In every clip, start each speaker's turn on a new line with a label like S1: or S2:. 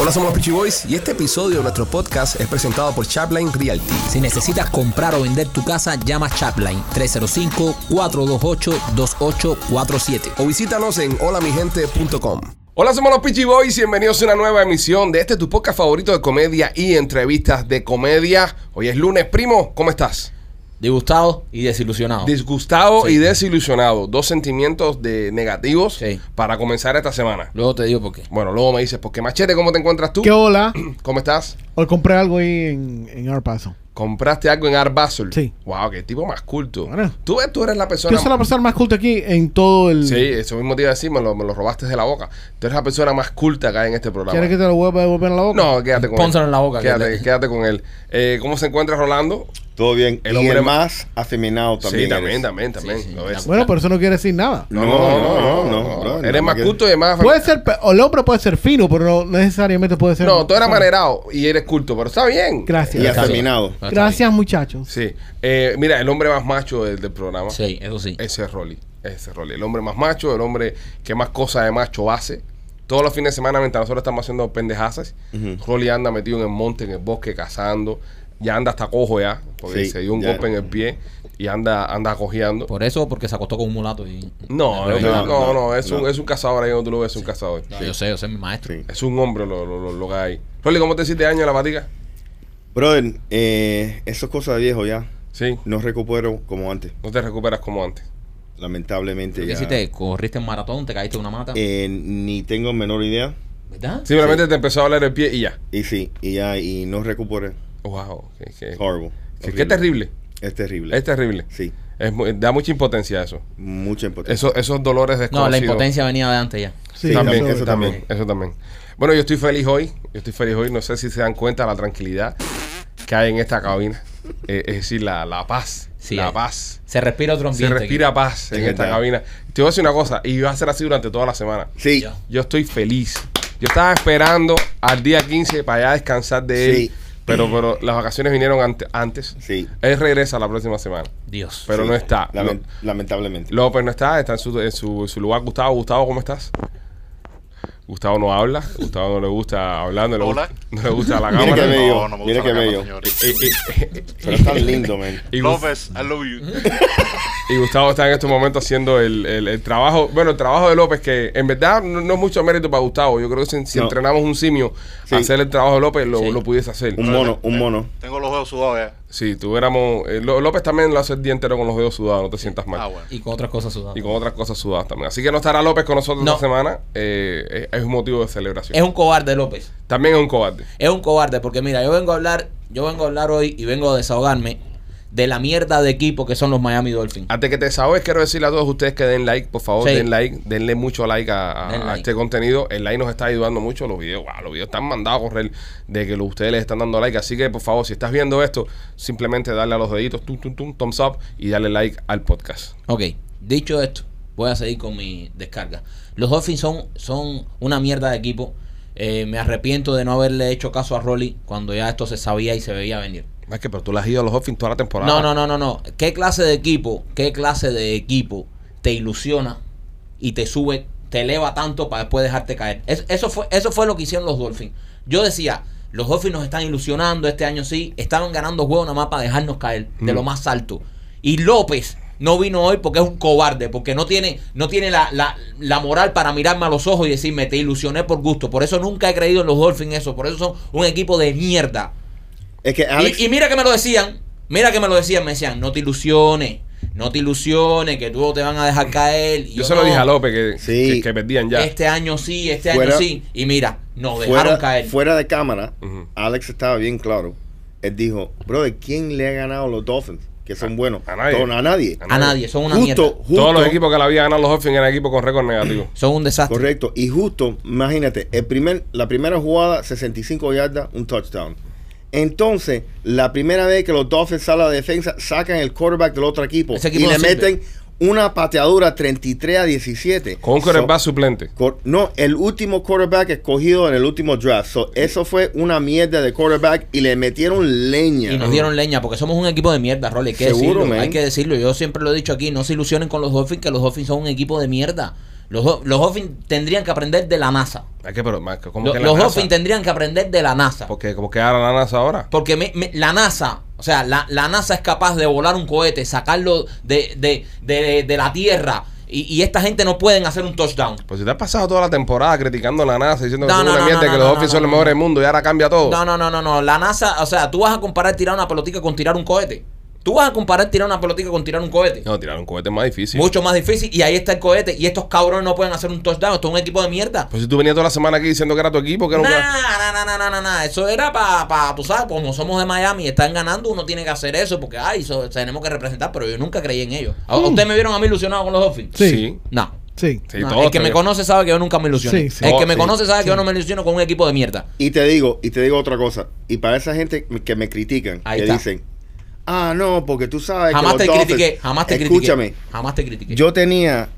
S1: Hola, somos los Peachy Boys y este episodio de nuestro podcast es presentado por Chapline Realty.
S2: Si necesitas comprar o vender tu casa, llama Chapline 305-428-2847.
S1: O visítanos en holamigente.com. Hola, somos los Peachy Boys y bienvenidos a una nueva emisión de este tu podcast favorito de comedia y entrevistas de comedia. Hoy es lunes, primo, ¿cómo estás?
S3: Disgustado y desilusionado.
S1: Disgustado y desilusionado, dos sentimientos de negativos
S3: Sí.
S1: para comenzar esta semana.
S3: Luego te digo por qué.
S1: Bueno, luego me dices, ¿por qué machete? ¿Cómo te encuentras tú?
S4: ¿Qué hola?
S1: ¿Cómo estás?
S4: Hoy compré algo ahí en, en Art Paso.
S1: ¿Compraste algo en Art Basel?
S4: Sí.
S1: Wow, qué tipo más culto.
S4: Bueno.
S1: Tú, tú eres la persona.
S4: Yo soy la persona más culta aquí en todo el...
S1: Sí, eso mismo te iba a decir, me lo, me lo robaste de la boca. Tú eres la persona más culta que hay en este programa.
S4: ¿Quieres que te lo vuelva a devolver en la boca?
S1: No, quédate con
S3: Pónselo
S1: él.
S3: en la boca,
S1: Quédate,
S3: quédate.
S1: quédate con él. Eh, ¿Cómo se encuentra Rolando?
S5: Todo bien.
S1: El
S5: y
S1: hombre
S5: el
S1: más-
S5: más afeminado también.
S1: sí, también,
S5: eres.
S1: también, también.
S3: sí,
S1: lo
S3: de
S1: ves.
S3: acuerdo.
S4: Bueno, pero eso no quiere decir nada.
S5: No, no, no, no. no,
S1: Eres más culto y más...
S4: Puede ser... pe- o El hombre puede ser fino, pero no necesariamente puede ser...
S1: No, tú eres manerado y eres culto, pero está bien.
S4: Gracias.
S5: Y afeminado.
S3: Ah, Está bien.
S4: Gracias, muchachos.
S1: Sí. Eh, mira, el hombre más macho del, del programa.
S3: Sí, eso sí.
S1: Ese es Rolly. Ese es Rolly. El hombre más macho, el hombre que más cosas de macho hace. Todos los fines de semana, mientras nosotros estamos haciendo pendejazas, Rolly anda metido en el monte, en el bosque, cazando. Ya anda hasta cojo ya, porque
S5: Sí,
S1: se dio un
S5: ya.
S1: golpe en el pie y anda, anda cojeando.
S3: Por eso, porque se acostó con un mulato. Y...
S1: No, no, no,
S3: Al revés.
S1: no, es,
S5: no.
S1: Un, es un cazador ahí donde tú lo ves, es un cazador.
S3: No, Yo sé, yo sé, mi maestro.
S5: Sí.
S1: Es un hombre lo, lo, lo- lo que hay. Rolly, ¿cómo te hiciste daño en la fatiga?
S5: Brother, eh, eso es cosa de viejo ya.
S1: Sí,
S5: No recupero como antes.
S1: no te recuperas como antes.
S5: Lamentablemente
S3: ¿Qué
S5: ya.
S3: hiciste? ¿Corriste en maratón? ¿Te caíste en una mata?
S5: Eh, ni tengo menor idea.
S3: ¿Verdad?
S1: Simplemente te empezó a doler el pie y ya.
S5: Y sí, y ya, y no recuperé.
S1: Wow, qué, qué-
S5: Es horrible.
S1: qué- qué terrible.
S5: Es terrible.
S1: Es terrible.
S5: Sí,
S1: Es mu- da mucha impotencia eso.
S5: mucha impotencia.
S1: Eso- esos dolores
S3: No,
S1: desconocidos.
S3: la impotencia venía de antes ya.
S4: Sí,
S1: también,
S4: sobre-
S1: eso también, eso también. Bueno, yo estoy feliz hoy. Yo estoy feliz hoy. No sé si se dan cuenta la tranquilidad que hay en esta cabina. Eh, es decir, la, la paz.
S3: Sí,
S1: la
S3: hay.
S1: paz.
S3: Se respira otro
S1: Se
S3: ambiente. aquí.
S1: respira paz en
S5: Es
S1: esta
S5: verdad.
S1: cabina. Te voy a decir una cosa, y va a ser así durante toda la semana.
S5: Sí,
S3: Ya.
S1: Yo estoy feliz. Yo estaba esperando al día 15 para ya descansar de él.
S5: Sí.
S1: Pero, pero las vacaciones vinieron ante- antes.
S5: sí.
S1: Él regresa la próxima semana.
S3: Dios.
S1: Pero
S5: sí.
S1: no está.
S5: Lame- lamentablemente.
S1: López no está, está en su, en su, en su lugar. Gustavo, Gustavo, ¿cómo estás? Gustavo no habla, Gustavo no le gusta hablar, no le,
S6: Hola.
S1: gusta- no le gusta la
S5: Mira qué
S1: cámara.
S5: bello.
S6: no me
S5: Mira
S6: gusta
S5: qué
S6: la cama,
S5: bello.
S6: señores.
S1: Y, y-
S5: Pero es tan lindo, man.
S1: y- y Gus-
S6: López, I love you.
S1: y Gustavo está en estos momentos haciendo el, el- el trabajo, bueno, el trabajo de López, que en verdad no, no es mucho mérito para Gustavo. Yo creo que si, si
S5: No.
S1: entrenamos un simio
S5: Sí.
S1: a hacer el trabajo de López, lo,
S3: Sí.
S1: lo pudiese hacer.
S5: Un mono, un mono.
S6: Tengo los ojos sudados ya.
S1: Si tuviéramos. eh, Ló- López también lo hace el día entero con los dedos sudados, no te sientas mal.
S6: Ah, bueno.
S3: Y con otras cosas sudadas.
S1: Y con otras cosas sudadas también. Así que no estará López con nosotros
S3: No.
S1: esta semana. eh, es- es un motivo de celebración.
S3: Es un cobarde, López.
S1: También es un cobarde.
S3: Es un cobarde porque mira, yo vengo a hablar, yo vengo a hablar hoy y vengo a desahogarme de la mierda de equipo que son los Miami Dolphins.
S1: Antes que te desahogues, quiero decirle a todos ustedes que den like, por favor,
S3: Sí.
S1: den like, denle mucho like a, a-
S3: Den
S1: a
S3: like.
S1: este contenido. El like nos está ayudando mucho. Los videos, wow, los videos están mandados a correr de que lo- ustedes les están dando like. Así que, por favor, si estás viendo esto, simplemente dale a los deditos, tum, tum, tum, thumbs up y dale like al podcast.
S3: Ok, dicho esto, voy a seguir con mi descarga. Los Dolphins son, son una mierda de equipo. Eh, me arrepiento de no haberle hecho caso a Rolly cuando ya esto se sabía y se veía venir.
S1: Es que, pero tú le has ido a los Dolphins toda la temporada.
S3: No, no, no, no, no. ¿Qué clase de equipo, qué clase de equipo te ilusiona y te sube, te eleva tanto para después dejarte caer? Es- eso, fue, eso fue lo que hicieron los Dolphins. Yo decía, los Dolphins nos están ilusionando este año sí, estaban ganando juegos nada más para dejarnos caer de lo más alto. Y López no vino hoy porque es un cobarde, porque no tiene, no tiene la, la- la moral para mirarme a los ojos y decirme, te ilusioné por gusto. Por eso nunca he creído en los Dolphins eso, por eso son un equipo de mierda.
S5: Es que Alex.
S3: Y, y mira que me lo decían, mira que me lo decían, me decían, no te ilusiones, no te ilusiones, que tú te van a dejar caer. Y
S1: Yo, se lo
S3: no,
S1: dije a López que,
S5: Sí.
S1: que, que perdían ya.
S3: Este año sí, este
S5: Fuera-
S3: año sí. Y mira, nos dejaron
S5: fuera,
S3: caer.
S5: fuera de cámara,
S1: Ujú.
S5: Alex estaba bien claro. Él dijo, brother, ¿quién le ha ganado a los Dolphins? Que son buenos.
S1: a nadie.
S5: Todo- a nadie.
S3: a nadie, son una
S5: justo,
S3: mierda.
S5: justo.
S1: Todos los equipos que le había ganado los Dolphins eran equipos con récord negativo.
S3: Son un desastre.
S5: Correcto. Y justo, imagínate, el primer, la primera jugada, 65 yardas, un touchdown. Entonces, la primera vez que los Dolphins salen a la defensa, sacan el quarterback del otro equipo.
S3: Ese equipo
S5: y
S3: no
S5: le
S3: sirve.
S5: meten una pateadura 33 a 17.
S1: Con un
S5: So-
S1: quarterback suplente.
S5: Cor- No, el último quarterback escogido en el último draft. So, eso fue una mierda de quarterback y le metieron leña.
S3: Y nos dieron leña porque somos un equipo de mierda, Rolly. Hay que
S5: Seguro,
S3: decirlo,
S5: man.
S3: hay que decirlo. Yo siempre lo he dicho aquí, no se ilusionen con los Dolphins, que los Dolphins son un equipo de mierda. Los, Ho- los Dolphins tendrían que aprender de la NASA.
S1: ¿A qué? Pero, Marco, ¿cómo
S3: Lo-
S1: que la
S3: los
S1: NASA?
S3: Dolphins tendrían que aprender de la NASA.
S1: ¿Por qué? ¿Cómo que ahora la NASA ahora?
S3: Porque me- me- la NASA, o sea, la, la NASA es capaz de volar un cohete, sacarlo de, de, de- de la Tierra. Y, y esta gente no pueden hacer un touchdown.
S1: Pues si te has pasado toda la temporada criticando a la NASA, diciendo que
S3: No,
S1: son
S3: no,
S1: una
S3: no,
S1: mierda,
S3: no,
S1: que
S3: no,
S1: los
S3: no,
S1: Dolphins
S3: no,
S1: son los
S3: no.
S1: mejores del mundo y ahora cambia todo.
S3: No, no, no, no, no. La NASA, o sea, tú vas a comparar tirar una pelotita con tirar un cohete. Tú vas a comparar tirar una pelotita con tirar un cohete.
S1: No, tirar un cohete es más difícil.
S3: Mucho más difícil. Y ahí está el cohete. Y estos cabrones no pueden hacer un touchdown. Esto es un equipo de mierda.
S1: Pues si tú venías toda la semana aquí diciendo que era tu equipo, que
S3: No,
S1: era
S3: no,
S1: un...
S3: no, no, no, Eso era para, pa, tú sabes, como somos de Miami y están ganando, uno tiene que hacer eso porque, ay, eso- tenemos que representar, pero yo nunca creí en ellos.
S1: Mm.
S3: ¿A- ¿Ustedes me vieron a mí ilusionado con los Dolphins?
S1: Sí.
S4: Sí.
S1: Sí,
S3: No.
S4: Sí.
S3: No,
S1: todos
S3: el que me
S1: tenemos-
S3: conoce sabe que yo nunca me ilusiono.
S4: Sí, sí.
S3: El que me
S1: Oh, Sí.
S3: conoce sabe que yo no me ilusiono con un equipo de mierda.
S5: Y te digo, y te digo otra cosa. Y para esa gente que me critican,
S3: Ahí
S5: que
S3: está.
S5: dicen, ah, no, porque tú sabes
S3: Jamás
S5: que
S3: te
S5: los Dolphins-".
S3: critiqué, jamás te
S5: Escúchame,
S3: critiqué. Jamás te critiqué.
S5: yo tenía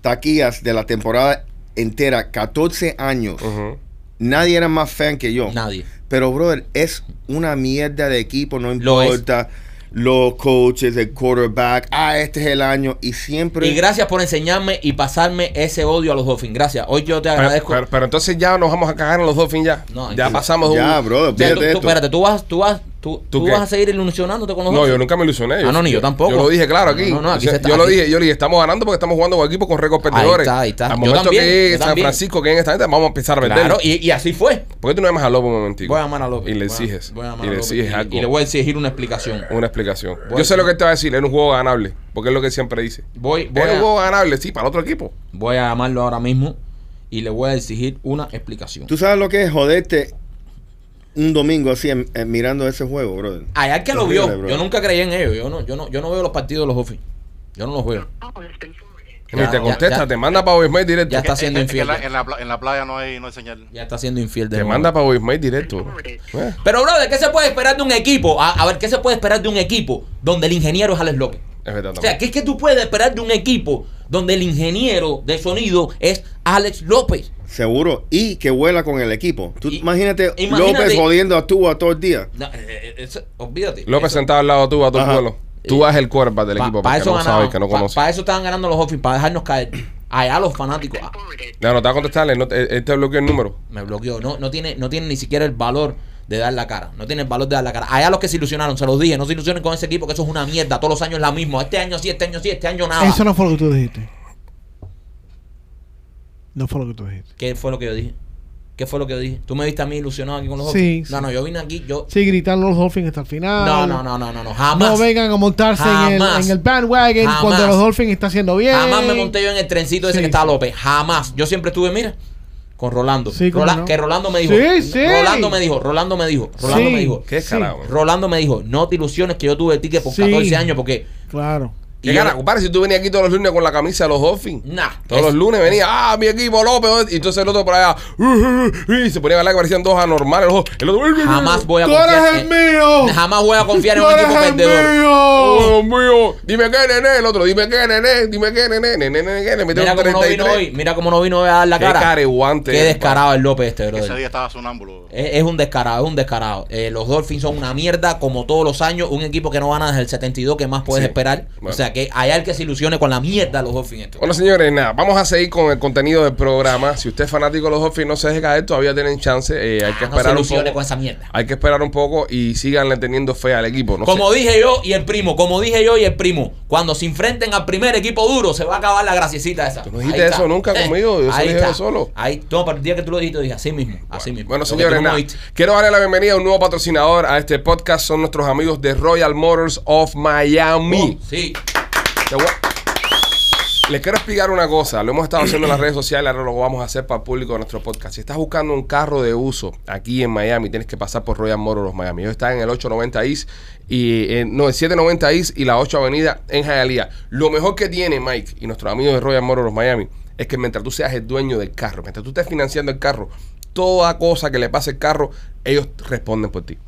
S5: taquillas de la temporada entera, 14 años.
S1: Ujú.
S5: Nadie era más fan que yo.
S3: Nadie.
S5: Pero, brother, es una mierda de equipo, no
S3: Lo es.
S5: importa. Los coaches, el quarterback, ah, este es el año. Y siempre.
S3: Y gracias por enseñarme y pasarme ese odio a los Dolphins. Gracias. Hoy yo te
S1: Pero,
S3: agradezco.
S1: pero- pero entonces ya nos vamos a cagar en los Dolphins ya.
S3: No,
S1: ya
S3: entiendo.
S1: pasamos de
S5: Ya,
S1: un...
S5: brother,
S3: O sea, tú-
S5: fíjate
S3: tú-
S5: esto.
S3: espérate, tú vas, tú vas, tú,
S1: ¿Tú
S3: tú
S1: qué?
S3: vas a seguir ilusionándote con los
S1: No, yo
S3: Dolphins.
S1: nunca me ilusioné.
S3: Ah, no, ni yo tampoco.
S1: Yo lo dije claro aquí.
S3: No, no, no, aquí
S1: O sea,
S3: se está-
S1: yo lo
S3: aquí-
S1: dije, yo le dije, estamos ganando porque estamos jugando con equipos con récords perdedores.
S3: está, ahí está.
S1: Al
S3: Yo
S1: momento
S3: también,
S1: que
S3: yo
S1: San
S3: también.
S1: Francisco, que en esta gente, vamos a empezar a perder.
S3: Claro, y, y así fue.
S1: ¿Por qué tú no llamas a López un momentico?
S3: Voy a llamar a López.
S1: Y le
S3: Voy a-
S1: exiges.
S3: voy a llamar
S1: y
S3: a
S1: le
S3: López
S1: exiges
S3: y-
S1: algo.
S3: Y le voy a exigir una explicación.
S1: Una explicación.
S3: Voy
S1: Yo
S3: a-
S1: sé lo que él te va a decir, era un juego ganable. Porque es lo que siempre dice.
S3: Voy, voy,
S1: Era un
S3: a,
S1: juego ganable, sí, para el otro equipo.
S3: voy a llamarlo ahora mismo y le voy a exigir una explicación.
S5: Tú sabes lo que es joderte un domingo así en- en- mirando ese juego, brother.
S3: Hay alguien que lo
S5: Horrible,
S3: vio.
S5: bro.
S3: Yo nunca creí en ellos. Yo no, yo no, yo no veo los partidos de los Dolphins. Yo no los veo.
S1: Ni
S3: Ya,
S1: te
S3: ya,
S1: contesta,
S3: ya.
S1: te manda para Voicemail directo.
S3: Ya está siendo
S6: Es que en
S3: infiel.
S6: la, en la pla- en la playa no hay, no hay señal.
S3: Ya está siendo infiel de
S1: Te
S3: nuevo.
S1: manda para Voicemail directo. Eh,
S3: Pero, brother, ¿qué se puede esperar de un equipo? A, a ver, ¿qué se puede esperar de un equipo donde el ingeniero es Alex López?
S1: es verdad.
S3: O sea, ¿qué es que tú puedes esperar de un equipo donde el ingeniero de sonido es Alex López?
S5: Seguro. Y que vuela con el equipo. Tú
S3: Y-
S5: imagínate,
S3: imagínate-
S5: López jodiendo a Tua todo el día.
S3: No, eh, eh, eso- olvídate.
S1: López
S3: Eso-
S1: sentado al lado tuyo a tu
S5: Ajá.
S1: pueblo. Tú haz el quarterback del equipo
S3: para
S1: porque
S3: eso
S1: no
S3: ganaban,
S1: sabes que no
S3: pa-
S1: conoces.
S3: pa' eso estaban ganando los Dolphins, para dejarnos caer. Allá los fanáticos. ah,
S1: No, no te va a contestarle, no te- él te bloqueó el número.
S3: me bloqueó. No, no, tiene, no tiene ni siquiera el valor de dar la cara. No tiene el valor de dar la cara. Allá los que se ilusionaron, se los dije, no se ilusionen con ese equipo, que eso es una mierda. Todos los años la misma. Este año sí, este año sí, este año nada.
S4: Eso no fue lo que tú dijiste. No fue lo que tú dijiste.
S3: ¿Qué fue lo que yo dije? ¿Qué fue lo que yo dije? ¿Tú me viste a mí ilusionado aquí con los
S4: Sí,
S3: Dolphins?
S4: sí.
S3: No, no, yo vine aquí, yo...
S4: Sí, gritando los Dolphins hasta el final.
S3: No, no, no, no, no, no, jamás.
S4: No vengan a montarse en el,
S3: Jamás.
S4: en el bandwagon
S3: Jamás.
S4: cuando los Dolphins está haciendo bien.
S3: Jamás me monté yo en el trencito ese
S4: Sí,
S3: que estaba
S4: sí.
S3: López. Jamás. Yo siempre estuve, mira, con Rolando.
S4: Sí, cómo
S3: Rola-
S4: no.
S3: Que Rolando me dijo.
S4: Sí, sí.
S3: Rolando me dijo, Rolando me dijo, Rolando
S4: Sí.
S3: me dijo.
S1: Qué
S4: Sí.
S1: carajo. man.
S3: Rolando me dijo, no te ilusiones que yo tuve el ticket por
S4: Sí.
S3: 14 años porque...
S4: Claro.
S1: ¿Qué
S3: y
S1: cara,
S3: yo-
S1: compadre? Si tú venías aquí todos los lunes con la camisa de los Dolphins.
S3: Nah.
S1: Todos
S3: Es-
S1: los lunes venía, ah, mi equipo López. Y entonces el otro por allá, "Uh, uh, uh", y se ponía a hablar que parecían dos anormales. los dos. El otro, "Uh, uh, uh".
S3: Jamás voy a
S4: ¡Tú eres
S3: confiar
S4: el
S3: en-
S4: mío!
S3: Jamás voy a confiar en
S4: ¡Tú
S3: un
S4: eres
S3: equipo
S4: el
S3: perdedor.
S4: mío!
S1: Oh, Dios mío. Dime qué, nene. El otro, dime qué, nene. Dime qué, nene. Nene, nene, nene. Metió
S3: Mira
S1: un
S3: cómo no vino
S1: 33.
S3: hoy, mira cómo no vino hoy a dar la
S1: Qué eh,
S3: cara.
S1: careguante
S3: Qué
S1: es,
S3: descarado el López este, brother.
S6: Ese día estaba sonámbulo.
S3: Es, es un descarado, es un descarado. Eh, los Dolphins son una mierda, como todos los años. Un equipo que no gana desde el 72, que más puedes
S1: Sí.
S3: esperar.
S1: Bueno.
S3: O sea que hay alguien que se ilusione con la mierda de los Dolphins. este estos.
S1: Bueno, señores, nada, vamos a seguir con el contenido del programa. Si usted es fanático de los Dolphins, no se deje caer, todavía tienen chance. Eh, hay que
S3: Ah, no se
S1: esperar un
S3: ilusione
S1: poco.
S3: con esa mierda.
S1: Hay que esperar un poco y síganle teniendo fe al equipo. No
S3: como
S1: sé.
S3: dije yo y el primo, como dije yo y el primo, cuando se enfrenten al primer equipo duro, se va a acabar la graciecita esa.
S1: Tú no dijiste
S3: está.
S1: eso nunca conmigo, yo se lo
S3: ahí
S1: dije
S3: está.
S1: yo solo.
S3: Ahí, no, pero el día que tú lo dijiste, yo dije así mismo, así mismo.
S1: Bueno,
S3: Lo que
S1: señores,
S3: tú no
S1: nada,
S3: oíste.
S1: quiero darle la bienvenida a un nuevo patrocinador a este podcast. Son nuestros amigos de Royal Motors of Miami.
S3: Sí.
S1: Te voy a- Les quiero explicar una cosa. Lo hemos estado haciendo en las redes sociales, ahora lo vamos a hacer para el público de nuestro podcast. Si estás buscando un carro de uso aquí en Miami, tienes que pasar por Royal Motors Miami. Ellos están en el 890 East y en no, el 790 East y la 8 Avenida en Hialeah. Lo mejor que tiene Mike y nuestros amigos de Royal Motors Miami es que mientras tú seas el dueño del carro, mientras tú estés financiando el carro, toda cosa que le pase al carro, ellos responden por ti.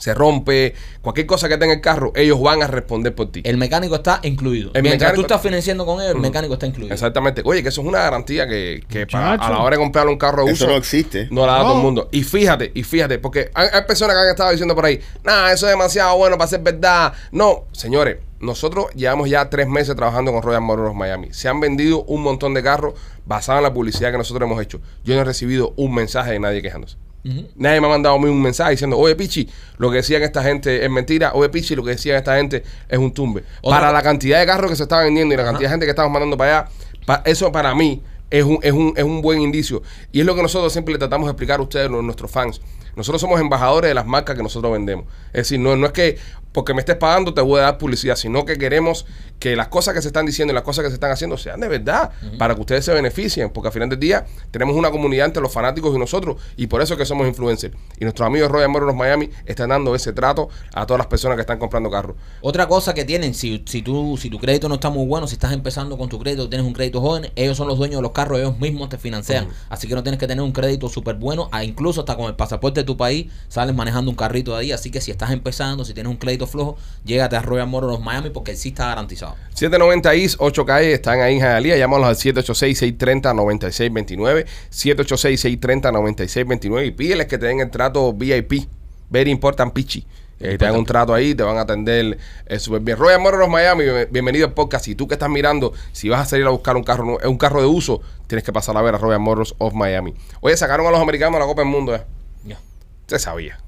S1: se rompe, cualquier cosa que tenga el carro, ellos van a responder por ti.
S3: El mecánico está incluido.
S1: El
S3: Mientras
S1: mecánico-
S3: tú estás financiando con él, el mecánico está incluido.
S1: Exactamente. Oye, que eso es una garantía que, que para- a
S4: Muchacho.
S1: la hora de comprar un carro de
S5: Eso
S1: uso
S5: no existe.
S1: No la da
S4: No.
S1: todo el mundo. Y fíjate, y fíjate, porque hay, hay personas que han estado diciendo por ahí, nada, eso es demasiado bueno para ser verdad. No, señores, nosotros llevamos ya tres meses trabajando con Royal Motors Miami. Se han vendido un montón de carros basados en la publicidad que nosotros hemos hecho. Yo no he recibido un mensaje de nadie quejándose. Nadie me ha mandado a mí un mensaje diciendo, oye Pichi, lo que decían esta gente es mentira, oye Pichi, lo que decían esta gente es un tumbe.
S3: Otra-
S1: Para la cantidad de carros que se está vendiendo y la cantidad de gente que estamos mandando para allá, pa- eso para mí es un, es, un, es un buen indicio. Y es lo que nosotros siempre le tratamos de explicar a ustedes, los- nuestros fans. Nosotros somos embajadores de las marcas que nosotros vendemos. Es decir, no, no es que porque me estés pagando te voy a dar publicidad, sino que queremos que las cosas que se están diciendo y las cosas que se están haciendo sean de verdad, para que ustedes se beneficien, porque al final del día tenemos una comunidad entre los fanáticos y nosotros, y por eso es que somos influencers. Y nuestros amigos Royal Motors Miami están dando ese trato a todas las personas que están comprando carros.
S3: Otra cosa que tienen, si, si, tú, si tu crédito no está muy bueno, si estás empezando con tu crédito, tienes un crédito joven, ellos son los dueños de los carros, ellos mismos te financian. Así que no tienes que tener un crédito súper bueno, a incluso hasta con el pasaporte de tu país, sales manejando un carrito de ahí. Así que si estás empezando, si tienes un crédito flojo, llégate a Royal Motors Miami porque sí está garantizado.
S1: 790 IS, 8 calles, están ahí en Jalía. Llámalos al 786-630-9629. 786-630-9629. Y pídeles que te den el trato VIP. Very important, Pichi. Eh, te dan un trato ahí, te van a atender eh, súper bien. Royal Motors Miami, bien- bienvenido al podcast. Si tú que estás mirando, si vas a salir a buscar un carro, nue- un carro de uso, tienes que pasar a ver a Royal Motors of Miami. Oye, sacaron a los americanos a la Copa del Mundo. eh.
S3: Ya.
S1: Se sabía.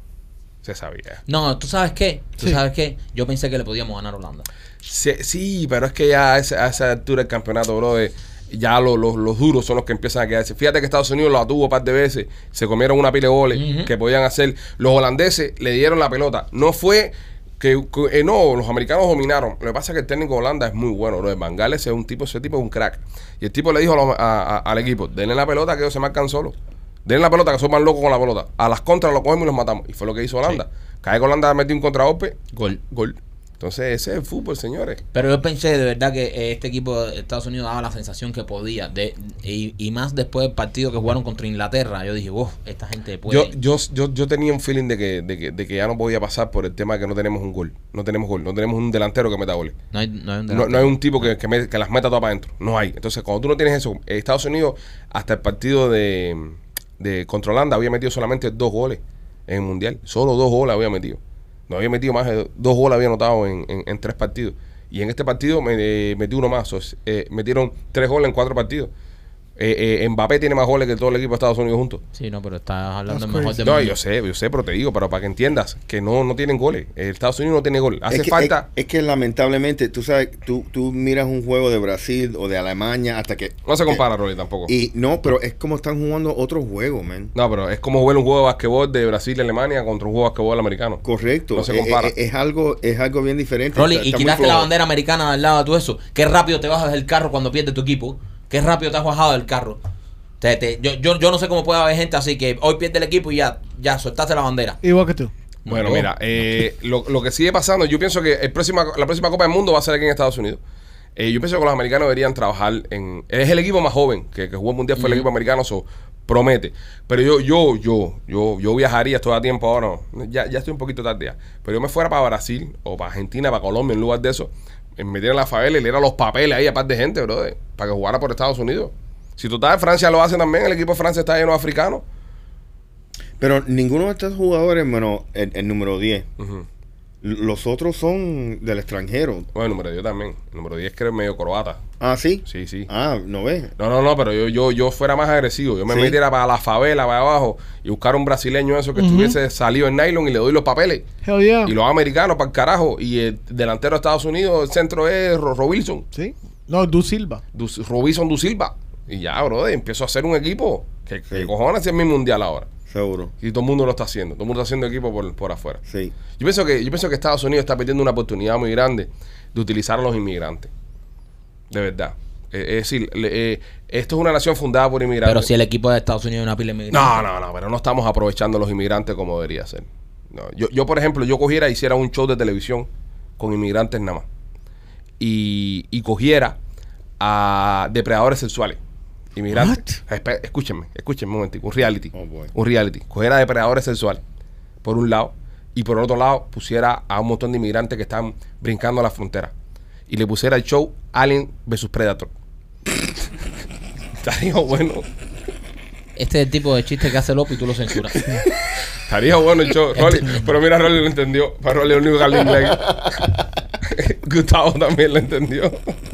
S1: Se sabía.
S3: No, tú sabes qué, tú
S4: Sí.
S3: sabes qué, yo pensé que le podíamos ganar a Holanda.
S1: Se- sí, pero es que ya a esa, a esa altura del campeonato, bro, de- ya lo- los- los duros son los que empiezan a quedarse. Fíjate que Estados Unidos lo tuvo un par de veces, se comieron una pila de goles
S3: Ujú.
S1: que podían hacer. Los holandeses le dieron la pelota. No fue que, que- eh, no, los americanos dominaron. Lo que pasa es que el técnico de Holanda es muy bueno, bro. Van Gaal, ese es un tipo, ese tipo es un crack. Y el tipo le dijo a los- a- a- al equipo, denle la pelota que ellos se marcan solos. Denle la pelota que son más locos con la pelota. A las contras los cogemos y los matamos. Y fue lo que hizo Holanda. Cae que Holanda metió un contragolpe
S3: Gol.
S1: Gol. Entonces, ese es el fútbol, señores.
S3: Pero yo pensé de verdad que eh, este equipo de Estados Unidos daba la sensación que podía. De, y, y más después del partido que jugaron contra Inglaterra. Yo dije, wow, esta gente
S1: Yo,
S3: puede.
S1: yo, yo, yo tenía un feeling de que, de, que, de que ya no podía pasar por el tema de que no tenemos un gol. No tenemos gol. No tenemos un delantero que meta goles.
S3: no, hay, no hay un
S1: No,
S3: delantero.
S1: no hay un tipo que, que, me- que las meta todas para adentro. No hay. Entonces, cuando tú no tienes eso, eh, Estados Unidos, hasta el partido de, de contra Holanda, había metido solamente dos goles en el Mundial. Solo dos goles había metido. No había metido más de dos goles, había anotado en, en- en tres partidos. Y en este partido me, eh, metí uno más. O sea, eh, metieron tres goles en cuatro partidos. Eh, eh, Mbappé tiene más goles que todo el equipo de Estados Unidos juntos.
S3: Sí, no, pero estás hablando
S4: That's
S3: mejor
S4: crazy.
S3: de
S1: No, yo sé, yo sé, pero te digo, pero para que entiendas que no, no tienen goles. Eh, Estados Unidos no tiene gol. Hace
S5: es que,
S1: falta.
S5: Es, es que lamentablemente, tú sabes, tú, tú miras un juego de Brasil o de Alemania hasta que.
S1: no se compara, Rolly, tampoco.
S5: Y no, pero es como están jugando otros juegos, man.
S1: No, pero es como jugar un juego de basquetbol de Brasil y Alemania contra un juego de basquetbol americano.
S5: Correcto.
S1: No se
S5: Eh,
S1: compara.
S5: eh, Es, algo, es algo bien diferente.
S3: Rolly,
S5: Está-
S3: y
S5: está muy
S3: quitaste la
S5: flojo.
S3: bandera americana del lado de todo eso. Qué rápido te bajas del carro cuando pierdes tu equipo. Qué rápido te has bajado del carro. Te- te- yo, yo, yo no sé cómo puede haber gente así que hoy pierde el equipo y ya, ya soltaste la bandera.
S4: Igual que tú.
S3: No,
S1: Bueno,
S3: no.
S1: mira, eh, lo, lo que sigue pasando, yo pienso que el próxima, la próxima Copa del Mundo va a ser aquí en Estados Unidos. Eh, yo pienso que los americanos deberían trabajar en... Es el equipo más joven que, que jugó el Mundial, fue el equipo americano, so, promete. Pero yo, yo, yo, yo, yo viajaría, estoy a tiempo ahora, no, ya, ya estoy un poquito tarde ya. Pero yo me fuera para Brasil o para Argentina, para Colombia, en lugar de eso, eh, me metiera en la favela y le diera los papeles ahí a par de gente, brother, para que jugara por Estados Unidos. Si total, Francia lo hace también, el equipo de Francia está lleno de africanos.
S5: Pero ninguno de estos jugadores, bueno, el, el número 10.
S1: Ujú.
S5: Los otros son del extranjero.
S1: Bueno, el número 10 también. El número 10 creo que es medio croata.
S5: Ah, sí.
S1: Sí, sí.
S5: Ah, no ves.
S1: No, no, no, pero yo, yo, yo fuera más agresivo. Yo me
S5: Sí.
S1: metiera para la favela, para abajo, y buscar un brasileño eso que
S4: Ujú. Ah.
S1: estuviese salido en nylon y le doy los papeles.
S4: Hell yeah.
S1: Y los americanos para el carajo. Y el delantero de Estados Unidos, el centro es Ro- Robinson.
S4: Sí. No, Du Silva.
S1: Du- Robinson Du Silva. Y ya, brother, empiezo a hacer un equipo. Que
S5: Sí.
S1: cojones si es mi mundial ahora?
S5: Seguro.
S1: Y todo el mundo lo está haciendo. Todo el mundo está haciendo equipo por, por afuera.
S5: Sí.
S1: Yo pienso que yo pienso que Estados Unidos está perdiendo una oportunidad muy grande de utilizar a los inmigrantes. De verdad. Eh, es decir, le- eh, esto es una nación fundada por inmigrantes.
S3: Pero si el equipo de Estados Unidos es una pila de inmigrantes.
S1: No, no, no, pero no estamos aprovechando a los inmigrantes como debería ser. No, yo, yo, por ejemplo, yo cogiera e hiciera un show de televisión con inmigrantes nada más. Y, y cogiera a depredadores sexuales. Inmigrantes. Espe- Escúchenme, escúchenme un momentico. Un reality.
S5: Oh, boy.
S1: un reality. Cogiera a depredadores sexuales, por un lado. y por otro lado pusiera a un montón de inmigrantes que están brincando a la frontera y le pusiera el show Alien versus Predator. estaría bueno,
S3: Este es el tipo de chiste que hace López y tú lo censuras.
S1: estaría bueno el show. Rolly, pero mira, Rolly lo entendió. Para Rolly es el único que habla inglés. Gustavo también lo entendió.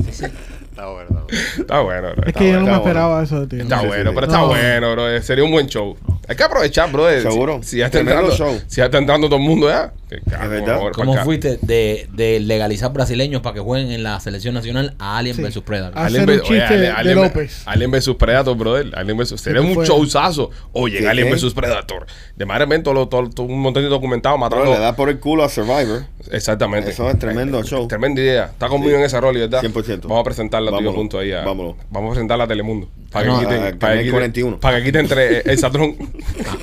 S6: Está bueno, está bueno.
S1: Está bueno, bro.
S4: Es
S1: Está
S4: que
S1: bueno.
S4: yo no me
S5: está bueno.
S4: esperaba eso de ti.
S1: Está
S5: Sí, sí,
S1: bueno,
S5: sí.
S1: pero está
S4: No.
S1: bueno, bro. eh, Sería un buen show. Hay que aprovechar, bro. Si-
S5: Seguro.
S1: Si, ya está
S5: Tremendo
S1: entrando,
S5: show.
S1: si ya está entrando todo el mundo ya. Que carajo,
S5: verdad.
S1: ahora,
S3: ¿Cómo
S1: para acá.
S3: fuiste de, de legalizar brasileños para que jueguen en la selección nacional a Alien
S4: Sí.
S3: versus Predator?
S4: Ah,
S1: Alien
S4: Hacer un
S1: ve- oye,
S4: chiste
S1: Ale-
S4: de
S1: Alien ve-
S4: López.
S1: Alien vs Predator, brother. Alien vs. Sería
S4: que
S1: un
S4: fue.
S1: showzazo. Oye,
S5: ¿Qué,
S1: Alien
S5: qué?
S1: vs Predator. De madre mía, todo, lo- todo- todo un montón de documentados
S5: Bro,
S1: matando.
S5: le da por el culo a Survivor.
S1: Exactamente.
S5: Eso es tremendo
S1: Eh,
S5: show.
S1: Tremenda idea. Está conmigo en ese rol, ¿verdad?
S5: 100%.
S1: Vamos a presentarla tú y yo
S5: Vámonos.
S1: juntos ahí. a-
S5: Vámonos.
S1: Vamos a presentarla a Telemundo. Para
S3: No,
S1: que
S5: a- a
S1: quiten. Para
S5: Canal
S1: que quiten,
S5: 41.
S1: para que quiten entre el Saturn.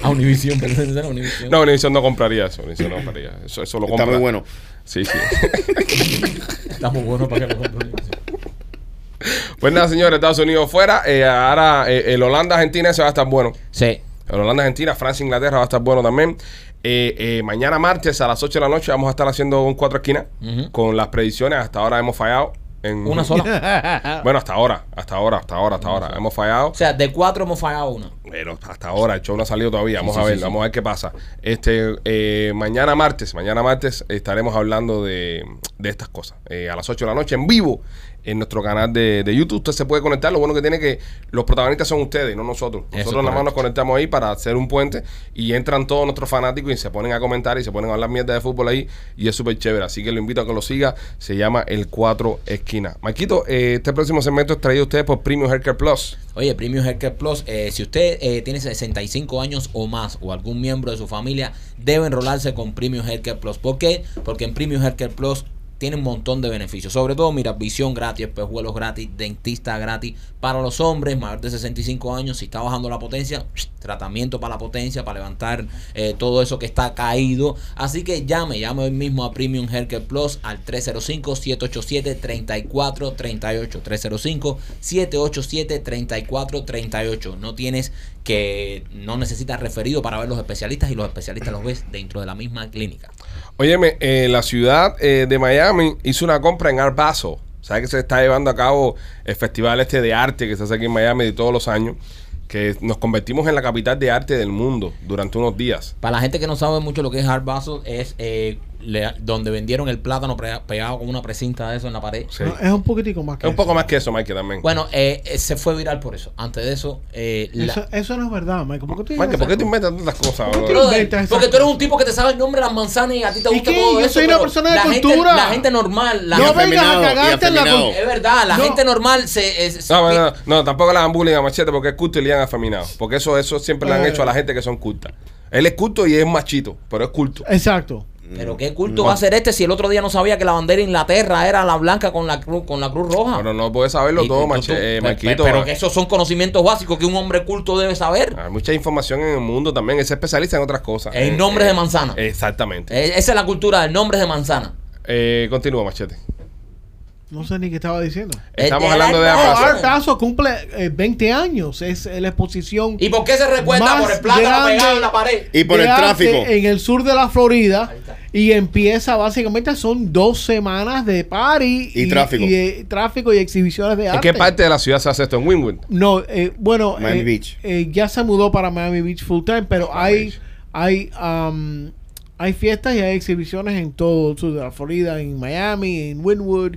S3: A Univision, perdón, era Univision.
S1: No, Univision no compraría eso. Univision no compraría. Eso, eso lo compra.
S5: Está muy bueno.
S1: Sí, sí.
S3: Está muy bueno para que lo compre Univision.
S1: pues nada, señores, Estados Unidos fuera. Eh, ahora eh, el Holanda-Argentina, eso va a estar bueno.
S3: Sí.
S1: El Holanda-Argentina, Francia-Inglaterra va a estar bueno también. Eh, eh, mañana martes a las 8 de la noche vamos a estar haciendo un cuatro esquinas
S3: Ujú.
S1: con las predicciones. Hasta ahora hemos fallado. En,
S3: Una sola.
S1: Bueno, hasta ahora, hasta ahora, hasta ahora, hasta ahora. Hemos fallado.
S3: O sea, de cuatro hemos fallado una.
S1: Pero hasta ahora el show no ha salido todavía. Vamos
S3: sí,
S1: a
S3: sí,
S1: ver,
S3: sí.
S1: vamos a ver qué pasa. Este, eh, mañana martes, mañana martes estaremos hablando de, de estas cosas. Eh, a las 8 de la noche en vivo en nuestro canal de, de YouTube. Usted se puede conectar. Lo bueno que tiene que los protagonistas son ustedes, no nosotros.
S3: Eso es
S1: Nosotros nada más
S3: correcto.
S1: nos conectamos ahí para hacer un puente y entran todos nuestros fanáticos y se ponen a comentar y se ponen a hablar mierda de fútbol ahí y es súper chévere. Así que lo invito a que lo siga. Se llama El 4 Esquina. Maquito, este próximo segmento es traído a ustedes por Premium Haircare Plus.
S3: Oye, Premium Healthcare Plus, eh, si usted eh, tiene 65 años o más o algún miembro de su familia, debe enrolarse con Premium Healthcare Plus. ¿Por qué? Porque en Premium Healthcare Plus tiene un montón de beneficios. Sobre todo, mira, visión gratis, espejuelos gratis, dentista gratis. Para los hombres mayor de 65 años, si está bajando la potencia, tratamiento para la potencia, para levantar eh, todo eso que está caído. Así que llame, llame hoy mismo a Premium Healthcare Plus al 305-787-3438. 305-787-3438. No tienes que, no necesitas referido para ver los especialistas y los especialistas los ves dentro de la misma clínica.
S1: Óyeme, eh, la ciudad eh, de Miami hizo una compra en Art Basel. ¿Sabes que se está llevando a cabo el festival este de arte que se hace aquí en Miami de todos los años? Que nos convertimos en la capital de arte del mundo durante unos días.
S3: Para la gente que no sabe mucho lo que es Hard Basel, es eh, le- donde vendieron el plátano pre- pegado con una precinta de eso en la pared.
S1: Sí.
S4: No, es un poquitico más que
S1: es un
S4: eso.
S1: poco más que eso, Mike, también.
S3: Bueno, eh, eh, se fue viral por eso. Antes de eso, eh, la-
S4: Eso, eso no es verdad, Michael. ¿Por qué tú
S1: Mike,
S4: dices
S1: ¿por qué
S4: eso?
S1: tú inventas tantas cosas? bro?
S4: tú-
S3: Brother,
S4: inventas esas
S3: porque tú eres
S4: cosas?
S3: un tipo que te sabe el nombre de las manzanas y a ti te
S4: ¿Y
S3: gusta
S4: qué?
S3: todo
S4: Yo
S3: eso.
S4: soy una
S3: pero
S4: persona de
S3: la gente-
S4: cultura.
S3: la gente normal, la
S5: Y
S4: No
S3: gente-
S4: vengas a
S5: afeminado, y
S4: cagarte en la
S5: afeminado.
S4: con-
S3: es verdad, la
S4: No.
S3: gente normal se, es-
S1: No, no, no, no, tampoco le hagan bullying a Machete porque es culto y le han afeminado. Porque eso, eso siempre le han
S4: Eh.
S1: hecho a la gente que son cultas. Él es culto y es machito, pero es culto.
S3: Eh.
S4: Exacto.
S3: Pero qué culto va a ser este si el otro día no sabía que la bandera de Inglaterra era la blanca con la cruz con la cruz roja.
S1: Pero no puedes saberlo
S3: Y-
S1: todo,
S3: y tú- tú-
S1: Machete. eh,
S3: pe- pe-
S1: Maquito.
S3: pero que esos son conocimientos básicos que un hombre culto debe saber.
S1: Hay mucha información en el mundo también. Él se especializa en otras cosas.
S3: En
S1: Eh,
S3: nombres
S1: eh,
S3: de manzana.
S1: Exactamente.
S3: Eh, Esa es la cultura del nombre de manzana.
S1: Eh, continúa, Machete.
S4: No sé ni qué estaba diciendo.
S1: Estamos
S3: de
S1: hablando de
S3: Art
S4: No,
S3: Ah,
S1: Amazon.
S3: Basel.
S4: Art Basel cumple eh, 20 años. Es eh, la exposición.
S3: ¿Y por qué se recuerda
S4: Más
S3: por el plátano
S4: grande-
S3: pegado en la pared?
S5: Y por
S4: de
S5: el
S4: arte
S5: tráfico.
S4: En el sur de la Florida.
S3: Ahí está.
S4: Y empieza básicamente, son dos semanas de party.
S5: Y tráfico.
S4: Y, eh, tráfico y exhibiciones de
S1: ¿En
S4: arte.
S1: qué parte de la ciudad se hace esto? ¿En Winwood?
S4: No, eh, bueno,
S5: Miami
S4: eh,
S5: Beach.
S4: eh, ya se mudó para Miami Beach full time, pero hay
S1: Beach.
S4: hay um, hay fiestas y hay exhibiciones en todo el sur de la Florida, en Miami, en Wynwood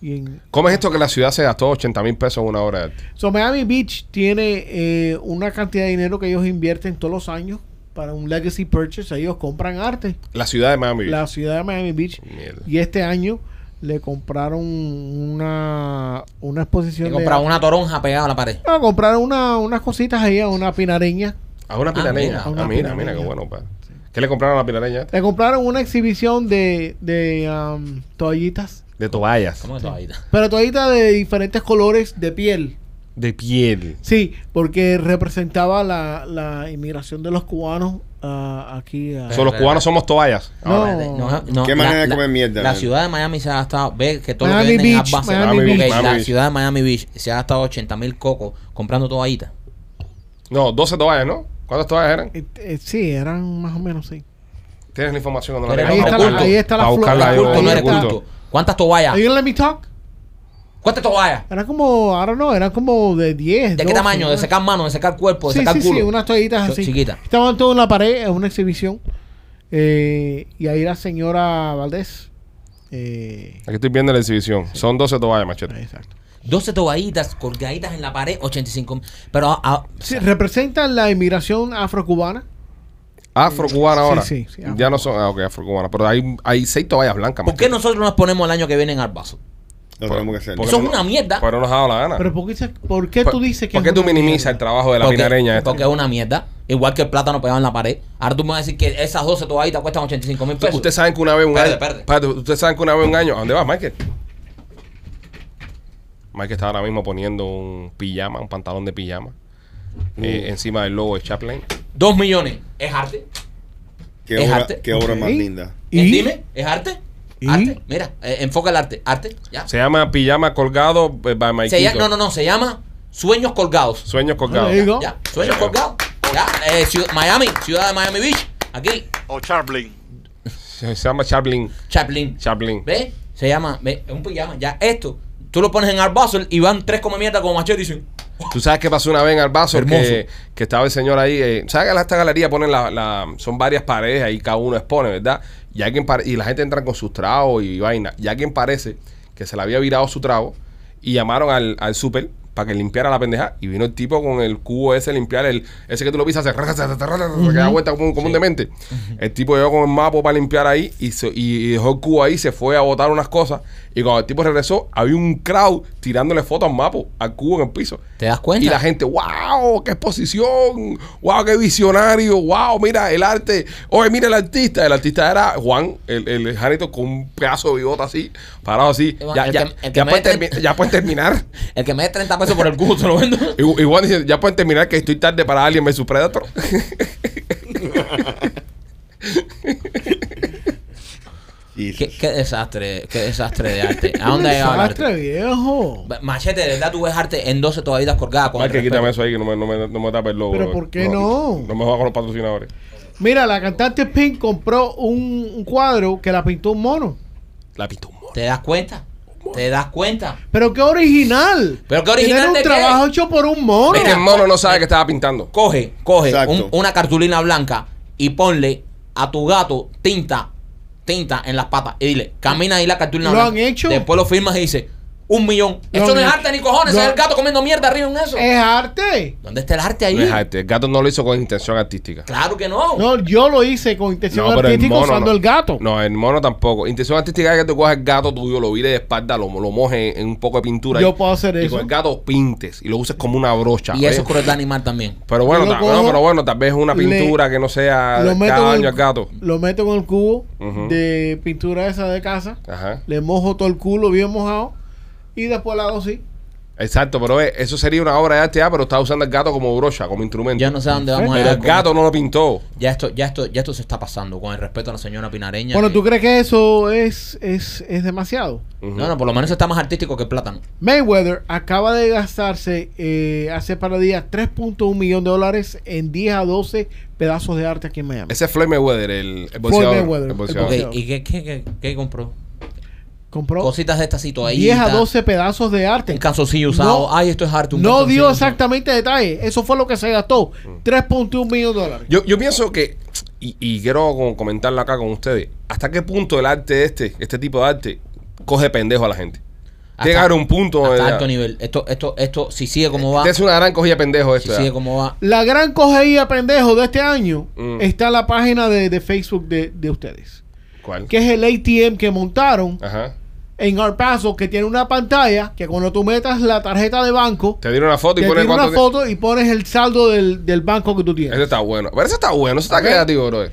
S4: y en
S1: ¿Cómo es esto que la ciudad se gastó 80 mil pesos en una hora de arte?
S4: So, Miami Beach tiene eh, una cantidad de dinero que ellos invierten todos los años para un legacy purchase. Ellos compran arte.
S1: La ciudad de Miami.
S4: La ciudad de Miami Beach.
S1: Mierda.
S4: Y este año le compraron una, una exposición.
S3: Le
S4: de
S3: compraba
S4: arte.
S3: una toronja pegada a la pared.
S4: No, compraron una, unas cositas ahí a una pinareña.
S1: A una
S3: mira,
S1: pinareña.
S3: a
S1: Ah,
S4: una
S1: mira, mira,
S4: pinareña.
S1: qué bueno. pa. ¿Qué le compraron a la pinareña? este?
S4: Le compraron una exhibición de, de am, toallitas.
S1: De toallas.
S3: ¿Cómo es eso ahí?
S4: Pero toallitas de diferentes colores de piel.
S1: De piel.
S4: Sí, porque representaba la, la inmigración de los cubanos ah, aquí. a-
S1: O sea, los cubanos somos toallas.
S4: No.
S1: Ahora.
S5: Qué manera de comer mierda,
S3: La
S5: man.
S3: ciudad de Miami se ha gastado. Ve que todo
S4: Miami
S3: lo que venden
S4: Beach,
S3: es Hard Basel.
S4: Miami
S3: Ok,
S1: Beach.
S3: La
S1: Miami Beach.
S3: ciudad de Miami Beach se ha gastado 80 mil cocos comprando toallitas.
S1: No, 12 toallas, ¿no? ¿Cuántas toallas eran?
S4: Eh, eh, sí, eran más o menos, sí.
S1: Tienes la información o no la
S3: Pero
S4: Ahí
S1: tienes?
S4: está
S1: Pa'
S4: la-
S1: oculto.
S4: ahí está la
S1: Pa'
S4: flor.
S1: buscarla yo,
S4: Oculto,
S3: Culto,
S1: yo
S3: no eres
S4: está.
S3: culto. ¿Cuántas toallas?
S4: Are you gonna let me talk?
S3: ¿Cuántas toallas?
S4: Era como, I don't know, era como de 10.
S3: ¿De qué
S4: 12,
S3: tamaño? ¿De
S4: ¿no?
S3: secar manos? ¿De secar cuerpo? ¿De
S4: Sí,
S3: secar
S4: sí, sí,
S3: culo?
S4: unas toallitas
S3: Son
S4: así.
S3: chiquitas.
S4: Estaban todos en la pared, es una exhibición. Eh, y ahí la señora Valdés. Eh,
S1: Aquí estoy viendo la exhibición. Son 12 toallas, machete.
S4: exacto.
S3: 12 toallitas colgaditas en la pared, 85. Pero ah, ah,
S4: Sí, representan la inmigración afrocubana.
S1: Ah, Afrocubana ahora.
S4: sí, sí,
S1: ya no son. Ah, ok, afrocubana. Pero hay, hay seis toallas blancas,
S3: ¿por qué
S1: machete.
S3: nosotros nos ponemos el año que viene en Arbazo?
S5: Lo tenemos que hacer.
S1: Porque
S3: Eso es
S1: no-
S3: una mierda.
S1: Pero no nos ha dado la gana.
S4: Pero ¿por qué, se- por qué
S1: Ah. ¿Por-
S4: tú dices que...
S1: ¿Por
S4: es
S1: qué tú
S4: una
S1: minimizas
S4: mierda?
S1: el trabajo de la
S3: porque,
S1: pinareña esta?
S3: porque es una mierda. Igual que el plátano pegado en la pared. Ahora tú me vas a decir que esas 12 toallitas cuestan 85 mil pesos.
S1: Ustedes saben que una vez un
S3: Espérate,
S1: año.
S3: espérate.
S1: Espérate, ustedes saben que una vez un año. ¿A dónde vas, Michael? Michael está ahora mismo poniendo un pijama, un pantalón de pijama.
S3: Uh.
S1: eh, encima del logo de Chaplin.
S3: 2 millones. ¿Es arte?
S5: ¿Qué
S3: Es
S5: obra,
S3: arte.
S5: qué obra más
S4: Ok.
S5: linda?
S4: ¿Y?
S3: Dime, ¿es arte?
S4: ¿Y?
S3: Arte. Mira, eh, enfoca el arte. Arte, ya.
S1: Se llama Pijama Colgado eh, by
S3: Se
S1: Michael.
S3: llama- no, no, no, se llama Sueños Colgados.
S1: Sueños colgados.
S4: Ahí digo.
S3: Ya, Sueños Colgados. Ya, eh, Ciud- Miami, ciudad de Miami Beach. Aquí,
S6: O Charblin.
S1: Se se llama Chaplin.
S3: Chaplin.
S1: Chaplin.
S3: ¿Ve? Se llama, ve, es un pijama. Ya, esto, tú lo pones en Arbazel y van tres como mierda como machete y dicen,
S1: Tú sabes qué pasó una vez en Albazo
S3: Hermoso.
S1: que, que estaba el señor ahí. eh, ¿Sabes que en esta galería ponen la, la- son varias paredes ahí cada uno expone, ¿verdad? Y alguien pare- y la gente entra con sus tragos y vaina. Y alguien parece que se le había virado su trago y llamaron al, al súper para que limpiara la pendeja y vino el tipo con el cubo ese a limpiar el ese que tú lo pisas hace ra, ra, ra, ra, ra, ra, que da vuelta como, un- como un demente el tipo llegó con el mapo para limpiar ahí y, se- y dejó el cubo ahí se fue a botar unas cosas y cuando el tipo regresó había un crowd tirándole fotos al mapo al cubo en el piso
S3: ¿Te das cuenta?
S1: y la gente, wow, qué exposición, wow, qué visionario, wow, mira el arte. Oye, mira el artista. El artista era Juan, el, el Janito, con un pedazo de bigota así, parado así.
S3: Juan,
S1: Ya,
S3: el
S1: ya,
S3: que- el que
S1: ya
S3: me
S1: pueden
S3: deten-
S1: termi- ya pueden terminar.
S3: el que me dé 30 pesos por el cubo se lo vendo.
S1: Y, y Juan dice, ya pueden terminar que estoy tarde para alguien versus Predator.
S5: Jesus.
S3: qué, qué desastre, qué desastre de arte. ¿A dónde ha llegado el
S4: Desastre,
S3: arte?
S4: viejo.
S3: Machete, de verdad tú ves arte en 12 toallitas colgadas con el
S1: Hay que
S3: respeto.
S1: quítame eso ahí que no me, no me, no me tape el logo.
S4: Pero
S1: brother.
S4: ¿por qué no?
S1: No me jodas con los patrocinadores.
S4: Mira, la cantante Pink compró un, un cuadro que la pintó un mono.
S1: La pitumbo.
S3: ¿Te das cuenta? ¿Te das cuenta?
S4: Pero qué original.
S3: Pero qué original
S4: Tener un
S3: de qué?
S4: trabajo hecho por un mono.
S1: Es que el
S3: pues,
S1: mono no
S3: eh,
S1: sabe que estaba pintando.
S3: Coge, coge
S5: Exacto.
S3: un- una cartulina blanca y ponle a tu gato tinta, tinta en las patas y dile, camina ahí la cartulina
S4: ¿Lo
S3: blanca.
S4: han hecho?
S3: Después lo firmas y dice, un millón.
S4: Lo
S3: Eso
S4: han
S3: no es
S4: hecho.
S3: arte ni cojones,
S4: Lo- Eh.
S3: es el gato comiendo mierda arriba en eso.
S4: Es arte.
S3: ¿Dónde está el arte ahí?
S1: No es arte. este, El gato no lo hizo con intención artística.
S3: Claro que no.
S4: No, yo lo hice con intención
S1: pero el
S4: artística
S1: mono
S4: usando
S1: no.
S4: el gato.
S1: No, el mono tampoco. Intención artística es que tú coges el gato tuyo, lo vires de espalda, lo, lo mojes en un poco de pintura.
S4: Yo
S1: y-
S4: puedo hacer
S1: y
S4: eso.
S1: con el gato pintes y lo uses como una brocha.
S3: Y eso es
S1: ¿ves?
S3: crueldad animal también.
S1: pero bueno,
S4: Yo lo
S1: ta-
S4: cojo,
S1: no, pero bueno, tal vez es una
S4: le-
S1: pintura que no sea
S4: lo meto,
S1: cada
S4: con
S1: año
S4: el,
S1: al gato.
S4: lo meto con el cubo
S1: Ujú.
S4: de pintura esa de casa.
S1: Ajá.
S4: Le mojo todo el culo bien mojado. Y después la hago así.
S1: Exacto, pero eh, eso sería una obra de arte, ah, pero está usando el gato como brocha, como instrumento.
S3: Ya no sé a dónde vamos a
S1: pero
S3: llegar.
S1: el
S3: con
S1: gato
S3: esto.
S1: no lo pintó.
S3: Ya esto, ya esto, ya esto se está pasando con el respeto a la señora Pinareña.
S4: Bueno,
S3: que-
S4: ¿tú crees que eso es, es, es demasiado?
S1: Ujú.
S3: No, no, por lo menos está más artístico que el plátano.
S4: Mayweather acaba de gastarse eh, hace para días 3.1 millones de dólares en 10 a 12 pedazos de arte aquí en Miami.
S1: Ese es Floyd Mayweather, el, el boxeador.
S4: Mayweather,
S1: el
S4: el
S1: boxeador.
S3: Ok,
S4: boxeador.
S3: ¿y qué, qué, qué, qué compró?
S4: Compró
S3: Cositas de esta situación.
S4: 10 a 12 pedazos de arte.
S3: Un calzoncillo Este usado.
S4: No.
S3: Ay, esto es arte. Un
S4: No
S3: calzoncillo
S4: dio
S3: usado.
S4: exactamente detalles. Eso fue lo que se gastó. 3.1 millones de dólares.
S1: Yo, yo pienso que, y, y quiero como comentarlo acá con ustedes, ¿hasta qué punto el arte este, este tipo de arte, coge pendejo a la gente?
S3: Hasta-
S1: Llegar a un punto donde
S3: Hasta
S1: ya-
S3: alto nivel. Esto, esto, esto, si sigue como va,
S1: Esta es una gran cogida de pendejo
S3: si
S1: esto. ya.
S3: sigue como va.
S4: La gran cogería pendejo de este año
S1: Mm.
S4: está en la página de, de Facebook de, de ustedes.
S1: ¿Cuál?
S4: Que es el ATM que montaron
S1: Ajá.
S4: en Art Paso, que tiene una pantalla que cuando tú metas la tarjeta de banco,
S1: Te dieron una foto y
S4: te
S1: ponen
S4: tira
S1: cuánto.
S4: una
S1: ti-
S4: foto y pones el saldo del, del banco que tú tienes.
S1: Eso está bueno. Pero eso está bueno, eso está
S4: Ok.
S1: creativo, bro.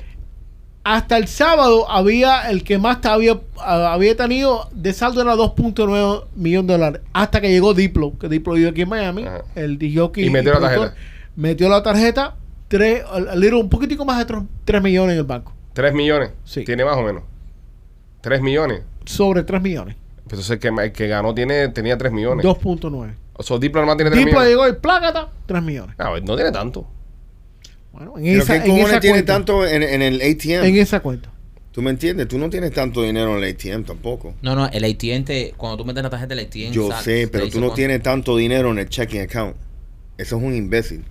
S4: Hasta el sábado había el que más te había, a- había tenido de saldo era 2.9 millones de dólares. Hasta que llegó Diplo, que Diplo vive aquí en Miami.
S1: Ajá.
S4: El DJ
S1: Y metió la tarjeta.
S4: Metió la tarjeta, tres, a- a little- un poquitico más de 3, millones en el banco.
S1: ¿Tres millones?
S4: Sí.
S1: Tiene más o menos. ¿Tres millones?
S4: Sobre 3 millones.
S1: Pues entonces el que, el que ganó tiene, tenía tres millones.
S4: 2.9.
S1: O sea, Diplo nomás tiene tres
S4: Diplo
S1: millones. Ah, pues
S4: llegó y plácata, 3 millones.
S1: No, no tiene tanto.
S4: Bueno, en
S5: ¿Pero
S4: esa,
S5: qué
S4: en esa
S5: cojones tiene
S4: cuenta.
S5: tanto en, en el ATM?
S4: En esa cuenta.
S5: ¿Tú me entiendes? Tú no tienes tanto dinero en el ATM tampoco.
S3: No, no, el ATM, te- cuando tú metes la tarjeta, el ATM.
S5: Yo
S3: saca-
S5: sé,
S3: te
S5: pero
S3: dice
S5: tú no
S3: cuánto.
S5: tienes tanto dinero en el checking account. Eso es un imbécil.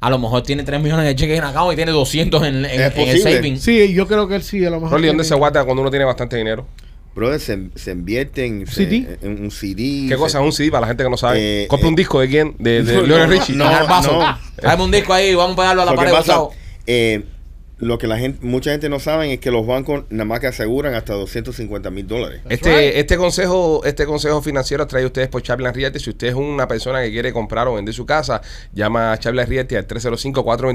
S3: A lo mejor tiene 3 millones de cheques en account y tiene 200 en, en- en el
S5: posible.
S3: saving.
S4: Sí, yo creo que él sí, a lo mejor.
S1: Rolly, ¿dónde
S4: tiene-
S1: se guarda cuando uno tiene bastante dinero?
S5: Brother, se, se invierte en, se-
S4: CD.
S5: en un CD.
S1: ¿Qué cosa es un CD para la gente que no sabe?
S5: Eh,
S1: Compra un
S5: eh.
S1: disco de quién? De, de
S5: No,
S1: Lionel
S5: no,
S1: Richie.
S5: no,
S3: Al vaso.
S5: no.
S3: Dame un disco ahí y vamos a pegarlo a la
S5: Lo que
S3: pared.
S5: pasa,
S3: Gustavo.
S5: eh, lo que la gente, mucha gente no sabe es que los bancos nada más que aseguran hasta 250 mil dólares.
S1: Este, este consejo, este consejo financiero trae ustedes por Chaplan Realty. Si usted es una persona que quiere comprar o vender su casa, llama a Chaplan Realty al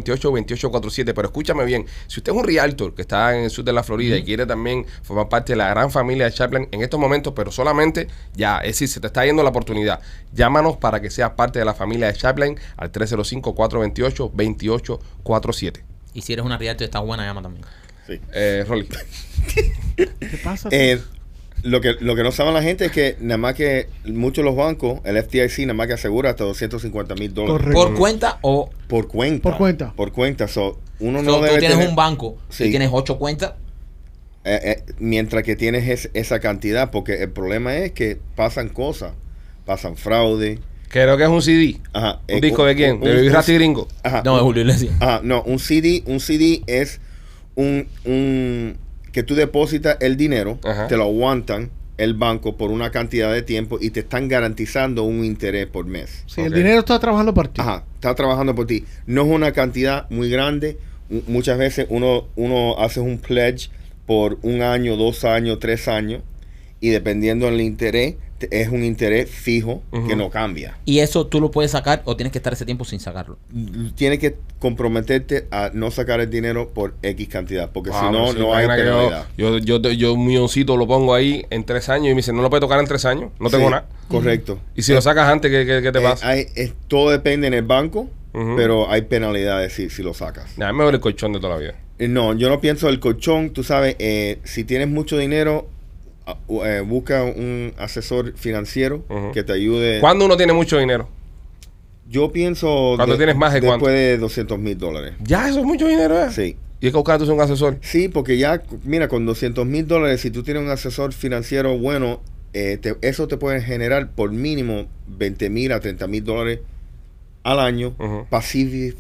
S1: 305-428-2847. Pero escúchame bien, si usted es un realtor que está en el sur de la Florida y quiere también formar parte de la gran familia de Chaplan en estos momentos, pero solamente ya, es decir, se te está yendo la oportunidad. Llámanos para que seas parte de la familia de Chaplan al 305-428-2847.
S3: Y si eres una realtor y estás buena, llama también.
S5: Sí.
S1: Eh, Rolly,
S4: ¿Qué pasa?
S5: Eh, lo que, lo que no sabe la gente es que nada más que muchos de los bancos, el FDIC nada más que asegura hasta 250 mil dólares.
S4: Correcto.
S3: ¿Por cuenta o
S5: Por cuenta.
S4: Por cuenta.
S5: Por cuenta. So, uno no
S3: so, tú
S5: debe
S3: tienes
S5: tener-
S3: un banco y
S5: Sí.
S3: tienes 8 cuentas?
S5: Eh, eh, mientras que tienes es- esa cantidad, porque el problema es que pasan cosas, pasan fraude.
S1: creo que es un CD.
S5: Ajá,
S1: ¿Un
S5: eh,
S1: disco de quién?
S5: un-
S1: De Baby Rati Gringo.
S5: Ajá,
S3: No,
S5: un-
S3: es Julio Iglesias.
S5: ajá, no, un CD, un CD es un, un- que tú depositas el dinero,
S1: Ajá.
S5: te lo aguantan el banco por una cantidad de tiempo y te están garantizando un interés por mes.
S4: si
S1: ok.
S4: el dinero está trabajando para ti.
S5: Ajá, está trabajando por ti. No es una cantidad muy grande. M- muchas veces uno, uno hace un pledge por un año, dos años, tres años. Y dependiendo del interés, te- es un interés fijo
S1: Ujú.
S5: que no cambia.
S3: Y eso tú lo puedes sacar o tienes que estar ese tiempo sin sacarlo.
S5: L- Tienes que comprometerte a no sacar el dinero por X cantidad, porque
S1: Ah,
S5: si no,
S1: sí,
S5: no hay
S1: imagina que
S5: penalidad.
S1: yo, yo, yo, yo un milloncito lo pongo ahí en tres años y me dicen, no lo puedes tocar en tres años, no tengo
S5: Sí,
S1: nada.
S5: Correcto.
S1: Y si lo sacas antes, ¿qué, qué- qué te
S5: Eh,
S1: pasa?
S5: hay- es- todo depende en el banco,
S1: Ujú.
S5: pero hay penalidades si, si lo sacas.
S1: Nada, me duele el colchón de toda la vida.
S5: Eh, No, yo no pienso del colchón. Tú sabes, eh, si tienes mucho dinero, ah, u- eh, busca un asesor financiero
S1: Ujú.
S5: que te ayude.
S1: ¿Cuándo uno tiene mucho dinero?
S5: Yo pienso.
S1: ¿Cuándo tienes más de
S5: Después
S1: cuánto?
S5: de 200 mil dólares.
S1: Ya, eso es mucho dinero, ¿eh?
S5: Sí.
S1: Y es que buscar tú un asesor.
S5: Sí, porque ya, cu- mira, con 200 mil dólares, si tú tienes un asesor financiero bueno, eh, te- eso te puede generar por mínimo 20 mil a 30 mil dólares al año
S1: Ujú.
S5: pacifi-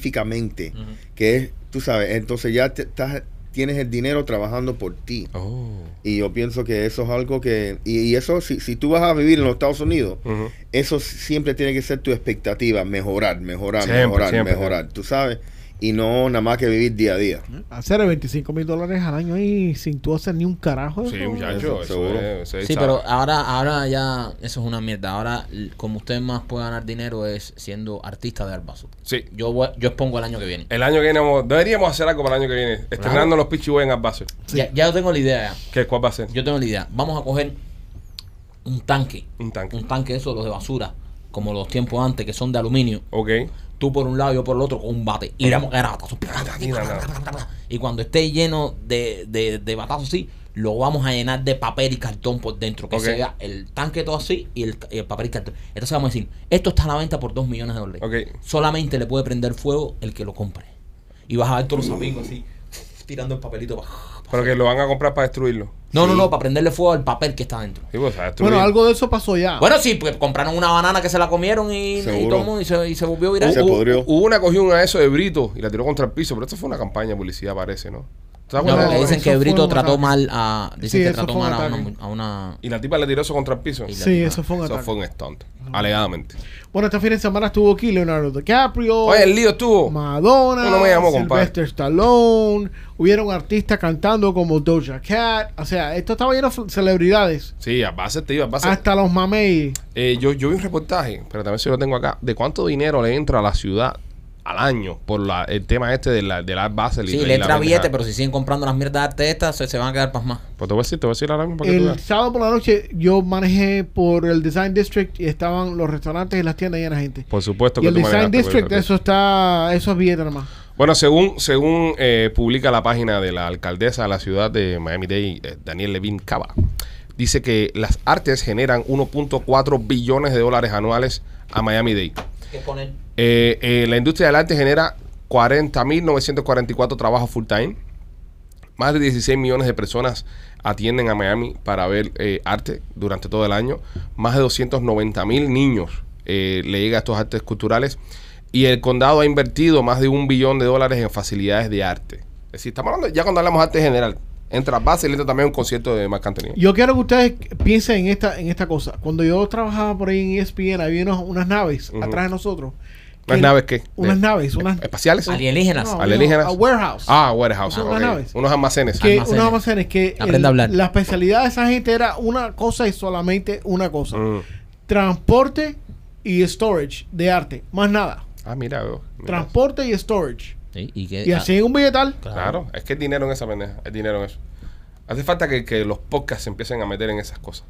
S5: pacíficamente. Que es, tú sabes, entonces ya te- estás- tienes el dinero trabajando por ti.
S1: Oh.
S5: Y yo pienso que eso es algo que... Y, y eso, si, si tú vas a vivir en los Estados Unidos,
S1: Ujú.
S5: eso siempre tiene que ser tu expectativa, mejorar, mejorar,
S1: Siempre,
S5: mejorar,
S1: siempre,
S5: mejorar, tú sabes. Y no nada más que vivir día a día.
S4: Hacer 25 mil dólares al año y sin tú hacer ni un carajo.
S1: Sí,
S4: eso-
S1: muchacho,
S5: Eso,
S1: eso
S5: seguro.
S1: es- eso es
S3: Oh, Sí,
S1: chavo.
S3: pero ahora, ahora ya eso es una mierda. Ahora, l- como usted más puede ganar dinero es siendo artista de Arbazo.
S1: Sí.
S3: Yo, voy- yo expongo el año que viene.
S1: El año que viene vamos- deberíamos hacer algo para el año que viene. Estrenando los Pichi Boy en Arbazo.
S3: Ya, ya yo tengo la idea.
S1: ¿Qué? ¿Cuál va a ser?
S3: ya. Yo tengo la idea. Vamos a coger un tanque.
S1: Un tanque.
S3: Un tanque de esos, los de basura. Como los tiempos antes, que son de aluminio.
S1: Ok.
S3: Tú por un lado, yo por el otro, con un bate. Y le damos caer a batazos. Y cuando esté lleno de, de, de batazos así, lo vamos a llenar de papel y cartón por dentro. Que
S1: Ok.
S3: sea el tanque todo así y el, y el papel y cartón. Entonces vamos a decir, esto está a la venta por 2 millones de dólares.
S1: Ok.
S3: Solamente le puede prender fuego el que lo compre. Y vas a ver todos los amigos así, tirando el papelito. pa-
S1: Pero que lo van a comprar para destruirlo.
S3: No, no, no, para prenderle fuego al papel que está dentro.
S1: Sí, pues, a destruir.
S4: Bueno, algo de eso pasó ya.
S3: Bueno, sí, pues compraron una banana que se la comieron y, y
S5: Seguro.
S3: todo el mundo y se, y se volvió viral.
S5: Se
S1: Hubo-
S5: podrió.
S1: Hubo una cogió una de eso de Brito y la tiró contra el piso, pero esto fue una campaña de publicidad, parece, ¿no? ¿Te das
S3: No,
S1: cuenta
S3: porque
S1: de eso?
S3: dicen que
S4: fue
S3: Brito
S4: un
S3: trató
S4: ataque.
S3: mal a. Dicen
S4: Sí,
S3: que
S4: eso
S3: trató
S4: fue un
S3: mal a una,
S4: ataque.
S3: a una-
S1: Y la tipa le tiró eso contra el piso.
S3: Sí.
S4: sí, eso fue un
S1: Eso
S4: ataque.
S1: fue un stunt, alegadamente.
S4: Bueno, este fin de semana estuvo aquí Leonardo DiCaprio.
S1: Oye, el lío estuvo.
S4: Madonna,
S1: Uno me llamó, compadre.
S4: Sylvester Stallone, hubieron artistas cantando como Doja Cat, o sea, esto estaba lleno de celebridades,
S1: Sí, a base te iba, a base.
S4: hasta los mamey.
S1: Eh, yo, yo vi un reportaje, pero también si lo tengo acá, de cuánto dinero le entra a la ciudad al año por la, el tema este de la, de la base.
S3: Sí, le entra billete, pero si siguen comprando las mierdas de arte estas, se, se van a quedar pasmadas.
S1: Pues te voy a decir, te voy a decir ahora mismo para que tú
S4: El
S1: veas.
S4: sábado por la noche yo manejé por el Design District y estaban los restaurantes y las tiendas llenas de gente.
S1: Por supuesto
S4: Y
S1: que
S4: el
S1: tú pues,
S4: Design
S1: manejaste,
S4: District,
S1: pero-
S4: eso está, eso es billete nomás.
S1: Bueno, según, según eh, publica la página de la alcaldesa de la ciudad de Miami-Dade, eh, Daniel Levin Cava, dice que las artes generan 1.4 billones de dólares anuales a Miami-Dade.
S3: ¿Qué ponen?
S1: Eh, eh, la industria del arte genera 40.944 trabajos full time. Más de 16 millones de personas atienden a Miami para ver eh, arte durante todo el año. Más de 290 mil niños eh, le llega a estos artes culturales. Y el condado ha invertido más de un billón de dólares en facilidades de arte. Es decir, estamos hablando, ya cuando hablamos de arte general, entra base y entra también un concierto de Marc Anthony.
S4: Yo quiero que ustedes piensen en esta, en esta cosa. Cuando yo trabajaba por ahí en E ESPN, había unos- unas naves
S1: Ujú.
S4: atrás de nosotros.
S1: ¿Unas
S4: Que-
S1: naves qué?
S4: Unas
S1: De-
S4: naves, unas
S1: ¿Espaciales?
S3: Alienígenas.
S4: no,
S1: alienígenas.
S4: no, A warehouse.
S1: Ah, warehouse.
S4: Son
S1: ok.
S4: unas naves.
S1: Unos almacenes.
S4: que
S1: Ah,
S3: Almacenes.
S4: unos almacenes que
S3: Aprenda a hablar.
S4: la especialidad de esa gente era una cosa y solamente una cosa.
S1: mm.
S4: Transporte y storage de arte, más nada.
S1: Ah, mira, veo. Mira.
S4: Transporte y storage.
S3: Sí, y que- ah,
S4: Y así en un billetal.
S1: Claro, es que es dinero en esa pendeja, es dinero en eso. Hace falta que, que los podcasts se empiecen a meter en esas cosas.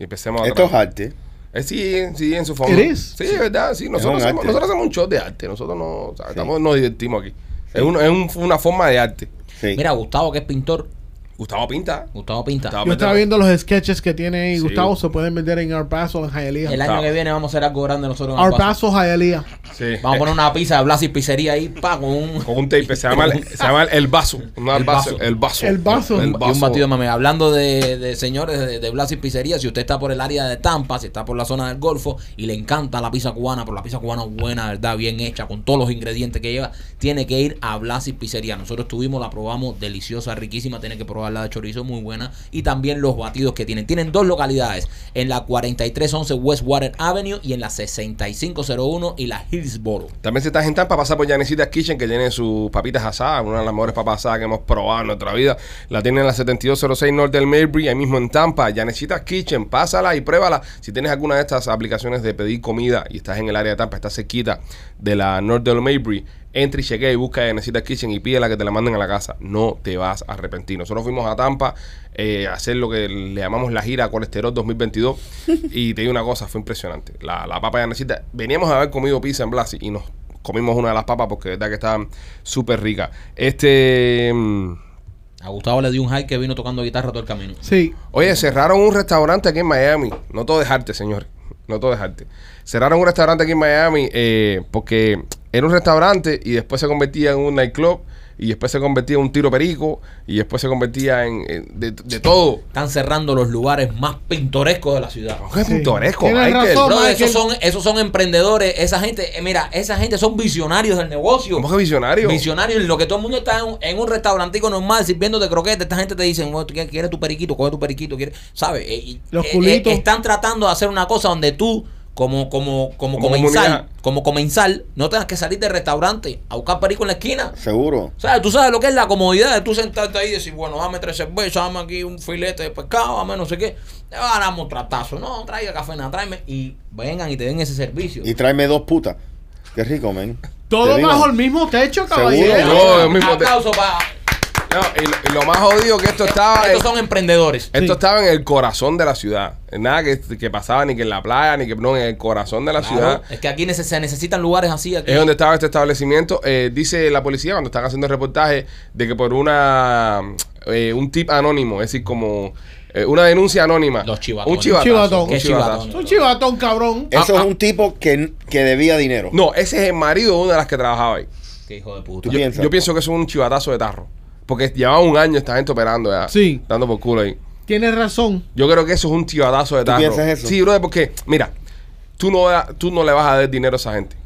S1: Y empecemos a
S5: Esto es
S1: trabajar.
S5: arte.
S1: Eh, sí, sí, en su forma.
S4: ¿Eres?
S1: Sí, es verdad, sí. Nosotros
S5: un
S1: hacemos,
S5: arte.
S1: nosotros hacemos un show de arte. Nosotros no, o sea, estamos- nos divertimos aquí. Es, un- es un- una forma de arte.
S5: Sí.
S3: Mira, Gustavo, que es pintor.
S1: Gustavo Pinta.
S3: Gustavo pinta.
S1: Gustavo
S4: Yo estaba
S1: Pinta.
S4: viendo los sketches que tiene ahí
S1: Sí.
S4: Gustavo, se pueden vender en Art Paso, en
S3: El
S4: Hialeah.
S3: año
S1: Gustavo.
S3: que viene vamos a hacer algo grande nosotros en
S4: Art
S3: Alpaso.
S4: Paso, Hialeah.
S1: Sí.
S3: Vamos a
S1: Eh,
S3: poner una pizza de Blas y Pizzería ahí, pa, con un,
S1: con un tape. Se llama, el- se llama el vaso. No el,
S3: El
S1: vaso,
S3: vaso.
S1: El vaso.
S4: El vaso.
S1: El
S3: y un batido de mame. Hablando de, de señores de, de Blas y Pizzería, si usted está por el área de Tampa, si está por la zona del Golfo y le encanta la pizza cubana, por la pizza cubana buena, ¿verdad? Bien hecha, con todos los ingredientes que lleva, tiene que ir a Blas y Pizzería. Nosotros estuvimos, la probamos, deliciosa, riquísima, tiene que probarla de chorizo, muy buena. Y también los batidos que tienen. Tienen dos localidades, en la 4311 Westwater Avenue y en la 6501 y la Hillsboro.
S1: También si estás en Tampa, pasa por Yanisita Kitchen, que tiene sus papitas asadas, una de las mejores papas asadas que hemos probado en nuestra vida. La tienen en la 7206 North del Maybury, ahí mismo en Tampa. Yanisita Kitchen, pásala y pruébala. Si tienes alguna de estas aplicaciones de pedir comida y estás en el área de Tampa, estás cerquita de la North del Maybury, entra y chequea y busca Yanisita Kitchen y pídela que te la manden a la casa. No te vas a arrepentir. Nosotros fuimos a Tampa eh, a hacer lo que le llamamos la gira Colesterol 2022 y te digo una cosa, fue impresionante. La, la papa Yanisita, veníamos a haber comido pizza en Blasi y nos comimos una de las papas porque de verdad que estaban súper ricas. Este. mm,
S3: A Gustavo le dio un high que vino tocando guitarra todo el camino.
S4: Sí.
S1: Oye, cerraron un restaurante aquí en Miami. No todo dejarte, señor. No todo dejarte. Cerraron un restaurante aquí en Miami eh, porque era un restaurante y después se convertía en un nightclub y después se convertía en un tiro perico y después se convertía en, en- de, de todo.
S3: Están cerrando los lugares más pintorescos de la ciudad.
S1: ¡Qué
S4: Sí.
S1: pintoresco!
S4: Tienes
S1: Michael!
S4: razón.
S3: Bro,
S4: Michael.
S3: esos son, esos son emprendedores, esa gente, eh, mira, esa gente son visionarios del negocio.
S1: ¿Cómo que visionario?
S3: Visionarios, en lo que todo el mundo está en, un- en un restaurantico normal sirviéndote croquetes, esta gente te dicen, "Oh, ¿tú quieres- ¿quieres tu periquito? Coge tu periquito, ¿quieres? ¿Sabes? Eh, y-
S4: Los
S3: eh,
S4: culitos.
S3: eh, están tratando de hacer una cosa donde tú, como, como, como,
S1: Como
S3: comensal,
S1: comunidad.
S3: como comensal, no tengas que salir del restaurante a buscar perico en la esquina.
S5: Seguro.
S3: O sea, tú sabes lo que es la comodidad de tú sentarte ahí y decir, bueno, dame tres cervezas, dame aquí un filete de pescado, dame no sé qué. Te van a dar un tratazo. No, traiga café, nada, tráeme. Y vengan y te den ese servicio.
S5: Y tráeme dos putas. Qué rico, men. Te
S4: Todo
S5: digo,
S4: bajo el mismo techo, caballero.
S5: Seguro.
S1: No, el mismo te-
S3: Aplauso para...
S1: No, y, lo, y lo más jodido que esto estaba.
S3: Estos
S1: en-
S3: son emprendedores.
S1: Esto
S4: Sí.
S1: estaba en el corazón de la ciudad. Nada que, que pasaba ni que en la playa, ni que no, en el corazón de la ciudad.
S3: Claro, es que aquí nece- se necesitan lugares así. Aquí.
S1: Es donde estaba este establecimiento. Eh, dice la policía cuando están haciendo el reportaje de que por una eh, un tip anónimo, es decir, como eh, una denuncia anónima.
S3: Los chivatones.
S1: Un chivatazo.
S4: Chivatón.
S1: un
S3: Qué
S1: chivatazo.
S3: chivatón.
S4: Son chivatón, cabrón.
S5: Eso
S1: Ah,
S5: es
S1: ah.
S5: un tipo que, que debía dinero.
S1: No, ese es el marido de una de las que trabajaba ahí.
S3: Qué hijo de
S5: ¿Tú
S3: puta.
S1: Yo,
S5: piensas?
S1: yo pienso que eso es un chivatazo de tarro. Porque llevaba un año esta gente operando ya.
S4: Sí.
S1: Dando por culo ahí.
S4: Tienes razón.
S1: Yo creo que eso es un chivatazo de tarro.
S5: piensas eso?
S1: Sí, brother, porque, mira, tú no, da- tú no le vas a dar dinero a esa gente.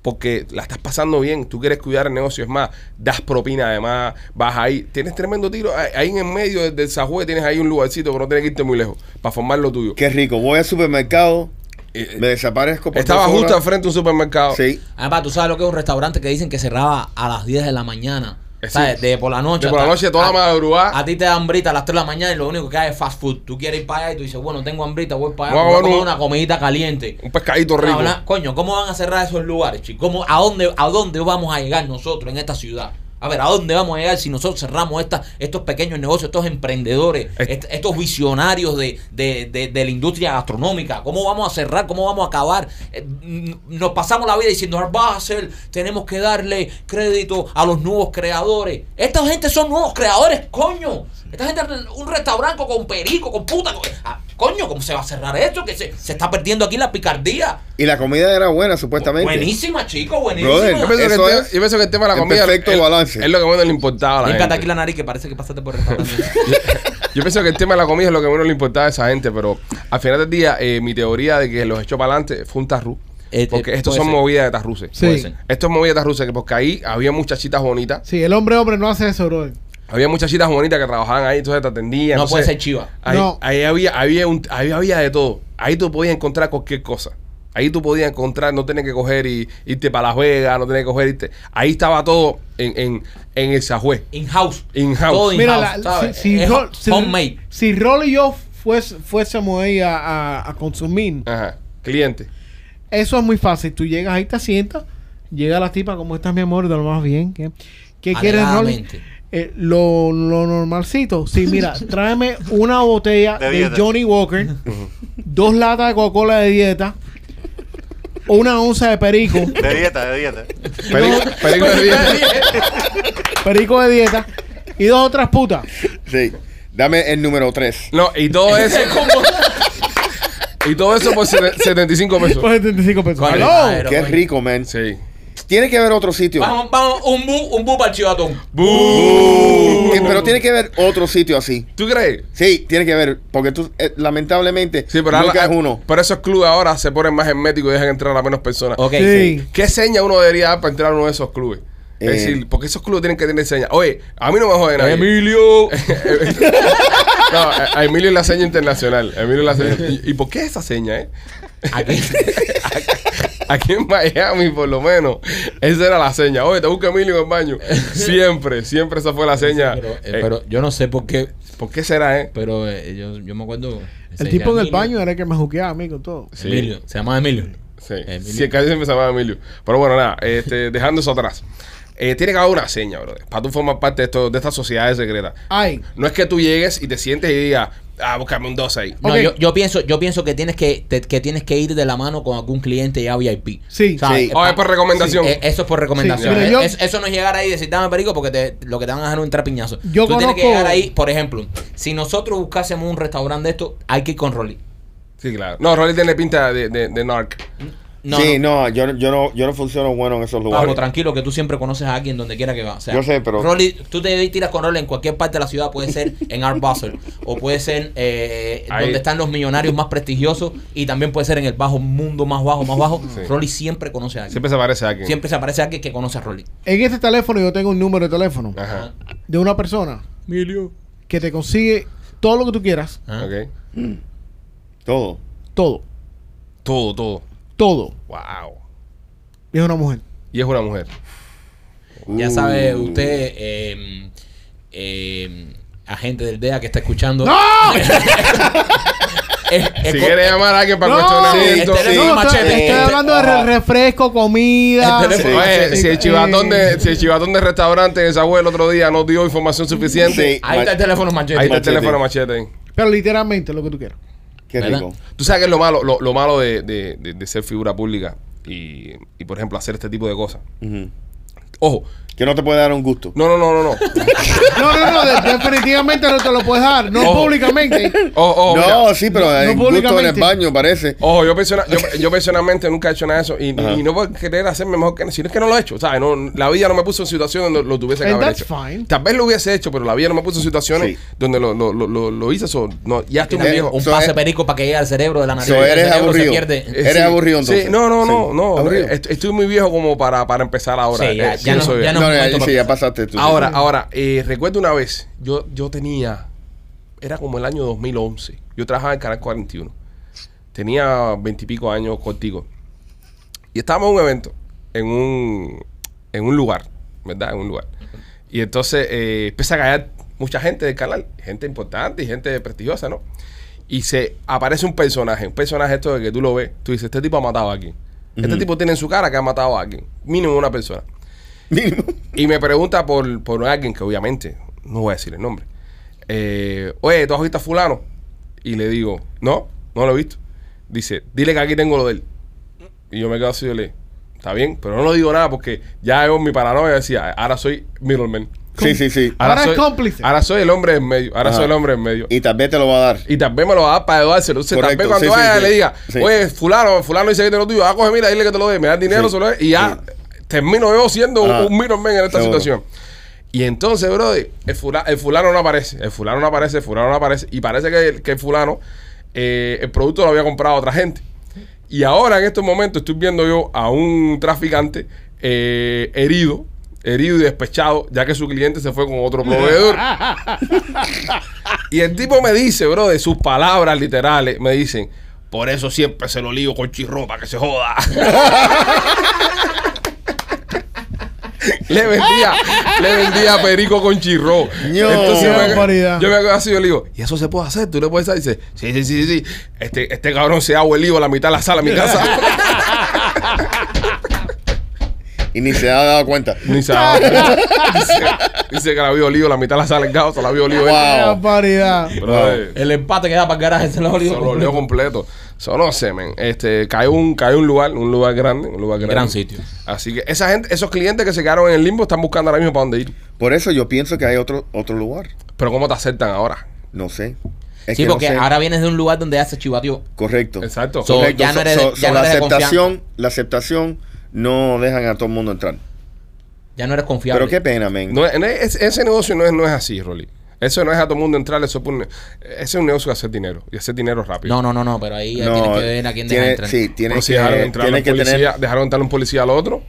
S1: Porque la estás pasando bien, tú quieres cuidar el negocio, es más, das propina además, vas ahí, tienes tremendo tiro, ahí- ahí en el medio del- del Sajue tienes ahí un lugarcito que no tienes que irte muy lejos para formar lo tuyo.
S5: Qué rico. Voy al supermercado,
S1: Eh,
S5: me desaparezco. por
S1: Estaba
S5: dos
S1: justo al
S5: horas.
S1: frente de un supermercado.
S5: Sí.
S3: Además, tú sabes lo que es un restaurante que dicen que cerraba a las 10 de la mañana.
S1: Eh, sí.
S3: ¿Sabes? De por la noche.
S1: De por la
S3: hasta-
S1: noche, toda la
S3: a-
S1: madrugada.
S3: A ti te da hambrita a las 3 de la mañana y lo único que hay es fast food. Tú quieres ir para allá y tú dices, bueno, tengo hambrita, voy para
S1: Voy
S3: allá,
S1: a
S3: voy a
S1: comer
S3: comer
S1: un-
S3: una comidita caliente.
S1: Un pescadito
S3: Ahora,
S1: rico.
S3: habla- coño, ¿cómo van a cerrar esos lugares, chicos? ¿Cómo- a, dónde, ¿A dónde vamos a llegar nosotros en esta ciudad? A ver, ¿a dónde vamos a llegar si nosotros cerramos esta, estos pequeños negocios, estos emprendedores,
S1: Es-
S3: est- estos visionarios de, de- de- de la industria gastronómica? ¿Cómo vamos a cerrar? ¿Cómo vamos a acabar? Eh, n- nos pasamos la vida diciendo, "Ah, va a ser, tenemos que darle crédito a los nuevos creadores. Esta gente son nuevos creadores, coño. Esta gente, un restaurante con perico, con puta. con- ah, coño, ¿cómo se va a cerrar esto? Que se, se está perdiendo aquí la picardía.
S5: Y la comida era buena, supuestamente.
S3: Buenísima, chico, buenísima.
S5: Brother,
S1: Yo pienso,
S5: Eso
S1: que el
S5: es
S1: te- yo pienso que el tema de la
S5: el
S1: comida
S5: perfecto
S1: es-
S5: balance.
S1: es lo que menos le importaba a la
S3: Límpiate aquí
S1: gente.
S3: la nariz que parece que pasaste por el restaurante.
S1: Yo pienso que el tema de la comida es lo que menos le importaba a esa gente, pero al final del día, eh, mi teoría de que los echó para adelante fue un tarru.
S3: Eh, eh,
S1: Porque estos
S3: puede
S1: son
S3: ser.
S1: movidas de tarruces.
S4: Sí. Puede ser.
S1: Esto es movida de tarruces, que porque ahí había muchachitas bonitas.
S4: Sí, el hombre hombre no hace eso, brother.
S1: Había muchachitas bonitas que trabajaban ahí, entonces te atendían.
S3: No
S1: entonces-
S3: puede ser chiva.
S1: Ahí,
S4: No.
S1: ahí había, había, un- ahí había de todo. Ahí tú podías encontrar cualquier cosa. Ahí tú podías encontrar, no tenías que coger y irte para la juega, no tenías que coger irte. Ahí estaba todo en, en, en el Sajue.
S3: In-house.
S1: In-house.
S3: Todo in-house,
S4: Mira, la-
S3: ¿sabes?
S4: si, si,
S3: Es
S4: Rol- si-
S3: homemade.
S4: si Rol y yo fues- fuésemos ahí a, a- a consumir,
S1: Ajá. Cliente.
S4: eso es muy fácil. Tú llegas ahí, te sientas, llega la tipa, ¿cómo estás, mi amor? De lo más bien. ¿Qué, qué quieres, Rolly?
S3: Alegadamente.
S4: Eh, lo, lo normalcito. Sí, mira, tráeme una botella
S6: De
S4: de,
S6: dieta.
S4: Johnny Walker, dos latas de Coca-Cola de dieta, una onza de perico,
S6: De dieta, de dieta.
S5: Perico- perico de dieta.
S4: perico de dieta, y dos otras putas.
S5: Sí. Dame el número 3.
S1: No, y todo eso. y todo eso por 75
S4: Por
S1: pesos.
S4: 75 pesos.
S3: Coño,
S4: ¡Aló!
S3: madre. Pero
S5: Qué
S3: bueno.
S5: rico, man.
S1: Sí.
S5: Tiene que haber otro sitio.
S3: Vamos, vamos, un bu, un bu para el chivatón.
S5: Sí, Pero tiene que haber otro sitio así.
S1: ¿Tú crees?
S5: Sí, tiene que haber. Porque tú, eh, lamentablemente,
S1: Sí, pero,
S5: nunca
S1: ahora-
S5: es uno.
S1: pero esos clubes ahora se ponen más herméticos y dejan entrar a menos personas.
S3: Ok.
S4: Sí.
S1: ¿Qué seña uno debería dar para entrar a uno de esos clubes? Es
S5: Eh.
S1: decir, porque esos clubes tienen que tener señas. Oye, a mí no me jode nadie.
S3: Emilio.
S1: No, a a Emilio es la seña internacional. A Emilio es la seña. ¿Y, y por qué esa seña, eh?
S3: Aquí.
S1: Aquí en Miami, por lo menos, esa era la seña. Oye, te busca Emilio en el baño. Siempre, siempre esa fue la seña.
S7: Pero, eh,
S1: Eh,
S7: pero yo no sé por qué,
S1: ¿Por qué será, eh?
S7: pero eh, yo, yo me acuerdo.
S4: El tipo en el baño era el que me juqueaba a mí con todo.
S1: Sí.
S7: Emilio, se llama Emilio.
S1: Sí,
S7: Emilio.
S1: sí casi siempre se llamaba Emilio. Pero bueno, nada, este, dejando eso atrás. Eh, tiene que haber una seña, bro. Para tú formar parte de, esto, de estas sociedades secretas.
S4: Ay,
S1: No es que tú llegues y te sientes y digas, ah, búscame un 12 ahí.
S3: No,
S4: Ok.
S3: yo, yo pienso, yo pienso que tienes que, te- que tienes que ir de la mano con algún cliente ya VIP.
S4: Sí.
S3: ¿Sabes?
S5: Sí.
S1: O es por recomendación.
S3: Eh, eso es por recomendación.
S4: Sí, mira,
S3: Eh,
S4: yo-
S3: es- eso no es llegar ahí y decir, dame perico porque te- lo que te van a dejar es un trapiñazo.
S4: Yo
S3: Tú tienes que
S4: conozco-
S3: llegar ahí, por ejemplo, si nosotros buscásemos un restaurante de esto, hay que ir con Rolly.
S1: Sí, claro. No, Rolly tiene pinta de, de, de narc.
S3: No,
S5: sí,
S3: no.
S5: no, yo, yo no, yo no funciono bueno en esos
S3: Pablo,
S5: lugares.
S3: tranquilo, que tú siempre conoces a alguien donde quiera que va. O sea,
S5: Yo sé, pero-
S3: Rolly, tú te tiras con Rolly en cualquier parte de la ciudad. Puede ser en Art Basel o puede ser eh,
S1: Ahí.
S3: donde están los millonarios más prestigiosos y también puede ser en el bajo mundo más bajo, más bajo.
S1: Sí.
S3: Rolly siempre conoce a alguien.
S1: Siempre se parece a alguien.
S3: Siempre se aparece alguien que conoce a Rolly.
S4: en este teléfono yo tengo un número de teléfono
S6: Ah.
S1: Ajá.
S4: de una persona
S7: Emilio.
S4: que te consigue todo lo que tú quieras,
S3: Ah.
S1: Ok.
S5: Todo.
S4: todo,
S1: Todo, todo.
S4: todo.
S1: Wow.
S4: Y es una mujer.
S1: Y es una mujer.
S3: Ya
S5: Uh.
S3: sabe usted, eh, eh, agente del DEA que está escuchando. ¡No!
S1: Si quieres llamar a alguien para
S7: este
S1: cuestionamiento.
S3: el teléfono
S4: no,
S3: machete.
S4: estoy, estoy
S3: Este-
S4: hablando de re- refresco, comida.
S3: El teléfono
S1: Oye,
S3: machete.
S1: si el eh, chivatón de, si el chivatón de restaurante en Sagüe el otro día no dio información suficiente,
S5: Sí,
S3: Ahí está el teléfono machete.
S1: ahí está el
S5: Machete.
S1: teléfono machete.
S4: Pero literalmente lo que tú quieras.
S5: qué
S3: ¿verdad?
S5: rico.
S1: Tú sabes que es lo malo, lo, lo malo de, de- de- de ser figura pública y, y, por ejemplo, hacer este tipo de cosas.
S5: Ujú.
S1: Ojo,
S5: Que no te puede dar un gusto.
S1: no, no, no, no, no.
S4: No, no, no, de- definitivamente no te lo puedes dar, no
S1: Ojo.
S4: públicamente.
S1: Ojo, ojo,
S5: no,
S1: oh, mira.
S5: sí, pero
S4: No, no
S5: hay gusto en el
S4: públicamente.
S5: baño, parece.
S3: Oh,
S1: Ojo, yo, persona- yo, yo personalmente nunca he hecho nada de eso y, y- y no por querer hacerme mejor que sino es que no lo he hecho. ¿sabes? No, la vida no me puso en situaciones donde lo tuviese que
S4: And
S1: haber
S4: that's
S1: hecho.
S4: fine.
S1: Tal vez lo hubiese hecho, pero la vida no me puso en situaciones
S5: Sí.
S1: donde lo, lo, lo, lo- lo hice. so, no, ya estoy muy
S5: también
S1: viejo.
S3: Un
S5: So,
S3: pase
S5: eh,
S3: perico para que llegue al cerebro de la nariz.
S5: so
S3: El
S5: eres
S3: cerebro
S5: aburrido.
S1: Eh,
S5: eres aburrido, entonces.
S1: Sí, no, no,
S5: Sí.
S1: no, no.
S5: Aburrido.
S1: Est- Estoy muy viejo como para, para empezar ahora.
S3: Sí, ya-
S1: Eh,
S3: ya
S1: yo
S3: no-
S1: soy-
S3: ya
S5: No, no,
S3: momento
S5: ahí sí,
S3: para-
S5: ya pasaste tú.
S1: Ahora,
S3: ah,
S1: ahora, eh, recuerdo una vez, yo, yo tenía, era como el año 2011, yo trabajaba en Canal 41, tenía veintipico años contigo, y estábamos en un evento, en un, en un lugar, ¿verdad? En un lugar. Y entonces eh, empieza a caer mucha gente del canal, gente importante y gente prestigiosa, ¿no? Y se aparece un personaje, un personaje esto de que tú lo ves, tú dices, este tipo ha matado a alguien. Este tipo tiene en su cara que ha matado a alguien, mínimo una persona. Y me pregunta por, por alguien que obviamente no voy a decir el nombre. Eh, Oye, ¿tú has visto a fulano? Y le digo, no, no lo he visto. Dice, dile que aquí tengo lo de él. Y yo me quedo así y le, está bien, pero no lo digo nada porque ya yo mi paranoia decía, ahora soy Middleman.
S5: Sí, sí, sí.
S3: ah.
S4: Ahora es cómplice.
S1: Ahora soy el hombre en medio. Ahora
S5: Ajá.
S1: soy el hombre en medio.
S5: Y tal vez te lo va a dar.
S1: Y tal vez me lo va a dar para Eduardo. Entonces, tal
S5: Correcto,
S1: vez cuando
S5: sí, sí,
S1: vaya
S5: sí.
S1: le diga,
S5: Sí.
S1: oye, fulano, fulano dice que te lo tuyo, ah, coge, mira, dile que te lo dé, me da el dinero,
S5: Sí.
S1: se lo doy", y ya termino yo siendo un-
S5: Ajá.
S1: un miro men en esta
S5: Seguro.
S1: situación. Y entonces, bro, el, fula- el fulano no aparece, el fulano no aparece, el fulano no aparece, y parece que, el- que el fulano, eh, el producto lo había comprado otra gente. Y ahora en estos momentos estoy viendo yo a un traficante eh, herido, herido y despechado, ya que su cliente se fue con otro proveedor. Y el tipo me dice, bro, de sus palabras literales, me dicen, por eso siempre se lo lío con chirropa, que se joda. le vendía, le vendía perico con chirro.
S5: No.
S1: Entonces
S4: Qué
S1: me-
S4: barbaridad.
S1: yo me acuerdo así, yo le digo, ¿y eso se puede hacer? ¿Tú le puedes hacer? Dice, sí, sí, sí, sí. Este, este cabrón se agua el lío a la mitad de la sala de mi casa.
S5: Y ni se ha dado cuenta.
S1: Ni se ha dado cuenta. dice, dice que la vio lío, la mitad de la sala en casa, la vio lío. él.
S5: Wow.
S4: Barbaridad.
S1: Bro, eh,
S3: El empate que da para el garaje se lo olvidó.
S1: Se lo leo completo. Solo semen. Este, cae un, cae un lugar, un lugar grande, un lugar grande.
S7: Gran sitio.
S1: Así que esa gente, esos clientes que se quedaron en el limbo están buscando ahora mismo para dónde ir.
S5: Por eso yo pienso que hay otro, otro lugar.
S1: Pero cómo te aceptan ahora.
S5: No sé. Es
S3: Sí,
S5: que no
S3: porque
S5: sé.
S3: ahora vienes de un lugar donde ya se chivateó.
S5: Correcto.
S1: Exacto.
S3: So-
S5: Correcto.
S3: ya no eres- ya no
S5: la
S3: eres de
S5: aceptación, la aceptación no dejan a todo el mundo entrar.
S3: Ya no eres confiable.
S5: Pero qué pena, men.
S1: No es- no es- ese negocio no es, no es así, Rolly. Eso no es a todo el mundo entrar, eso es por un- ese es un negocio de hacer dinero y hacer dinero rápido.
S3: No, no, no, no, pero ahí ya tienes que ver a quién deja
S5: tiene-
S3: entrar.
S5: Sí,
S3: Sí.
S1: Pero
S5: tienes
S1: si
S5: que,
S1: dejaron entrar a un
S5: tienes que
S1: policía,
S5: tener.
S1: dejaron entrar un policía al otro.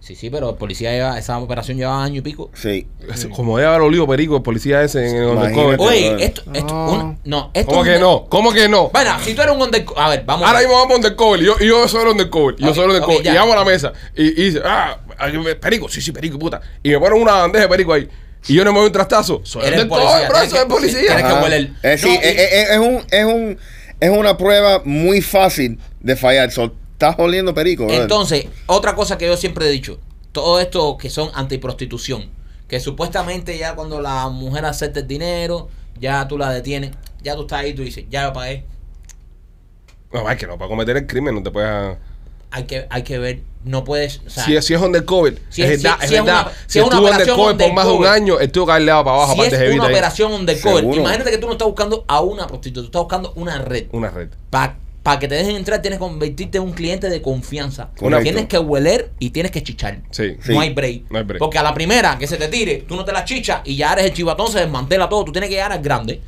S3: sí, pero el policía lleva, esa operación lleva año y pico.
S5: Sí.
S1: Es- Como debe haber olido perico el policía ese en el
S5: Imagínate.
S1: undercover.
S5: Oye,
S3: Oye,
S5: bueno.
S3: esto, esto,
S4: No.
S3: un- no, esto
S1: ¿Cómo
S3: es
S1: que
S3: un-
S1: no? ¿Cómo que no?
S3: Bueno, si tú eres un under, a ver, vamos. a
S1: Ahora
S3: ver.
S1: mismo vamos undercover. Y yo, y yo soy el undercover. Yo
S3: Ok,
S1: soy el undercover.
S3: ok,
S1: y
S3: ya.
S1: llamo a la mesa. Y, y dice, ah, ay, perico. Sí, sí, perico, puta. Y me ponen una bandeja de perico ahí. Y yo no me doy un trastazo. Soy
S3: Eres
S1: undercover,
S3: policía,
S1: bro.
S3: tienes
S1: Soy
S3: que- sí,
S1: policía.
S3: tienes que
S5: Ajá.
S3: huele el-
S5: Es,
S3: No,
S5: sí,
S3: y-
S5: es, es- es un, es, un, es una prueba muy fácil de fallar. So, estás oliendo perico, brother.
S3: Entonces, otra cosa que yo siempre he dicho, todo esto que son antiprostitución, que supuestamente ya cuando la mujer acepta el dinero, ya tú la detienes, ya tú estás ahí, tú dices, ya yo pagué,
S1: No, es que no. Para cometer el crimen no te puedes...
S3: hay que, hay que ver, no puedes, o sea,
S1: si, es- si es undercover,
S3: si
S1: es
S3: es-
S1: verdad,
S3: si-
S1: es
S3: si es una-
S1: verdad.
S3: si
S1: si
S3: es una
S1: estuvo
S3: operación
S1: undercover por más de un
S3: undercover.
S1: año, él tuvo que haberle dado para abajo.
S3: si
S1: aparte de
S3: es una
S1: Jevita ahí.
S3: operación undercover,
S5: Seguro.
S3: imagínate que tú no estás buscando a una prostituta, tú estás buscando una red.
S1: Una red.
S3: Para que te dejen entrar tienes que convertirte en un cliente de confianza.
S5: Correcto.
S3: Tienes que hueler y tienes que chichar.
S1: Sí.
S5: Sí.
S3: No hay break.
S1: No hay break.
S3: Porque a la primera que se te tire, tú no te la chichas y ya eres el chivatón, se desmantela todo. Tú tienes que llegar al grande.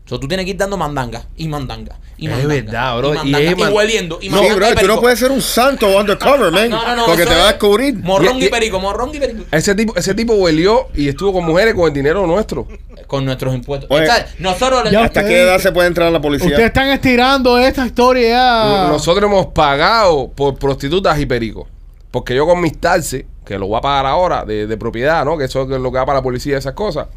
S3: Entonces tú tienes que ir dando mandanga y mandanga y
S1: Es
S3: mandanga.
S1: verdad, bro.
S3: Y
S1: Y
S3: mandanga
S1: es
S3: y,
S1: man-
S3: hueliendo. Y
S5: no,
S3: mandanga y
S5: bro, tú
S3: perico.
S5: no puedes ser un santo undercover, man.
S3: No, no, no,
S5: porque
S3: eso
S5: te va a
S3: es
S5: descubrir.
S3: Morrón
S1: Y-
S3: y
S1: y-
S3: perico, morrón y perico.
S1: Ese tipo, ese tipo huelió y estuvo con mujeres con el dinero nuestro.
S3: Con nuestros impuestos.
S5: Oye,
S3: Entonces, nosotros le-
S4: ya
S5: ¿Hasta qué edad se puede entrar la policía?
S4: Ustedes están estirando esta historia. ya.
S1: Nosotros hemos pagado por prostitutas y pericos. Porque yo con mis taxes, que lo voy a pagar ahora de, de propiedad, ¿no? Que eso es lo que va para la policía y esas cosas.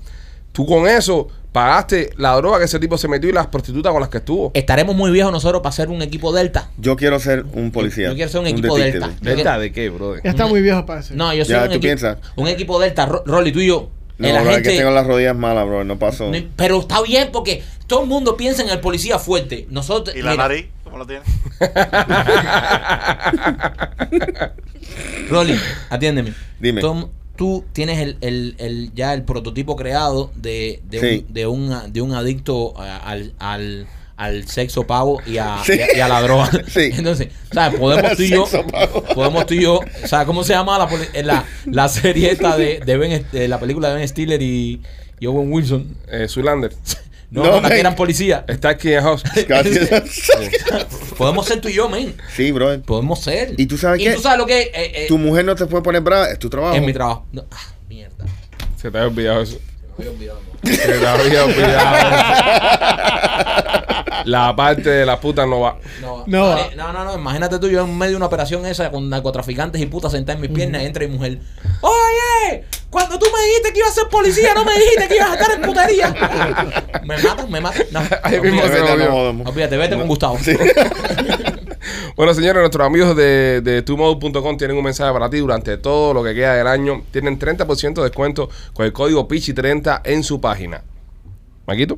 S1: Tú con eso pagaste la droga que ese tipo se metió y las prostitutas con las que estuvo.
S3: estaremos muy viejos nosotros para ser un equipo delta.
S5: Yo quiero ser un policía.
S3: Yo quiero ser un equipo
S5: detective.
S3: delta.
S1: ¿Delta de qué, brother?
S4: ya está muy viejo para
S6: Este,
S4: eso.
S3: No, yo soy
S5: Ya,
S3: un,
S5: ¿tú
S3: equipo-
S5: piensas?
S3: un equipo delta, Ro- Rolly, tú y yo.
S5: No,
S3: El
S5: bro, es
S3: agente-
S5: que tengo las rodillas malas, bro. No paso.
S3: No, Pero está bien porque todo el mundo piensa en el policía fuerte. Nosotros,
S6: ¿Y la
S3: mira,
S6: nariz? ¿Cómo la tiene?
S3: Rolly, atiéndeme.
S5: Dime.
S3: Tom, tú tienes el, el- el- ya el prototipo creado de, de,
S5: Sí.
S3: un, de, un, de un adicto a- al, al, al sexo pavo y a,
S5: Sí.
S3: y a- y a la droga.
S5: Sí.
S3: Entonces, ¿sabes? Podemos tú y yo.
S5: Sexo pavo.
S3: Podemos tú y yo. ¿Sabes cómo se llama la, poli- eh, la, la serie esta de, de Ben, de la película de Ben Stiller y, y Owen Wilson?
S1: Eh, Zulander.
S3: No,
S5: No,
S3: no, la que
S5: man.
S3: eran policías.
S1: Está aquí en house.
S5: Gracias.
S3: Podemos ser tú y yo, men.
S5: sí, bro.
S3: Podemos ser.
S5: ¿Y tú sabes
S3: ¿Y
S5: qué?
S3: tú sabes lo que es? Eh, eh,
S5: Tu mujer no te puede poner brava. Es tu trabajo.
S3: es mi trabajo. No, ah, mierda.
S1: Se te había olvidado eso.
S3: Me había olvidado, amor.
S1: Se te había olvidado. La parte de la puta no va.
S3: No,
S4: No.
S3: vale, no, no, no, imagínate tú, yo en medio de una operación esa con narcotraficantes y putas sentada en mis piernas, entra mi mujer. Oye, cuando tú me dijiste que ibas a ser policía, no me dijiste que ibas a estar en putería. me matan, me matan. No,
S1: Ahí mismo
S5: Vete,
S1: se
S5: no,
S1: jodió.
S5: no, no.
S3: Olvídate, vete con Gustavo.
S1: Bueno, señores, nuestros amigos de, de TuMode.com tienen un mensaje para ti durante todo lo que queda del año. Tienen 30% de descuento con el código PICHI30 en su página. Maquito,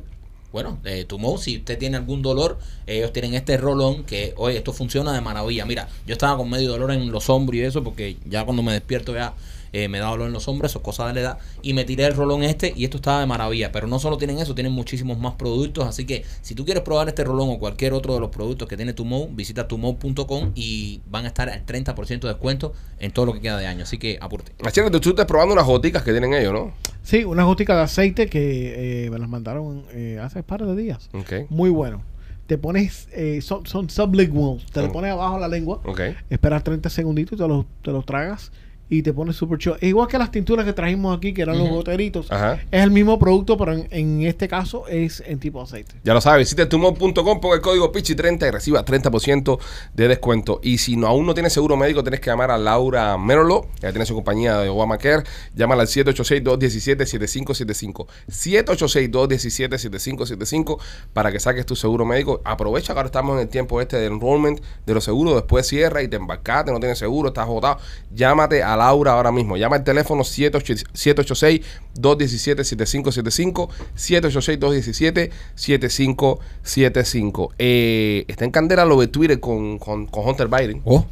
S3: Bueno, eh, Tumor, si usted tiene algún dolor, ellos tienen este rolón que, oye, esto funciona de maravilla. Mira, yo estaba con medio dolor en los hombros y eso, porque ya cuando me despierto ya eh, me da dolor en los hombros, eso es cosa de la edad. Y me tiré el rolón este y esto estaba de maravilla. Pero no solo tienen eso, tienen muchísimos más productos. Así que si tú quieres probar este rolón o cualquier otro de los productos que tiene Tumo, visita tumo.com y van a estar al 30% de descuento en todo lo que queda de año. Así que apurte.
S1: Machete, tú, tú estás probando unas goticas que tienen ellos, ¿no?
S4: Sí, unas goticas de aceite que eh, me las mandaron eh, hace par de días.
S1: Ok.
S4: Muy bueno. Te pones, eh, son, son sublingual. Te lo
S1: Oh.
S4: pones abajo la lengua.
S1: Ok.
S4: Esperas 30 segunditos, te los, te los tragas y te pones super chido. Igual que las tinturas que trajimos aquí, que eran los
S3: Ujú.
S4: goteritos.
S1: Ajá.
S4: Es el mismo producto, pero en, en este caso es en tipo aceite.
S1: Ya lo sabes, visita tumor.com, ponga el código PICHI30 y reciba 30% de descuento. Y si no, aún no tienes seguro médico, tienes que llamar a Laura Merolo, ella tiene su compañía de Obamacare. Llámala al 786-217-7575. 786-217-7575 para que saques tu seguro médico. Aprovecha que ahora estamos en el tiempo este de enrollment de los seguros, después cierra y te embarcaste, no tienes seguro, estás agotado. Llámate a Laura ahora mismo. Llama al teléfono 786-217-7575. 786-217-7575. Eh, está en candela lo de Twitter con, con, con Hunter Biden.
S7: Oh,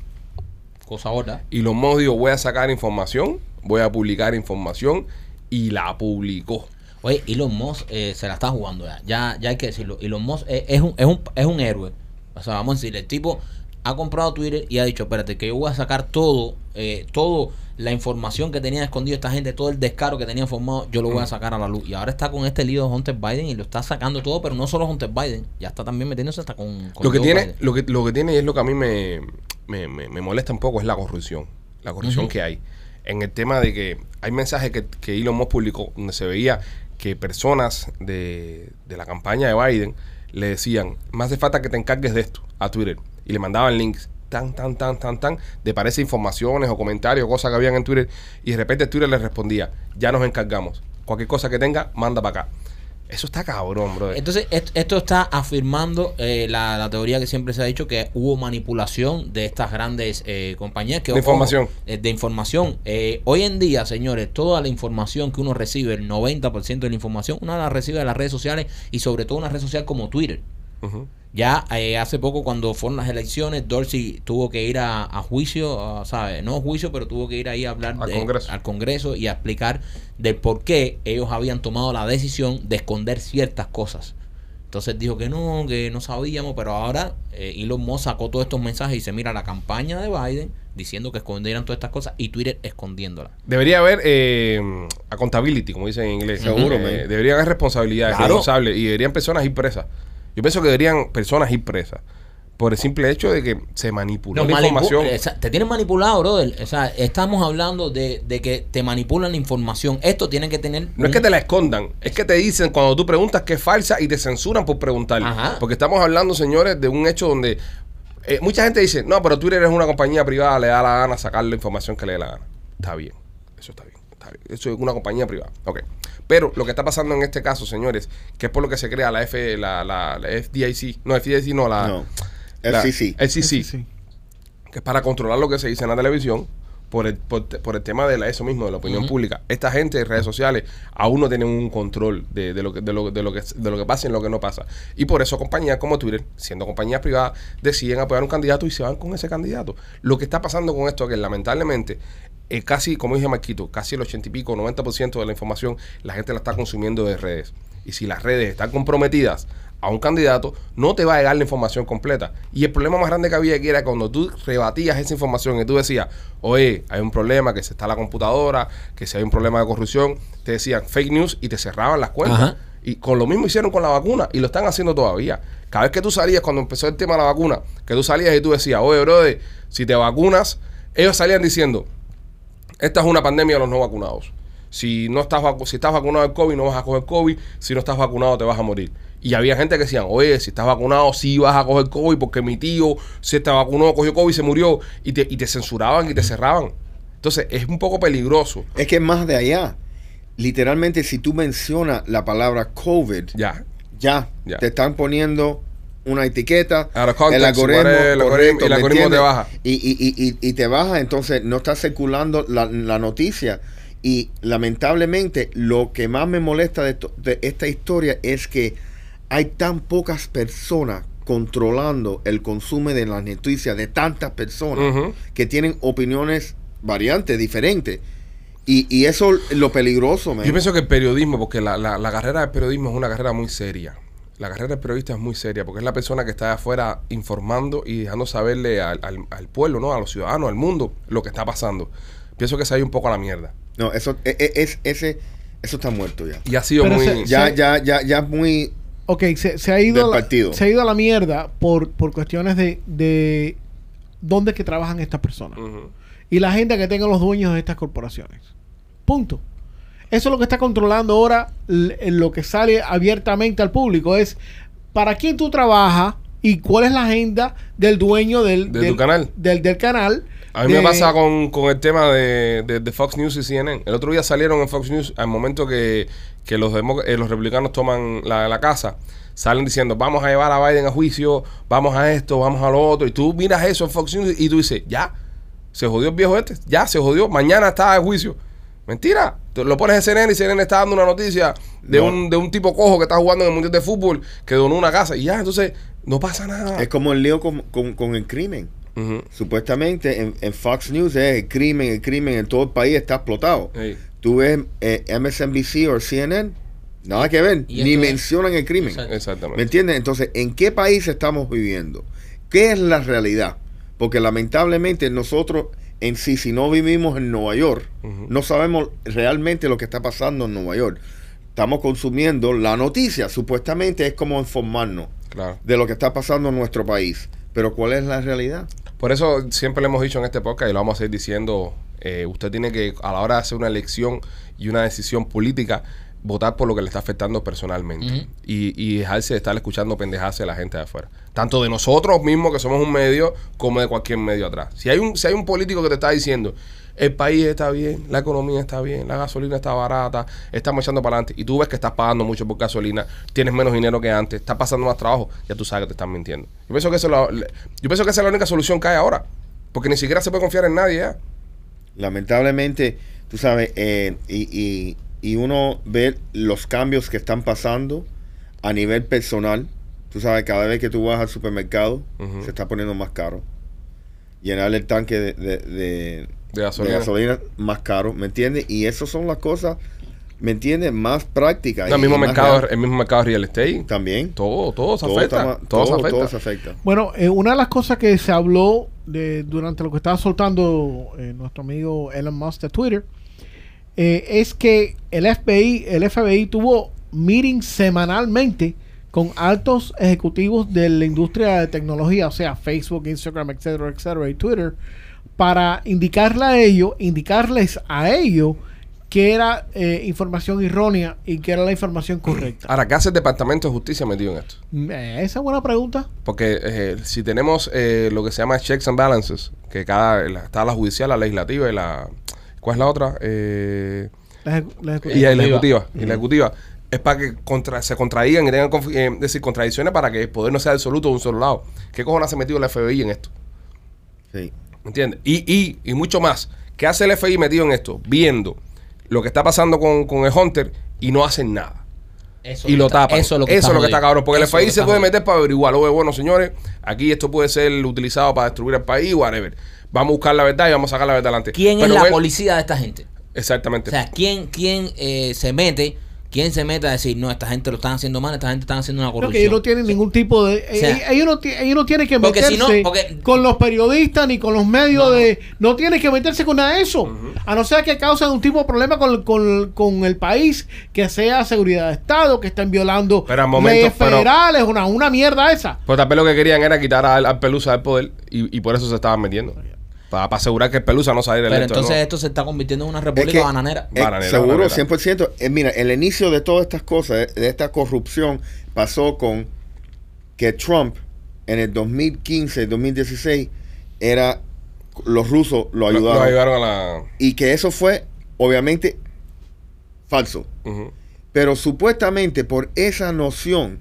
S3: Cosa gorda.
S1: Y los modos dijo, voy a sacar información, voy a publicar información. Y la publicó.
S3: Oye, Elon Musk eh, se la está jugando ya. ya. Ya hay que decirlo. Elon Musk eh, es, un, es, un, es un héroe. O sea, vamos a decirle, el tipo ha comprado Twitter y ha dicho, espérate, que yo voy a sacar todo, eh, todo la información que tenía escondido esta gente, todo el descaro que tenía formado, yo lo
S1: Mm.
S3: voy a sacar a la luz. Y ahora está con este lío de Hunter Biden y lo está sacando todo, pero no solo Hunter Biden, ya está también metiéndose hasta con... con
S1: Lo que,
S3: Joe
S1: tiene,
S3: Biden.
S1: lo, que, lo que tiene y es lo que a mí me, me, me- me molesta un poco es la corrupción. La corrupción que hay. En el tema de que hay mensajes que, que Elon Musk publicó donde se veía que personas de, de la campaña de Biden le decían, más hace falta que te encargues de esto a Twitter. Y le mandaban links tan, tan, tan, tan, tan, de parece informaciones o comentarios, cosas que habían en Twitter. Y de repente Twitter le respondía, ya nos encargamos. Cualquier cosa que tenga, manda para acá. Eso está cabrón, brother.
S3: Entonces, est- esto está afirmando eh, la, la teoría que siempre se ha dicho que hubo manipulación de estas grandes eh, compañías. Que,
S1: De información.
S3: eh, de información. Eh, hoy en día, señores, toda la información que uno recibe, el 90% de la información, uno la recibe de las redes sociales y sobre todo una red social como Twitter.
S1: Ujú.
S3: Ya eh, hace poco cuando fueron las elecciones, Dorsey tuvo que ir a, a juicio, ¿sabes? No a juicio, pero tuvo que ir ahí a hablar
S1: Al
S3: de-
S1: Congreso.
S3: al Congreso y a explicar del por qué ellos habían tomado la decisión de esconder ciertas cosas. Entonces dijo que no, que no sabíamos, pero ahora eh, Elon Musk sacó todos estos mensajes y dice, mira, la campaña de Biden diciendo que escondieran todas estas cosas y Twitter escondiéndolas.
S1: Debería haber eh, accountability, como dicen en inglés.
S5: Seguro,
S1: Eh,
S5: man.
S1: Debería haber responsabilidades
S3: Claro.
S1: responsable y deberían personas ir presas. Yo pienso que deberían personas ir presas por el simple hecho de que se manipuló
S3: Los
S1: la
S3: manipu-
S1: información.
S3: eh, o sea, te tienen manipulado, brother. O sea, estamos hablando de, de que te manipulan la información. Esto tiene que tener...
S1: No es
S3: un-
S1: que te la escondan, es que te dicen cuando tú preguntas que es falsa y te censuran por preguntar.
S3: Ajá.
S1: Porque estamos hablando, señores, de un hecho donde eh, mucha gente dice, no, pero Twitter es una compañía privada, le da la gana sacar la información que le dé la gana. Está bien, eso está bien. está bien. Eso es una compañía privada. Ok. Pero lo que está pasando en este caso, señores, que es por lo que se crea la, F, la, la, la FDIC, no, FDIC no, la,
S5: No. Eh,
S1: la
S5: FCC.
S1: FCC,
S4: Sí.
S1: que es para controlar lo que se dice en la televisión por el, por, por el tema de la, eso mismo, de la opinión pública. Esta gente de redes sociales aún no tienen un control de, de lo, que, de, lo, de, lo que, de lo que pasa y lo que no pasa. Y por eso compañías como Twitter, siendo compañías privadas, deciden apoyar a un candidato y se van con ese candidato. Lo que está pasando con esto es que lamentablemente eh, casi, como dije Marquito, casi el 80 y pico, 90% de la información la gente la está consumiendo de redes. Y si las redes están comprometidas a un candidato, no te va a llegar la información completa. Y el problema más grande que había aquí era cuando tú rebatías esa información y tú decías, oye, hay un problema, que se está la computadora, que si hay un problema de corrupción, te decían fake news y te cerraban las cuentas.
S7: Ajá.
S1: Y con lo mismo hicieron con la vacuna y lo están haciendo todavía. Cada vez que tú salías, cuando empezó el tema de la vacuna, que tú salías y tú decías, oye, brother, si te vacunas, ellos salían diciendo, esta es una pandemia de los no vacunados. Si no estás vacu- si estás vacunado del COVID, no vas a coger COVID. Si no estás vacunado, te vas a morir. Y había gente que decían, oye, si estás vacunado, sí vas a coger COVID, porque mi tío se está vacunó, cogió COVID y se murió. Y te, y te censuraban y te cerraban. Entonces, es un poco peligroso.
S5: Es que más de allá. Literalmente, si tú mencionas la palabra COVID,
S1: Ya.
S5: ya,
S1: Ya.
S5: te están poniendo una etiqueta,
S1: Out of context, whatever, el algoritmo-
S5: correcto,
S1: el
S5: ¿me
S1: algoritmo te
S5: entiendes?
S1: baja.
S5: Y, y- y- y- y te baja, entonces no está circulando la, la noticia. Y lamentablemente, lo que más me molesta de, to- de esta historia es que hay tan pocas personas controlando el consumo de las noticias de tantas personas
S1: Ujú.
S5: que tienen opiniones variantes, diferentes. Y, y eso es lo peligroso, man.
S1: Yo pienso que el periodismo, porque la, la- la carrera del periodismo es una carrera muy seria. La carrera del periodista es muy seria porque es la persona que está afuera informando y dejando saberle al, al- al pueblo, ¿no? A los ciudadanos, al mundo, lo que está pasando. Pienso que se ha ido un poco a la mierda.
S5: No, eso, e- e- es, ese, eso está muerto ya.
S1: Y ha sido
S4: Pero
S1: muy...
S4: se-
S5: Ya,
S4: Sí.
S5: ya, ya, ya es muy.
S4: Ok, se, se ha ido
S5: Del
S4: a la-
S5: partido.
S4: se ha ido a la mierda por, por cuestiones de, de dónde es que trabajan estas personas
S1: Ujú.
S4: y la agenda que tengan los dueños de estas corporaciones. Punto. Eso es lo que está controlando ahora l- en lo que sale abiertamente al público es para quién tú trabajas y cuál es la agenda del dueño del,
S1: De
S4: del
S1: tu canal.
S4: Del, del canal.
S1: A mí
S4: de-
S1: me pasa con, con el tema de, de- de Fox News y CNN. El otro día salieron en Fox News al momento que, que los, demó- eh, los republicanos toman la, la casa. Salen diciendo, vamos a llevar a Biden a juicio, vamos a esto, vamos a lo otro. Y tú miras eso en Fox News y tú dices, ya, se jodió el viejo este, ya se jodió, mañana está a juicio. Mentira, Tú lo pones en CNN y CNN está dando una noticia de,
S5: No.
S1: un, de un tipo cojo que está jugando en el Mundial de Fútbol que donó una casa y ya, entonces no pasa nada.
S5: Es como el lío con, con- con el crimen.
S1: Ujú.
S5: Supuestamente en, en Fox News es el crimen, el crimen en todo el país está explotado.
S1: Ey.
S5: Tú ves eh, MSNBC o CNN, nada que ver,
S3: Y
S5: ni
S3: esto es-
S5: mencionan el crimen.
S3: Exacto.
S1: Exactamente.
S5: ¿Me entiendes? Entonces, ¿en qué país estamos viviendo? ¿Qué es la realidad? Porque lamentablemente nosotros en sí, si no vivimos en Nueva York,
S1: Ujú.
S5: no sabemos realmente lo que está pasando en Nueva York. Estamos consumiendo la noticia, supuestamente es como informarnos
S1: Claro.
S5: de lo que está pasando en nuestro país. Pero ¿cuál es la realidad?
S1: Por eso siempre le hemos dicho en este podcast y lo vamos a seguir diciendo, eh, usted tiene que a la hora de hacer una elección y una decisión política, votar por lo que le está afectando personalmente
S7: Ujú.
S1: y, y dejarse de estar escuchando pendejadas de la gente de afuera. Tanto de nosotros mismos, que somos un medio, como de cualquier medio atrás. Si hay un, si hay un político que te está diciendo, el país está bien, la economía está bien, la gasolina está barata, estamos echando para adelante, y tú ves que estás pagando mucho por gasolina, tienes menos dinero que antes, estás pasando más trabajo, ya tú sabes que te están mintiendo. Yo pienso que, eso es la- le- yo pienso que esa es la única solución que hay ahora, porque ni siquiera se puede confiar en nadie ¿eh? ya.
S5: Lamentablemente, tú sabes, eh, y, y- y uno ve los cambios que están pasando a nivel personal. Tú sabes, cada vez que tú vas al supermercado,
S1: Ujú.
S5: se está poniendo más caro. Llenar el tanque de, de- de-
S1: De
S5: de
S1: gasolina.
S5: gasolina más caro, ¿me entiendes? Y esas son las cosas, ¿me entiendes? Más prácticas.
S1: No, el,
S5: y-
S1: mismo
S5: y más
S1: mercado,
S5: real-
S1: el mismo mercado real estate.
S5: También.
S1: Todo, todo se
S5: Todo
S1: afecta.
S5: está ma-
S1: todo, se
S5: todo-
S1: afecta.
S5: todo se afecta.
S4: Bueno, eh, una de las cosas que se habló de, durante lo que estaba soltando eh, nuestro amigo Elon Musk de Twitter eh, es que el FBI, el FBI tuvo meetings semanalmente con altos ejecutivos de la industria de tecnología, o sea, Facebook, Instagram, etcétera, etcétera, y Twitter, para indicarle a ellos, indicarles a ellos que era eh, información errónea y que era la información correcta.
S1: Ahora, ¿qué hace el Departamento de Justicia metido en esto?
S4: Mm, eh, esa es buena pregunta.
S1: Porque eh, si tenemos eh, lo que se llama checks and balances, que cada la- está la judicial, la legislativa y la... ¿Cuál es la otra? Eh,
S4: La ejecu- la ejecutiva.
S1: y la ejecutiva. Y la ejecutiva. Es para que contra- se contradigan y tengan conf- eh, es decir, contradicciones para que el poder no sea absoluto de un solo lado. ¿Qué cojones se metido el FBI en esto?
S5: Sí.
S1: ¿Me entiendes? Y, y, y mucho más. ¿Qué hace el FBI metido en esto? Viendo lo que está pasando con, con el Hunter y no hacen nada.
S3: Eso
S1: y lo
S3: está-
S1: tapan. Eso es lo que, está, cabrón. Porque el país se puede meter para averiguar. Oye, bueno, señores, aquí esto puede ser utilizado para destruir el país, whatever. Vamos a buscar la verdad y vamos a sacar la verdad adelante.
S3: ¿Quién
S1: Pero
S3: es la
S1: él-
S3: policía de esta gente?
S1: Exactamente.
S3: O sea, ¿quién, quién eh, se mete? ¿Quién se mete a decir, no, esta gente lo están haciendo mal, esta gente está haciendo una
S4: Creo
S3: corrupción?
S4: que ellos no tienen ningún tipo de.
S3: O sea,
S4: eh, ellos, no, ti- ellos no tienen que
S3: porque
S4: meterse
S3: si no, porque-
S4: con los periodistas ni con los medios de. No tienen que meterse con nada de eso. A no ser que causen un tipo de problema con, con- con el país, que sea seguridad de Estado, que estén violando
S1: Pero al momento,
S4: leyes
S1: pero-
S4: federales, una, una mierda esa.
S1: Pues tal vez lo que querían era quitar al, al Pelusa del poder y, y por eso se estaban metiendo. Para, asegurar que el Pelusa no saliera
S3: Pero
S1: electo.
S3: entonces
S1: ¿no?
S3: esto se está convirtiendo en una república
S5: que-
S3: bananera.
S5: Eh,
S1: Bananera,
S5: seguro,
S1: bananera.
S5: 100%. Eh, mira, el inicio de todas estas cosas, eh, de esta corrupción, pasó con que Trump en el 2015, 2016, era, los rusos lo
S1: Lo-
S5: ayudaron.
S1: lo ayudaron a la.
S5: Y que eso fue, obviamente, falso.
S1: Ujú.
S5: Pero supuestamente por esa noción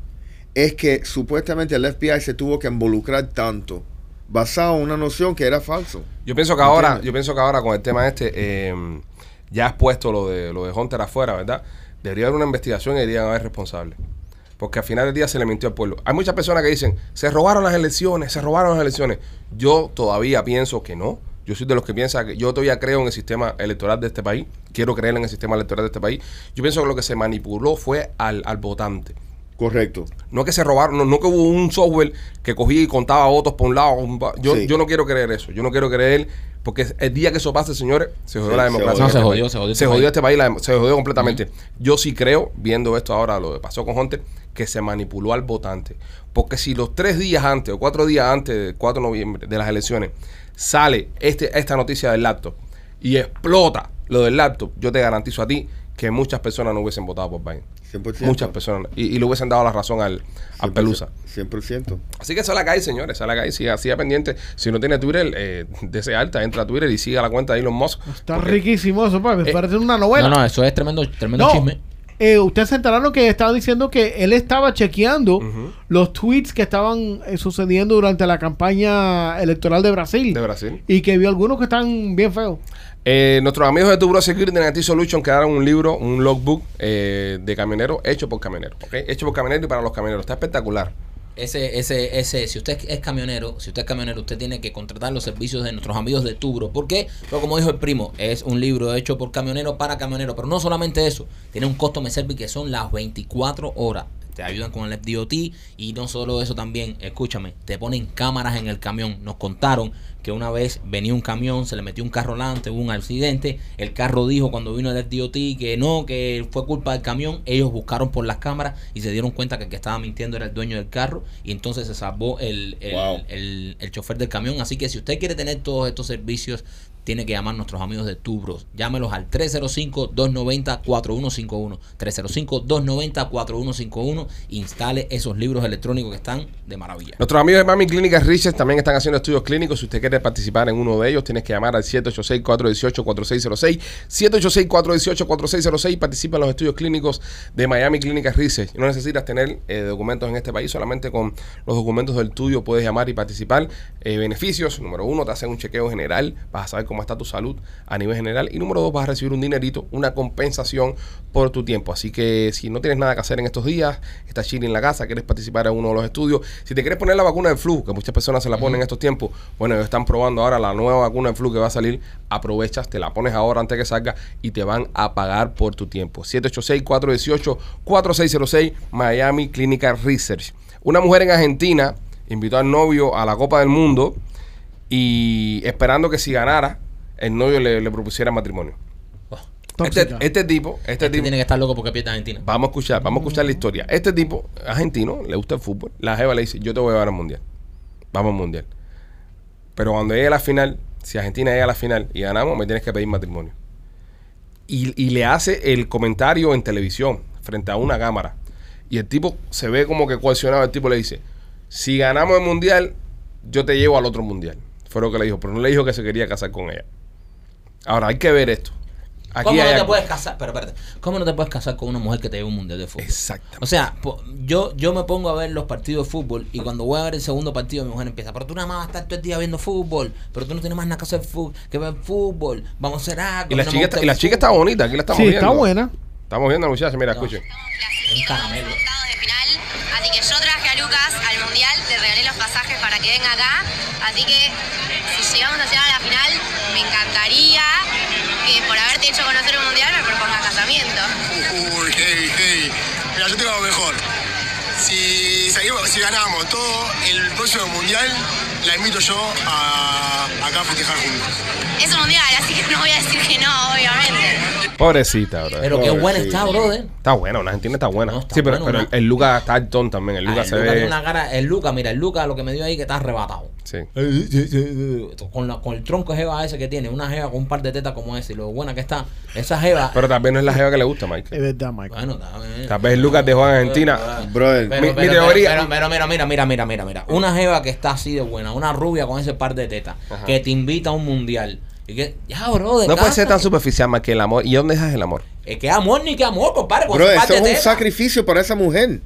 S5: es que supuestamente el FBI se tuvo que involucrar tanto, basado en una noción que era falso.
S1: Yo pienso que ahora,
S5: ¿Entiendes?
S1: yo pienso que ahora con el tema este, eh, ya has puesto lo de lo de Hunter afuera, ¿verdad? Debería haber una investigación y deberían haber responsables. Porque al final del día se le mintió al pueblo. Hay muchas personas que dicen, se robaron las elecciones, se robaron las elecciones. Yo todavía pienso que no. Yo soy de los que piensa que yo todavía creo en el sistema electoral de este país. Quiero creer en el sistema electoral de este país. Yo pienso que lo que se manipuló fue al, al votante.
S5: Correcto.
S1: No que se robaron, no, no que hubo un software que cogía y contaba votos por un lado. un ba- yo,
S5: Sí.
S1: yo no quiero creer eso. Yo no quiero creer porque el día que eso pase, señores, se jodió
S5: Sí,
S1: la
S5: se
S1: democracia.
S7: No, se jodió,
S1: en este
S5: jodió.
S1: país.
S7: se jodió
S1: Se
S7: este
S1: jodió
S7: país.
S1: este país, la- se jodió completamente. Yo sí creo, viendo esto ahora, lo que pasó con Hunter, que se manipuló al votante. Porque si los tres días antes o cuatro días antes del 4 de noviembre de las elecciones sale este, esta noticia del laptop y explota lo del laptop, yo te garantizo a ti que muchas personas no hubiesen votado por Biden.
S5: 100%.
S1: Muchas personas. Y, y le hubiesen dado la razón al, al Pelusa.
S5: 100%.
S1: Así que sale acá ahí, señores. Sale acá ahí. Siga, siga pendiente. Si no tiene Twitter, eh, dese alta, entra a Twitter y siga la cuenta de Elon Musk.
S4: Está
S1: Porque-
S4: riquísimo eso, papi.
S1: Eh,
S4: Parece una novela.
S7: No, no, eso es tremendo, tremendo
S4: No,
S7: chisme.
S4: eh, ustedes se enteraron que estaba diciendo que él estaba chequeando
S1: Ujú.
S4: los tweets que estaban eh, sucediendo durante la campaña electoral de Brasil.
S1: De Brasil.
S4: Y que vio algunos que están bien feos.
S1: Eh, nuestros amigos de Tu Bro Security en IT Solution crearon un libro, un logbook eh, de camioneros hecho por camioneros. ¿ok? Hecho por camioneros y para los camioneros. Está espectacular.
S3: Ese, ese, ese, si usted es camionero, si usted es camionero, usted tiene que contratar los servicios de nuestros amigos de Tubro. ¿Por qué? Porque como dijo el primo, es un libro hecho por camionero para camionero. Pero no solamente eso, tiene un customer service que son las 24 horas. Te ayudan con el DOT y no solo eso también, escúchame, te ponen cámaras en el camión. Nos contaron que una vez venía un camión, se le metió un carro adelante, hubo un accidente, el carro dijo cuando vino el DOT que no, que fue culpa del camión, ellos buscaron por las cámaras y se dieron cuenta que el que estaba mintiendo era el dueño del carro y entonces se salvó el, el,
S5: Wow.
S3: el- el chofer del camión. Así que si usted quiere tener todos estos servicios, tiene que llamar a nuestros amigos de Tubros. Llámelos al 305-290-4151. 305-290-4151. Instale esos libros electrónicos que están de maravilla.
S1: Nuestros amigos de Mami Clínicas Riches también están haciendo estudios clínicos. Si usted quiere participar en uno de ellos, tienes que llamar al 786-418-4606. 786-418-4606. Participa en los estudios clínicos de Miami Clínicas Riches. No necesitas tener eh, documentos en este país, solamente con los documentos del estudio puedes llamar y participar. Eh, beneficios, número uno, te hacen un chequeo general, vas a saber cómo está tu salud a nivel general. Y número dos, vas a recibir un dinerito, una compensación por tu tiempo. Así que si no tienes nada que hacer en estos días, estás chill en la casa, quieres participar en uno de los estudios, si te quieres poner la vacuna del flu, que muchas personas se la ponen en estos tiempos, bueno, ellos están probando ahora la nueva vacuna del flu que va a salir, aprovechas, te la pones ahora antes que salga y te van a pagar por tu tiempo. 786-418-4606, Miami Clinical Research. Una mujer en Argentina invitó al novio a la Copa del Mundo y esperando que si ganara, el novio le, le propusiera matrimonio. Este,
S4: Tóxica.
S1: este tipo, este,
S3: Este
S1: tipo,
S3: tiene que Mm. estar loco porque pierde Argentina.
S1: vamos a escuchar, vamos a escuchar la historia. Este tipo, argentino, le gusta el fútbol, la jeva le dice, yo te voy a llevar al mundial, vamos al mundial. Pero cuando llegue a la final, si Argentina llega a la final y ganamos, me tienes que pedir matrimonio. Y, y le hace el comentario en televisión, frente a una cámara. Y el tipo se ve como que coaccionado, el tipo le dice, si ganamos el mundial, yo te llevo al otro mundial. Fue lo que le dijo, pero no le dijo que se quería casar con ella. Ahora, hay que ver esto. Aquí
S3: ¿Cómo no
S1: hay
S3: te
S1: algo.
S3: puedes casar? Pero espérate, ¿cómo no te puedes casar con una mujer que te lleva un mundial de fútbol?
S1: Exactamente.
S3: O sea, po- yo, yo me pongo a ver los partidos de fútbol y cuando voy a ver el segundo partido mi mujer empieza, pero tú nada más vas a estar todo el día viendo fútbol, pero tú no tienes más nada que hacer fu- que ver fútbol, vamos a hacer algo.
S1: Y la,
S3: no me
S1: chica
S3: gusta
S1: está, y
S3: el
S1: la chica está
S3: fútbol".
S1: bonita, aquí la estamos
S4: Sí,
S1: viendo.
S4: está buena.
S1: Estamos viendo a la muchacha, mira,
S3: No.
S1: escuchen.
S3: Un caramelo.
S8: resultados de final. Así que yo traje a Lucas al mundial, le regalé los pasajes para que venga acá. Así que si llegamos a llegar a la final, me encantaría que por haberte hecho conocer un mundial me propongas casamiento.
S9: Uy, hey, hey. Mira, yo te hago mejor. Si, salimos- si ganamos todo el próximo mundial, la invito yo a acá a festejar juntos.
S8: Es un mundial, así que no voy a decir que no, obviamente.
S1: Pobrecita, bro.
S3: Pero qué buena
S5: Pobrecito.
S3: está, brother.
S1: está buena, una Argentina está buena.
S3: No, está
S1: sí, pero,
S3: buena,
S1: pero
S3: una-
S1: el Lucas está altón también. El
S3: Ah,
S1: Lucas
S3: el
S1: se
S3: Lucas tiene
S1: ve.
S3: una cara, el Lucas, mira, el Lucas lo que me dio ahí que está arrebatado.
S1: Sí.
S3: Con, la, con el tronco de jeva ese que tiene, una jeva con un par de tetas como ese, y lo buena que está, esa jeva...
S1: Pero tal vez no es la jeva que le gusta,
S4: Es
S1: Mike.
S4: verdad, Mike.
S3: bueno, está bien.
S1: Tal vez el Lucas dejó a Argentina.
S5: Brother,
S1: Mi-
S3: Pero,
S1: mi
S3: pero,
S1: teoría-
S3: pero, pero, mira, mira, mira, mira, mira, mira. Una jeva que está así de buena, una rubia con ese par de tetas, que te invita a un mundial. Y que, ya, bro, de
S1: No pues, puede
S3: casa.
S1: ser tan superficial, Mike, el amor. ¿Y dónde dejas el amor?
S3: Eh, que amor ni que amor, compadre, con
S5: Bro,
S3: ese par
S5: eso
S3: Pues de
S5: es un
S3: tetas.
S5: sacrificio para esa mujer.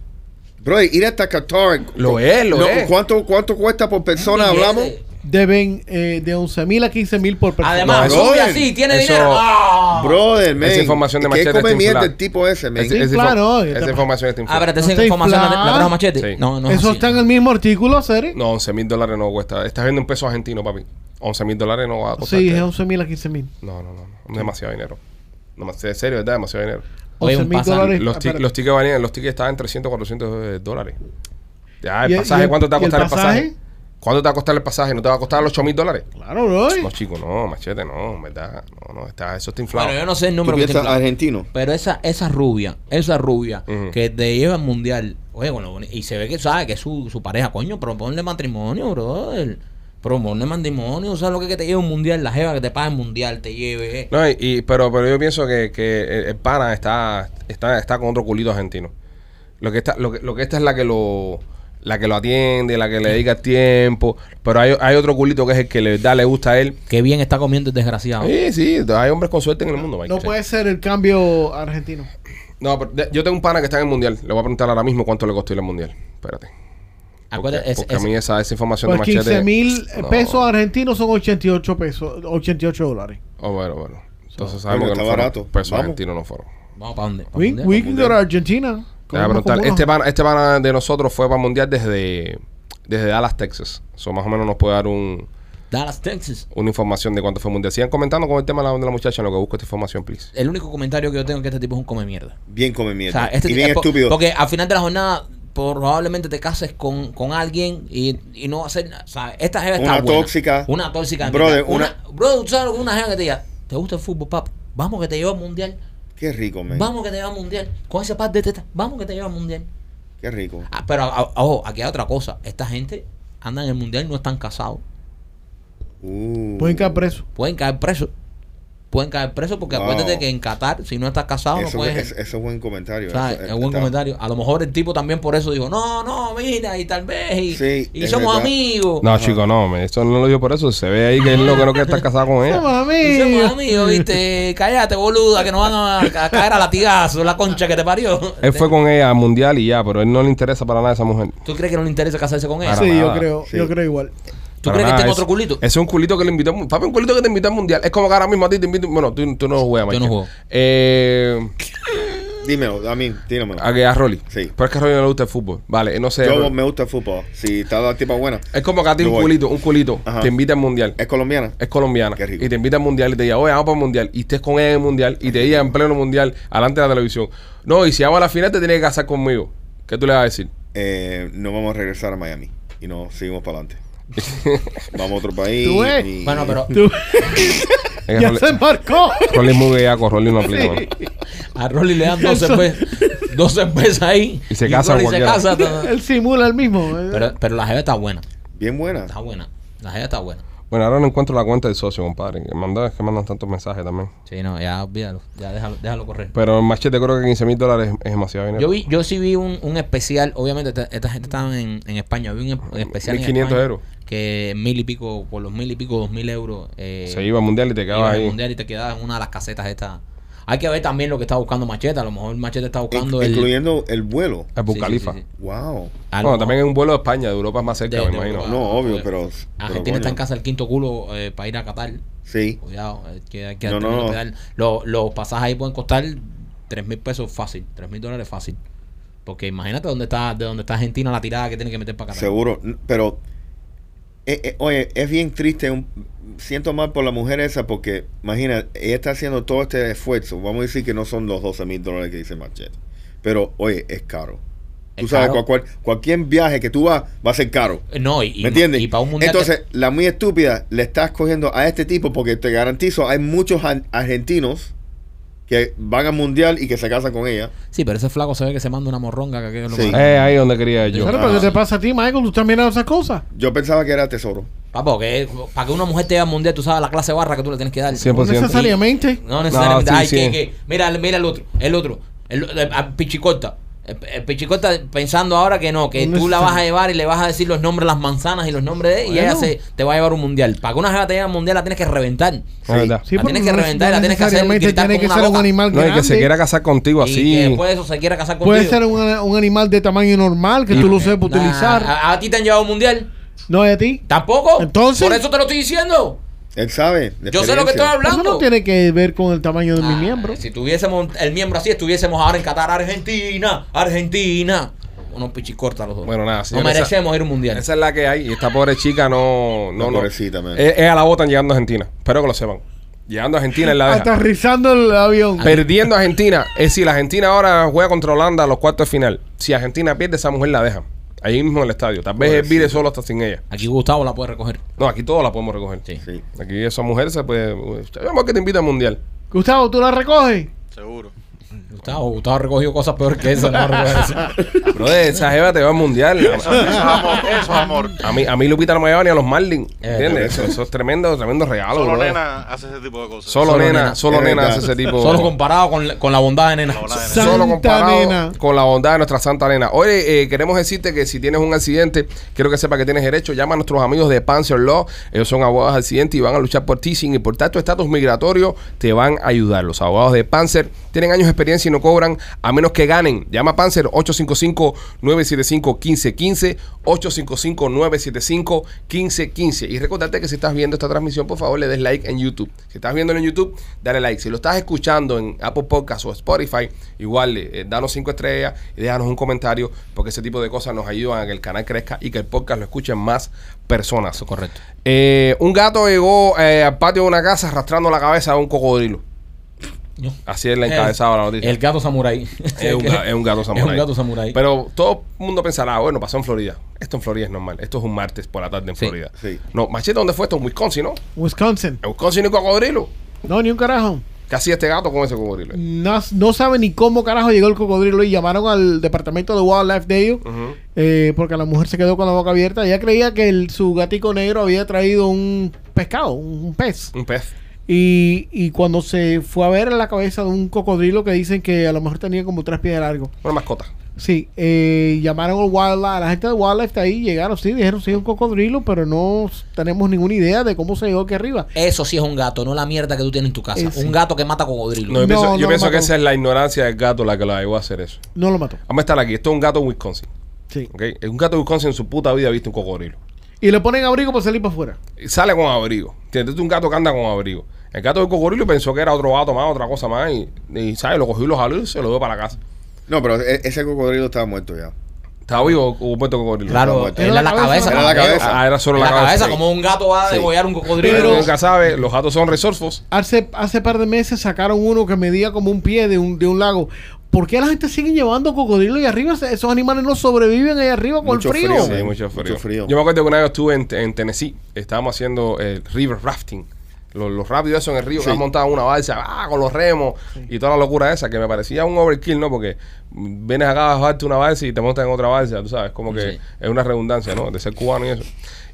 S5: Bro, ir hasta Qatar.
S1: Lo es, lo
S5: No,
S1: es.
S5: ¿cuánto, ¿Cuánto cuesta por persona?
S3: Billete.
S5: Hablamos.
S4: Deben eh, de 11 mil a 15 mil por persona.
S3: Además,
S5: No,
S3: rubia
S5: brother,
S3: así, tiene
S1: eso-
S3: dinero. ¡Ah!
S5: Brother, man.
S1: información de
S5: ¿Qué
S1: Machete
S5: come
S1: está
S5: mierda
S1: inflada.
S5: el tipo ese, man?
S1: Ese-
S4: Sí,
S1: ese
S4: claro,
S1: fo-
S4: está-
S1: esa información está
S3: Ah,
S1: inflada.
S3: espérate, esa
S4: No te
S3: información la,
S4: inflas.
S3: la trajo Machete.
S1: Sí.
S3: No, no. es
S4: Eso
S3: así.
S4: está en el mismo artículo, Seri.
S1: No, 11 mil dólares no cuesta. Estás viendo un peso argentino, papi. 11 mil dólares no va a costar.
S4: Sí, es 11 mil a 15 mil.
S1: No, no, no, no. Demasiado dinero. Demasiado, en serio, ¿verdad? Demasiado dinero.
S7: Oye,
S4: 11
S7: un
S4: mil
S7: pasa-
S4: dólares. Ah,
S1: Los, ti-
S4: aparte.
S1: los tickets valían, los tickets estaban en 300, 400 dólares. Ya, el
S4: ¿Y el- y
S1: pasaje,
S4: el-
S1: ¿cuánto te va a
S4: y el
S1: costar el pasaje?
S4: pasaje?
S1: ¿Cuánto te va a costar el pasaje? ¿No te va a costar los 8 mil dólares?
S4: Claro, bro.
S1: No, chico, no, machete, no, en verdad. No, no, está, eso está inflado.
S3: Bueno, yo no sé el
S5: ¿Tú
S3: número que
S5: piensas
S3: tiene.
S5: argentino?
S3: Pero esa, esa rubia, esa rubia
S1: Ujú.
S3: que te lleva al mundial, oye, con lo boni- y se ve que sabe que es su, su pareja, coño, proponle matrimonio, brother. Proponle matrimonio, o sea, lo que, es que te lleve un mundial, la jeva que te paga el mundial, te lleve. eh.
S1: No, y, y- pero, pero yo pienso que, que el- el pana está, está, está con otro culito argentino. Lo que está, lo que, lo que esta es la que lo la que lo atiende, la que le dedica tiempo, pero hay, hay otro culito que es el que le da, le gusta a él.
S3: Qué bien está comiendo el desgraciado.
S1: Sí, sí, hay hombres con suerte en el mundo, Michael.
S4: No puede ser el cambio argentino.
S1: No, pero de- yo tengo un pana que está en el mundial. Le voy a preguntar ahora mismo cuánto le costó ir al mundial. Espérate. Porque,
S3: Acuérdate, es-
S1: porque
S3: es-
S1: a mí esa, esa información
S4: Pues
S1: de machete.
S4: 15 mil
S1: No.
S4: pesos argentinos son 88 pesos, 88 dólares.
S1: Oh, bueno, bueno. Entonces sabemos
S5: Bueno,
S1: que
S5: está
S1: no fueron.
S5: barato.
S1: Pesos
S5: Vamos.
S1: argentinos no fueron.
S3: vamos para dónde. ¿Pa'
S4: We,
S3: dónde?
S4: we can go to Argentina.
S1: Le voy a
S4: Comemos
S1: preguntar.
S4: como
S1: Este
S4: unos-
S1: pana, este pana de nosotros fue para el mundial desde, desde Dallas, Texas. Eso más o menos nos puede dar un,
S3: Dallas, Texas.
S1: una información de cuánto fue el mundial. Sigan comentando con el tema de la, de la muchacha en lo que busco esta información, please.
S3: El único comentario que yo tengo es que este tipo es un come mierda.
S5: Bien come
S3: O sea,
S5: mierda.
S3: este
S5: y
S3: tipo-
S5: bien
S3: es po-
S5: estúpido.
S3: Porque al final de la jornada probablemente te cases con, con alguien y, y no va a ser nada. O sea, esta jeva está
S5: Una
S3: buena.
S5: tóxica.
S3: Una tóxica. de
S5: Brother,
S3: mierda.
S5: una-
S3: Brother, ¿sabes? una jeva que te diga, ¿te gusta el fútbol, pap? Vamos que te lleva al mundial.
S5: Qué rico, man.
S3: Vamos que te lleva al mundial. Con ese par de tetas, vamos que te lleva al mundial.
S5: Qué rico.
S3: Ah, pero, ah, ojo, aquí hay otra cosa. Esta gente anda en el mundial y no están casados.
S5: Uh.
S4: Pueden quedar presos.
S3: Pueden caer presos. Pueden caer presos porque
S5: Wow.
S3: acuérdate que en Qatar, si no estás casado, no
S5: Eso,
S3: puedes.
S5: es, eso es buen comentario.
S3: pues. O sea,
S5: eso-
S3: es buen
S5: está-
S3: comentario. A lo mejor el tipo también por eso dijo, no, no, mira, y tal vez, y,
S5: Sí,
S3: y
S5: es
S3: somos
S5: verdad.
S3: amigos.
S1: No, chico, no. me- Eso no lo digo por eso. Se ve ahí que él no, que no quiere estar casado con
S4: No,
S1: ella.
S4: mami.
S3: Y somos amigos, viste, cállate, boluda, que nos van a, a caer a latigazo, la concha que te parió.
S1: Él fue con ella al mundial y ya, pero él no le interesa para nada esa mujer.
S3: ¿Tú crees que no le interesa casarse con ella?
S1: Para
S4: Sí, yo
S1: nada.
S4: creo,
S5: Sí.
S4: yo creo igual.
S3: ¿Tú
S1: Para
S3: crees que
S1: nada,
S3: tengo
S1: es-
S3: otro culito?
S1: Ese es un culito que le invitó. al- Papi, un culito que te invitó al mundial. Es como que ahora mismo a ti te invito. Bueno, tú, tú no juegas,
S3: Yo no
S1: Michael.
S3: juego.
S1: Eh,
S5: Dímelo, a mí, dímelo.
S1: a que a Rolly.
S5: Sí.
S1: Pero es que a Rolly no le gusta el fútbol. Vale, no sé.
S5: Yo
S1: Rolly.
S5: me gusta el fútbol. Si está la tipa buena.
S1: Es como que a ti
S5: Yo
S1: un
S5: voy.
S1: culito, un culito,
S5: Ajá.
S1: te invita al mundial.
S5: ¿Es colombiana?
S1: Es colombiana.
S5: Qué rico.
S1: Y te invita al mundial y te diga, oye, vamos para el mundial. Y estés con ella en el mundial y te diga en pleno mundial, alante de la televisión. No, y si vamos a la final, te tienes que casar conmigo. ¿Qué tú le vas a decir?
S5: Eh, no vamos a regresar a Miami. Y no, seguimos para adelante. vamos a otro país.
S4: ¿Tú ves?
S5: y-
S3: Bueno, pero
S4: Tú-
S1: Es que
S4: ya
S1: Rolly-
S4: se embarcó.
S1: Rolly es muy bellaco, Rolly no aplica. mano.
S3: a Rolly le dan 12
S4: Eso-
S3: pesos, 12 pesos ahí.
S1: Y se casa
S3: Rolly se
S1: cualquiera.
S3: casa, ta- ta-
S4: Él simula el mismo. eh.
S3: pero, pero la jeva está buena,
S5: Bien buena.
S3: está buena, la jeva está buena.
S1: Bueno, ahora no encuentro la cuenta del socio, compadre. Que mandan, que mandan tantos mensajes también.
S3: Sí, no, ya olvídalo, ya déjalo, déjalo correr.
S1: Pero el machete creo que 15 mil dólares es demasiado dinero.
S3: Yo vi, yo sí vi un, un especial, obviamente esta, esta gente estaba en, en España, vi un, un especial en
S1: 1500
S3: España
S1: euros.
S3: que mil y pico, por los mil y pico, dos mil euros, eh,
S1: Se iba al mundial y te
S3: ibas
S1: quedabas
S3: al
S1: ahí.
S3: mundial y te quedabas en una de las casetas estas. Hay que ver también lo que está buscando Machete, a lo mejor Machete está
S5: Inc-
S3: buscando el...
S5: incluyendo el vuelo.
S1: A
S3: Sí, sí,
S1: Bucalifa.
S3: sí, sí.
S5: Wow.
S3: A lo
S1: Bueno,
S3: mejor
S1: también es un vuelo de España, de Europa es más cerca,
S3: De-
S1: me
S3: de
S1: imagino.
S3: Europa.
S5: No, obvio,
S3: Joder.
S5: pero. pero
S3: Ah, pues, Argentina está en
S5: coño.
S3: casa el quinto culo eh, para ir a Qatar.
S5: Sí.
S3: Cuidado, eh, que hay que
S5: No,
S3: tener
S5: no,
S3: que
S5: no.
S3: pegar. Los, los pasajes ahí pueden costar tres mil pesos fácil, tres mil dólares fácil. Porque imagínate dónde está, de dónde está Argentina la tirada que tiene que meter para Qatar.
S5: Seguro, n- pero eh, eh, oye, es bien triste. un- siento mal por la mujer esa porque, imagina, ella está haciendo todo este esfuerzo. Vamos a decir que no son los 12 mil dólares que dice Machete, pero oye, es caro. Tú
S3: Es
S5: sabes,
S3: caro.
S5: cual- cual- cualquier viaje que tú vas va a ser caro.
S3: Eh, No, y, y-
S5: ¿Me entiendes?
S3: y para un mundial.
S5: Entonces, la muy estúpida le estás cogiendo a este tipo porque te garantizo, hay muchos ar- argentinos que van al mundial y que se casan con ella.
S3: sí, pero ese flaco se ve que se manda una morronga. Que aquello lo
S5: Sí.
S3: mata.
S1: Eh, ahí donde quería yo.
S4: Claro, pero ¿qué te pasa a ti, Michael? ¿Tú estás mirando esas cosas?
S5: Yo pensaba que era tesoro.
S3: Papo, que para que una mujer te vea al mundial, tú sabes la clase barra que tú le tienes que dar.
S1: 100%.
S4: No necesariamente.
S3: No necesariamente.
S1: No, sí,
S3: Ay,
S1: sí.
S3: que, que- Mira, mira el otro, el otro, el, el- a Pichicorta. El, el Pichicorta pensando ahora que no, que
S4: No
S3: tú la vas a
S4: necesariamente.
S3: llevar y le vas a decir los nombres de las manzanas y los nombres de y ella
S4: Bueno.
S3: se, te va a llevar un mundial. Para que una jeva te lleve al mundial la tienes que reventar.
S1: Es verdad.
S4: Sí,
S3: La
S4: porque
S3: tienes que reventar, la tienes que hacer
S4: necesariamente
S3: gritar
S4: tiene
S3: con
S4: que
S3: una
S4: ser un
S3: boca.
S4: animal
S1: No, y que se
S4: grande.
S1: quiera casar contigo
S3: y
S1: así.
S3: que después de eso se quiera casar contigo.
S4: Puede ser un, un animal de tamaño normal que tú lo sepas
S3: Nah,
S4: utilizar.
S3: ¿a, a ti te han llevado un mundial?
S4: No es a ti.
S3: ¿Tampoco?
S4: Entonces-
S3: Por eso te lo estoy diciendo.
S5: Él sabe. la
S3: Yo sé lo que estoy
S5: experiencia.
S3: hablando.
S4: Eso no tiene que ver con el tamaño de
S3: Ah,
S4: mi miembro.
S3: Si tuviésemos el miembro así, estuviésemos ahora en Qatar, Argentina, Argentina. unos pichicortas los dos.
S1: Bueno, nada,
S3: no
S1: señores,
S3: merecemos ir a un mundial.
S1: Esa es la que hay. Y esta pobre chica no. no,
S5: La
S1: no.
S5: pobrecita, man.
S1: Eh, Ella la votan llegando a Argentina. Espero que lo sepan. Llegando a Argentina en la
S4: Ah,
S1: deja.
S4: Aterrizando el avión.
S3: Ah.
S1: Perdiendo a Argentina. Es decir, Argentina ahora juega contra Holanda a los cuartos de final. Si Argentina pierde, esa mujer la deja. Ahí mismo en el estadio. Tal vez él vire solo hasta sin ella.
S3: Aquí Gustavo la puede recoger.
S1: No, aquí todos la podemos recoger.
S3: Sí.
S5: Sí.
S1: Aquí esa mujer se puede. Sabemos que te invita al mundial.
S4: Gustavo, ¿tú la recoges?
S6: Seguro.
S7: Gustavo, Gustavo ha recogido cosas peores que esa. No va a recoger eso.
S1: Bro, esa jeva te va al mundial.
S6: Eso, eso es amor. Eso es amor.
S1: A mí, a mí Lupita no me lleva ni a los Marlins.
S7: verdad.
S1: ¿Entiendes? Eso, eso es tremendo, tremendo regalo.
S6: Solo
S1: bro.
S6: nena hace ese tipo de cosas.
S1: Solo,
S7: Solo
S1: nena,
S7: nena.
S1: solo
S5: Es
S1: nena
S5: verdad.
S1: hace ese tipo.
S7: Solo comparado con la, con la bondad de nena.
S6: La bola de nena.
S1: Solo
S4: Santa
S1: comparado
S4: nena.
S1: con la bondad de nuestra Santa Nena. Oye, eh, queremos decirte que si tienes un accidente, quiero que sepa que tienes derecho. Llama a nuestros amigos de Panzer Law. Ellos son abogados de accidente y van a luchar por ti. Sin importar tu estatus migratorio, te van a ayudar. Los abogados de Panzer tienen años de experiencia y no cobran a menos que ganen. Llama a Panzer 855-975-1515. 855-975-1515. Y recordarte que si estás viendo esta transmisión, por favor, le des like en YouTube. Si estás viéndolo en YouTube, dale like. Si lo estás escuchando en Apple Podcast o Spotify, igual eh, danos cinco estrellas y déjanos un comentario, porque ese tipo de cosas nos ayudan a que el canal crezca y que el podcast lo escuchen más personas.
S7: Correcto.
S1: Eh, un gato llegó eh, al patio de una casa arrastrando la cabeza de un cocodrilo.
S7: No. Eh,
S1: Así es la encabezada de la noticia.
S7: El gato samurái.
S1: Es un, ga- es un gato samurái.
S7: Es un gato samurái.
S1: Pero todo el mundo pensará, "Ah, bueno, pasó en Florida. Esto en Florida es normal. Esto es un martes por la tarde en
S7: Sí,
S1: Florida.
S5: sí.
S1: No, machete, ¿dónde fue esto? En Wisconsin, ¿no?
S4: Wisconsin.
S1: En Wisconsin y cocodrilo.
S4: No, ni un carajo.
S1: ¿Qué hacía este gato con ese cocodrilo?
S4: No, no sabe ni cómo carajo llegó el cocodrilo y llamaron al departamento de Wildlife de ellos
S1: Ujú.
S4: eh, porque la mujer se quedó con la boca abierta. Ella creía que el- su gatico negro había traído un pescado, un pez.
S1: Un pez.
S4: Y, y cuando se fue a ver la cabeza de un cocodrilo que dicen que a lo mejor tenía como tres pies de largo.
S1: Una mascota.
S4: Sí, eh, llamaron al Wildlife, a la gente de Wildlife está ahí, llegaron, sí, dijeron sí es un cocodrilo, pero no tenemos ninguna idea de cómo se llegó aquí arriba.
S3: Eso sí es un gato, no la mierda que tú tienes en tu casa.
S4: Eh, sí.
S3: Un gato que mata cocodrilo.
S1: No, yo
S4: No,
S1: pienso,
S4: no
S1: yo
S4: lo
S1: pienso que
S4: mató.
S1: esa es la ignorancia del gato la que la llevó a hacer eso.
S4: No lo mató.
S1: Vamos a estar aquí. Esto es un gato de Wisconsin.
S4: Sí.
S1: ¿ok? Un gato de Wisconsin en su puta vida ha visto un cocodrilo.
S4: Y le ponen abrigo para salir para afuera.
S1: Y Sale con abrigo. ¿Entiendes? Este es un gato que anda con abrigo. El gato de cocodrilo pensó que era otro gato más, otra cosa más. Y, y, ¿sabes? Lo cogió y lo jaló y se lo dio para la casa.
S5: No, pero e- ese cocodrilo estaba muerto ya.
S1: ¿Estaba vivo o muerto cocodrilo?
S3: Claro,
S5: Era
S3: era
S4: la
S3: la
S4: cabeza,
S3: cabeza.
S5: Era la
S3: caballero.
S5: cabeza.
S1: Ah, era solo
S3: la,
S1: la,
S3: cabeza,
S1: cabeza.
S3: como un gato va a
S5: Sí.
S3: degollar un cocodrilo.
S1: Pero
S4: Pero-
S1: nunca sabe, los gatos son resourceful.
S4: Hace, hace par de meses sacaron uno que medía como un pie de un, de un lago. ¿Por qué la gente sigue llevando cocodrilo y arriba? Se- Esos animales no sobreviven ahí arriba con
S5: Mucho
S4: el frío.
S5: frío,
S1: Sí,
S5: man.
S1: mucho frío.
S5: Mucho frío.
S1: Yo me acuerdo que una vez estuve en, en Tennessee, estábamos haciendo el river rafting. Los, los rápidos esos en el río que
S5: Sí.
S1: han montado una balsa ah, con los remos y toda la locura esa que me parecía un overkill, ¿no? Porque mm, vienes acá a bajarte una balsa y te montas en otra balsa, tú sabes, como que
S3: Sí.
S1: es una redundancia, ¿no? De ser cubano y eso.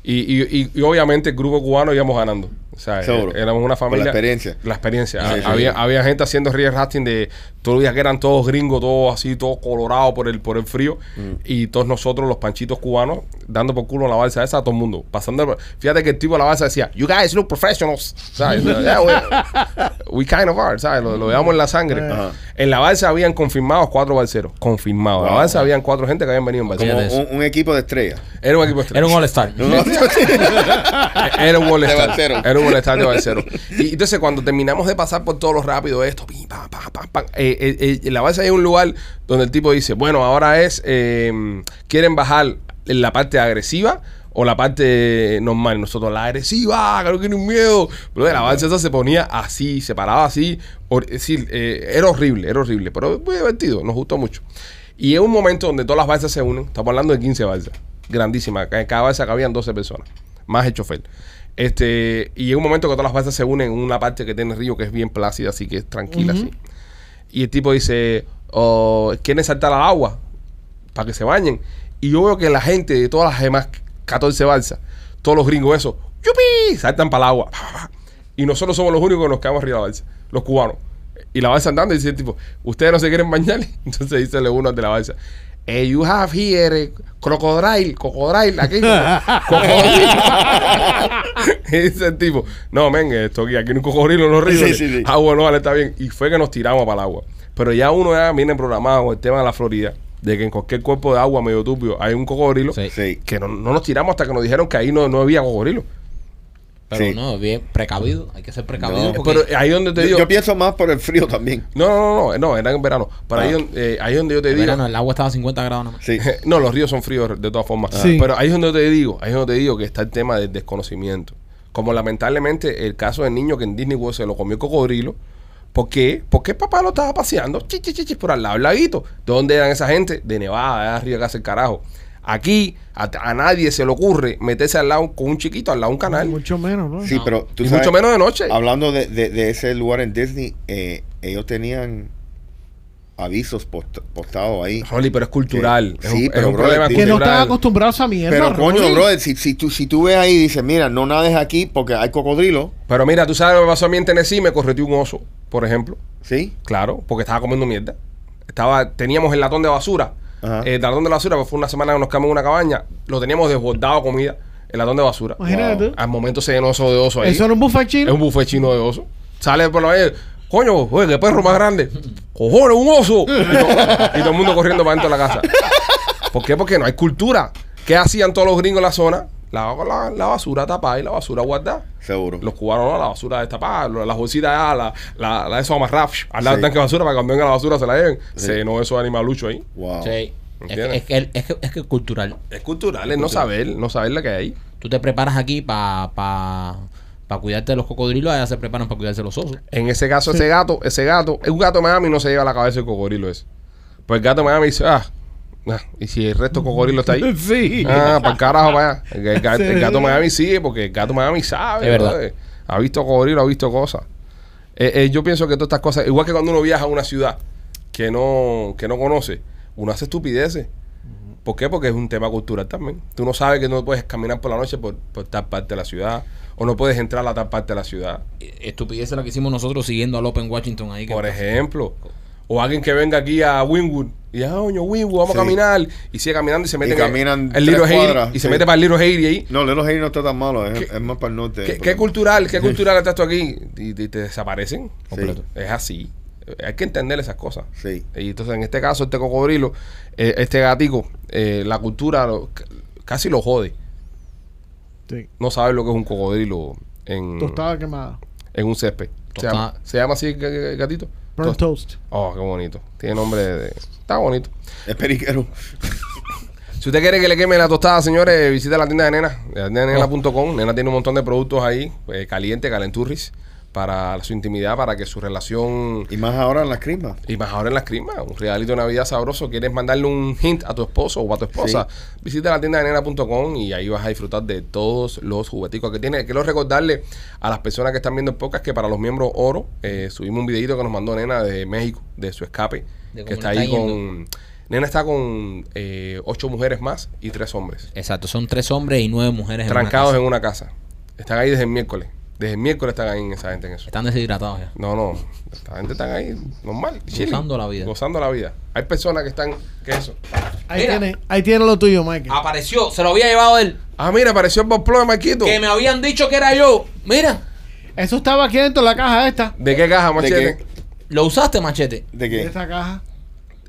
S1: Y, y, y- y obviamente el grupo cubano íbamos ganando. O sea,
S5: Seguro.
S1: é- Eh, éramos una
S5: Por la
S1: familia.
S5: experiencia.
S1: La experiencia.
S5: Sí,
S1: Ah,
S5: sí.
S1: había, había gente haciendo river rafting de todos los días que eran todos gringos, todos así, todos colorados por el, por el frío.
S5: Mm.
S1: Y todos nosotros, los panchitos cubanos, dando por culo la balsa esa a todo el mundo. Pasando por- fíjate que el tipo de la balsa decía, You guys look professionals. ¿Sabes? Yeah, we, we kind of are, ¿sabes? Lo, lo llevamos en la sangre.
S5: Ajá.
S1: En la balsa habían confirmados cuatro balseros. Confirmados. En la
S5: Wow.
S1: balsa habían cuatro gente que habían venido en
S5: Como
S1: balsa.
S5: un, un equipo de estrellas.
S1: Era un equipo extraño.
S7: Era un all-star.
S1: Era un Wall
S5: De
S1: Star.
S5: Balcero.
S1: Era un Wall Star de Balcero. Y entonces, cuando terminamos de pasar por todo lo rápido, esto, pim, pam, pam, pam, pam, eh, eh, eh, en la base hay un lugar donde el tipo dice: Bueno, ahora es. eh, ¿Quieren bajar en la parte agresiva? O la parte normal, nosotros la agresiva, creo que no hay miedo. Pero la balsa esa se ponía así, se paraba así. hor- Es decir, eh, era horrible, era horrible, pero muy divertido, nos gustó mucho. Y es un momento donde todas las balsas se unen, estamos hablando de 15 balsas, grandísimas, en cada balsa cabían 12 personas más el chofer. Este, y es un momento que todas las balsas se unen en una parte que tiene el río que es bien plácida, así que es tranquila. así. Y el tipo dice, oh, ¿quieren saltar al agua para que se bañen? Y yo veo que la gente de todas las demás 14 balsas, todos los gringos esos, ¡yupi! Saltan para el agua. pa, pa, pa. Y nosotros somos los únicos que nos quedamos arriba de la balsa, los cubanos. Y la balsa andando y dice el tipo, ¿ustedes no se quieren bañar? Entonces dice uno al de la balsa. "Eh, you have here eh, crocodile, crocodile, aquí. Cocodrilo. y dice el tipo, no, men, esto aquí, aquí no hay un cocodrilo en los ríos.
S5: Sí, sí, sí.
S1: Ah, bueno, vale, está bien. Y fue que nos tiramos para el agua. Pero ya uno ya viene programado con el tema de la Florida, de que en cualquier cuerpo de agua medio turbio hay un cocodrilo,
S7: Sí.
S5: Sí.
S1: que no, no nos tiramos hasta que nos dijeron que ahí no, no había cocodrilo.
S3: Pero
S5: Sí.
S3: no, bien precavido. Hay que ser precavido.
S5: No.
S3: porque-
S1: Pero ahí donde te
S5: Yo,
S1: digo.
S5: yo pienso más por el frío también.
S1: No, no, no, no, no, era en verano. Pero
S5: Ah.
S1: ahí, donde- eh, ahí donde yo te
S3: en
S1: digo.
S3: verano el agua estaba a 50 grados nomás.
S5: Sí.
S1: Eh, No, los ríos son fríos de todas formas.
S4: Ah. Sí.
S1: Pero ahí es donde te digo, ahí es donde te digo que está el tema del desconocimiento. Como lamentablemente el caso del niño que en Disney World se lo comió el cocodrilo. ¿Por qué? Porque el papá lo estaba paseando chi, chi, chi, chi, por al lado del laguito. ¿De dónde eran esa gente? De Nevada, de arriba que hace el carajo. Aquí a, a nadie se le ocurre meterse al lado con un chiquito, al lado de un canal.
S4: Mucho menos, ¿no?
S5: Sí,
S3: No.
S5: pero tú
S1: Y
S5: sabes,
S1: mucho menos de noche.
S5: hablando de, de- de ese lugar en Disney, eh, ellos tenían avisos post- postados ahí.
S1: Rolly, pero es cultural.
S5: Sí,
S1: es un, es
S5: pero,
S1: un
S5: brother,
S1: problema
S5: que
S4: que no
S1: cultural.
S4: están acostumbrados a mierda.
S5: Pero coño,
S4: Rolly.
S5: bro, si, si, tú, si tú ves ahí y dices, mira, no nades aquí porque hay cocodrilo,
S1: Pero mira, tú sabes lo que me pasó a mí en Tennessee, me correteó un oso, por ejemplo.
S5: ¿sí?
S1: Claro, porque estaba comiendo mierda. Estaba, teníamos el latón de basura.
S5: Ajá.
S1: El latón de basura, pues fue una semana que nos quedamos en una cabaña. Lo teníamos desbordado de comida, el latón de basura.
S4: Imagínate
S5: Wow. Ah,
S4: tú.
S1: Al momento se llenó oso de oso ahí.
S4: Eso era un buffet
S1: Es
S4: chino.
S1: un buffet chino de oso. Sale por la calle. Coño, oye, qué perro más grande. ¡Cojones, un oso! Y, to- y todo el mundo corriendo para dentro de la casa. ¿Por qué? Porque no hay cultura. ¿Qué hacían todos los gringos en la zona? La, la, la basura tapada y la basura guardada.
S5: Seguro.
S1: Los cubanos, no, la basura destapada, lo- las bolsitas allá, la, la, la de esos amarrados psh, al lado
S5: Sí.
S1: del tanque de basura para que cuando venga la basura se la lleven.
S5: Sí.
S1: Se no esos animaluchos ahí.
S5: Wow.
S3: Sí. Es que,
S1: ¿Entiendes?
S3: es, que, es, que, es que es cultural.
S1: Es cultural, es no saber, no saber la que hay.
S3: Tú te preparas aquí para pa, pa cuidarte de los cocodrilos, allá se preparan para cuidarse de los osos.
S1: En ese caso, ese gato, ese gato, un gato de Miami no se lleva la cabeza el cocodrilo ese. Pues el gato de Miami dice, ah, ah, y si el resto del cocodrilo está ahí,
S4: Sí.
S1: ah, para el carajo, vaya. El, el gato, el gato de
S4: Sí.
S1: Miami sigue porque el gato de Miami sabe,
S3: Es verdad.
S1: brother. ha visto cocodrilo, ha visto cosas. Eh, eh, yo pienso que todas estas cosas, igual que cuando uno viaja a una ciudad que no, que no conoce, uno hace estupideces. ¿Por qué? Porque es un tema cultural también. Tú no sabes que no puedes caminar por la noche por, por tal parte de la ciudad o no puedes entrar a tal parte de la ciudad.
S3: E, Estupidez la que hicimos nosotros siguiendo al Open Washington ahí. que-
S1: Por ejemplo. O alguien que venga aquí a Winwood y ah, coño, Winwood, vamos a
S5: Sí.
S1: caminar. Y sigue caminando y se mete en
S5: caminan
S1: el
S5: tres
S1: Little Haiti,
S5: cuadras,
S1: y se
S5: sí.
S1: mete para el Little Haiti ahí.
S5: No, Little Haiti no está tan malo, es,
S1: ¿Qué-
S5: es más para el norte.
S1: ¿Qué,
S5: Pero-
S1: qué cultural, qué cultural está esto aquí? Y, y te desaparecen.
S5: Completo.
S1: Es así. Hay que entender esas cosas.
S5: Sí.
S1: Y entonces, en este caso, este cocodrilo, eh, este gatico, eh, la cultura lo- c- casi lo jode.
S4: Sí.
S1: No sabe lo que es un cocodrilo en,
S4: Tostada quemada.
S1: en un césped. Se
S3: Tostada.
S1: llama, se llama así el g- gatito.
S4: Burn
S1: Tost-
S4: toast.
S1: Oh, qué bonito. Tiene nombre de... Está bonito.
S5: Es periquero.
S1: Si usted quiere que le queme la tostada, señores, visita la tienda de Nena, la tienda de nena.com. Nena tiene un montón de productos ahí, eh, caliente, calenturris, para su intimidad, para que su relación...
S5: Y más ahora en las crismas.
S1: Y más ahora en las crimas, un regalito de Navidad sabroso. ¿Quieres mandarle un hint a tu esposo o a tu esposa? Visita la tienda de nena.com y ahí vas a disfrutar de todos los jugueticos que tiene. Quiero recordarle a las personas que están viendo el podcast que para los miembros oro eh, subimos un videito que nos mandó Nena de México, de su escape,
S3: De
S1: que
S3: cómo
S1: está
S3: le
S1: ahí
S3: está
S1: con... Nena está con eh, ocho mujeres más y tres hombres.
S3: Exacto, son tres hombres y nueve mujeres. en una
S1: Trancados
S3: casa.
S1: en una casa. Están ahí desde el miércoles. Desde el miércoles están ahí en esa gente en eso.
S3: Están deshidratados ya.
S1: No, no. Esta gente están ahí normal.
S3: Gozando la vida.
S1: Gozando la vida. Hay personas que están. ¿Qué es eso?
S4: Ahí
S3: Mira. Ah.
S4: tiene, ahí tiene lo tuyo, Michael.
S3: Apareció, se lo había llevado él.
S1: Ah, mira, apareció el Boplón de Marquito.
S3: Que me habían dicho que era yo. Mira,
S4: Eso estaba aquí dentro de la caja esta.
S1: ¿De qué caja,
S5: ¿De
S1: machete?
S5: qué?
S3: lo usaste, machete.
S5: ¿De
S4: De
S5: qué?
S4: esta caja.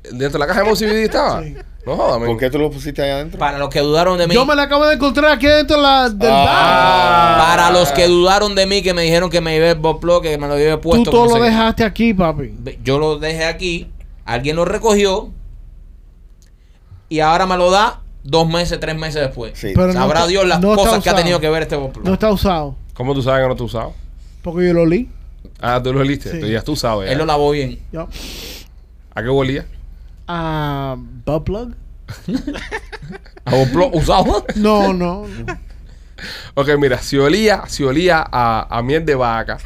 S1: ¿Dentro de la caja de MCBD estaba?
S4: Sí.
S1: No jodas, men.
S5: ¿Por qué tú lo pusiste allá adentro?
S3: Para los que dudaron de mí.
S4: Yo me la acabo de encontrar aquí dentro de la, del
S5: Ah.
S3: Para los que dudaron de mí, que me dijeron que me llevé el Boblo, que me lo llevé
S4: bar. Tú
S3: puesto.
S4: todo
S3: que no
S4: lo
S3: sé qué.
S4: dejaste aquí, papi.
S3: Ve- Yo lo dejé aquí, alguien lo recogió y ahora me lo da dos meses, tres meses después.
S5: Sí.
S4: Pero
S3: Sabrá
S4: no-
S3: Dios las
S4: no está
S3: cosas que ha
S4: usado.
S3: tenido que ver este Boblo.
S4: No está usado.
S1: ¿Cómo tú sabes que no tú usado?
S4: Porque yo lo li.
S1: Ah, tú lo oliste.
S4: Sí.
S1: Tú ya tú sabes. ¿eh?
S3: Él lo lavó bien.
S4: Yo.
S1: ¿A qué olía?
S4: Ah, butt plug?
S3: ¿A Boblo usado?
S4: No, no. no.
S1: Ok, mira, si olía, si olía a, a miel de vaca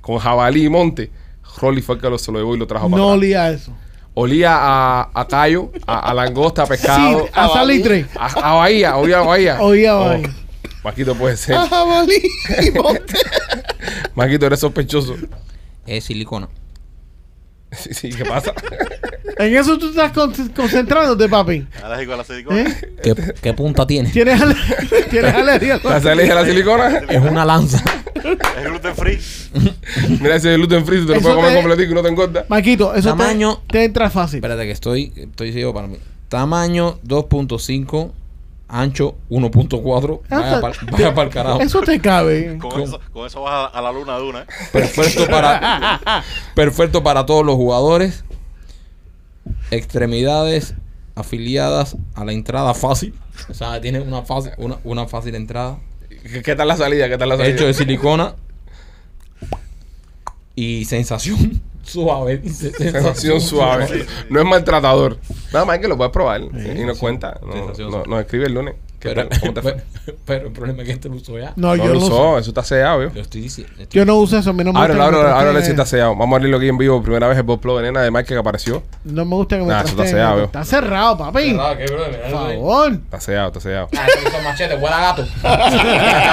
S1: con jabalí y monte, Rolly fue el que lo, se lo llevó y lo trajo para
S4: No
S1: atrás.
S4: olía eso.
S1: Olía a, a callo, a, a langosta, a pescado.
S4: sí, a salitre.
S1: A, a Bahía, oía a Bahía.
S4: Oía,
S1: Oh,
S4: oía.
S1: Maquito puede ser.
S5: jabalí y monte.
S1: Maquito, eres sospechoso.
S3: Es silicona.
S1: Sí, sí, ¿qué pasa?
S4: En eso tú estás con- concentrándote, papi.
S6: Alérgico a la silicona.
S4: ¿Eh?
S3: ¿Qué, qué punta tiene?
S4: ¿Tienes, ale- ¿Tienes alergia?
S1: ¿Te hace alergia a la silicona?
S3: Es una lanza.
S6: Es gluten free.
S1: Mira ese gluten free, tú te lo
S4: Eso
S1: puedes comer
S4: te-
S1: completico y no te engorda.
S4: Maquito, eso te-
S3: Tamaño.
S4: te, entra fácil.
S3: Espérate que estoy, estoy ciego para mí. Tamaño 2.5
S7: ancho 1.4. Vaya
S4: Eso-
S7: pa'l- Vaya para el carajo.
S4: Eso te cabe.
S6: Con,
S7: ¿Cómo?
S6: eso, con eso vas a, a la luna de una. ¿eh?
S7: Perfecto para, perfecto para todos los jugadores. Extremidades afiliadas a la entrada fácil. O sea, tiene una fácil, una, una fácil entrada.
S1: ¿Qué, qué tal la salida? ¿Qué tal la salida?
S7: Hecho de silicona. Y sensación suave. dice,
S1: Sensación suave.
S6: Sí, sí.
S1: No es maltratador. Nada más que lo puedes probar ¿eh? y nos
S7: sí.
S1: cuenta. No-
S7: Sensación
S1: no-
S7: suave.
S1: nos escribe el lunes. ¿Qué
S7: Pero,
S1: tal? ¿Cómo te fue?
S7: pero, pero el problema es que este lo uso ya.
S4: No,
S1: No,
S4: yo
S1: lo
S4: no
S1: usó,
S4: uso.
S1: eso está sellado, yo.
S7: Lo estoy diciendo. estoy-
S4: Yo no uso eso, a mí no me gusta.
S1: Ábrelo,
S4: que me
S1: ábrelo, ábrelo
S4: trasteen-
S1: si está sellado. Vamos a abrirlo aquí en vivo. Primera vez el Bob Plug de nena de Mike que apareció.
S4: No me gusta que me
S1: Nah, eso está
S4: trasteen.
S1: sellado,
S4: Está cerrado, papi.
S7: Ah, qué brother, mira,
S4: Por
S7: eso ahí.
S4: favor.
S1: Está sellado, está sellado.
S3: Ah, eso usa machete, huele a gato.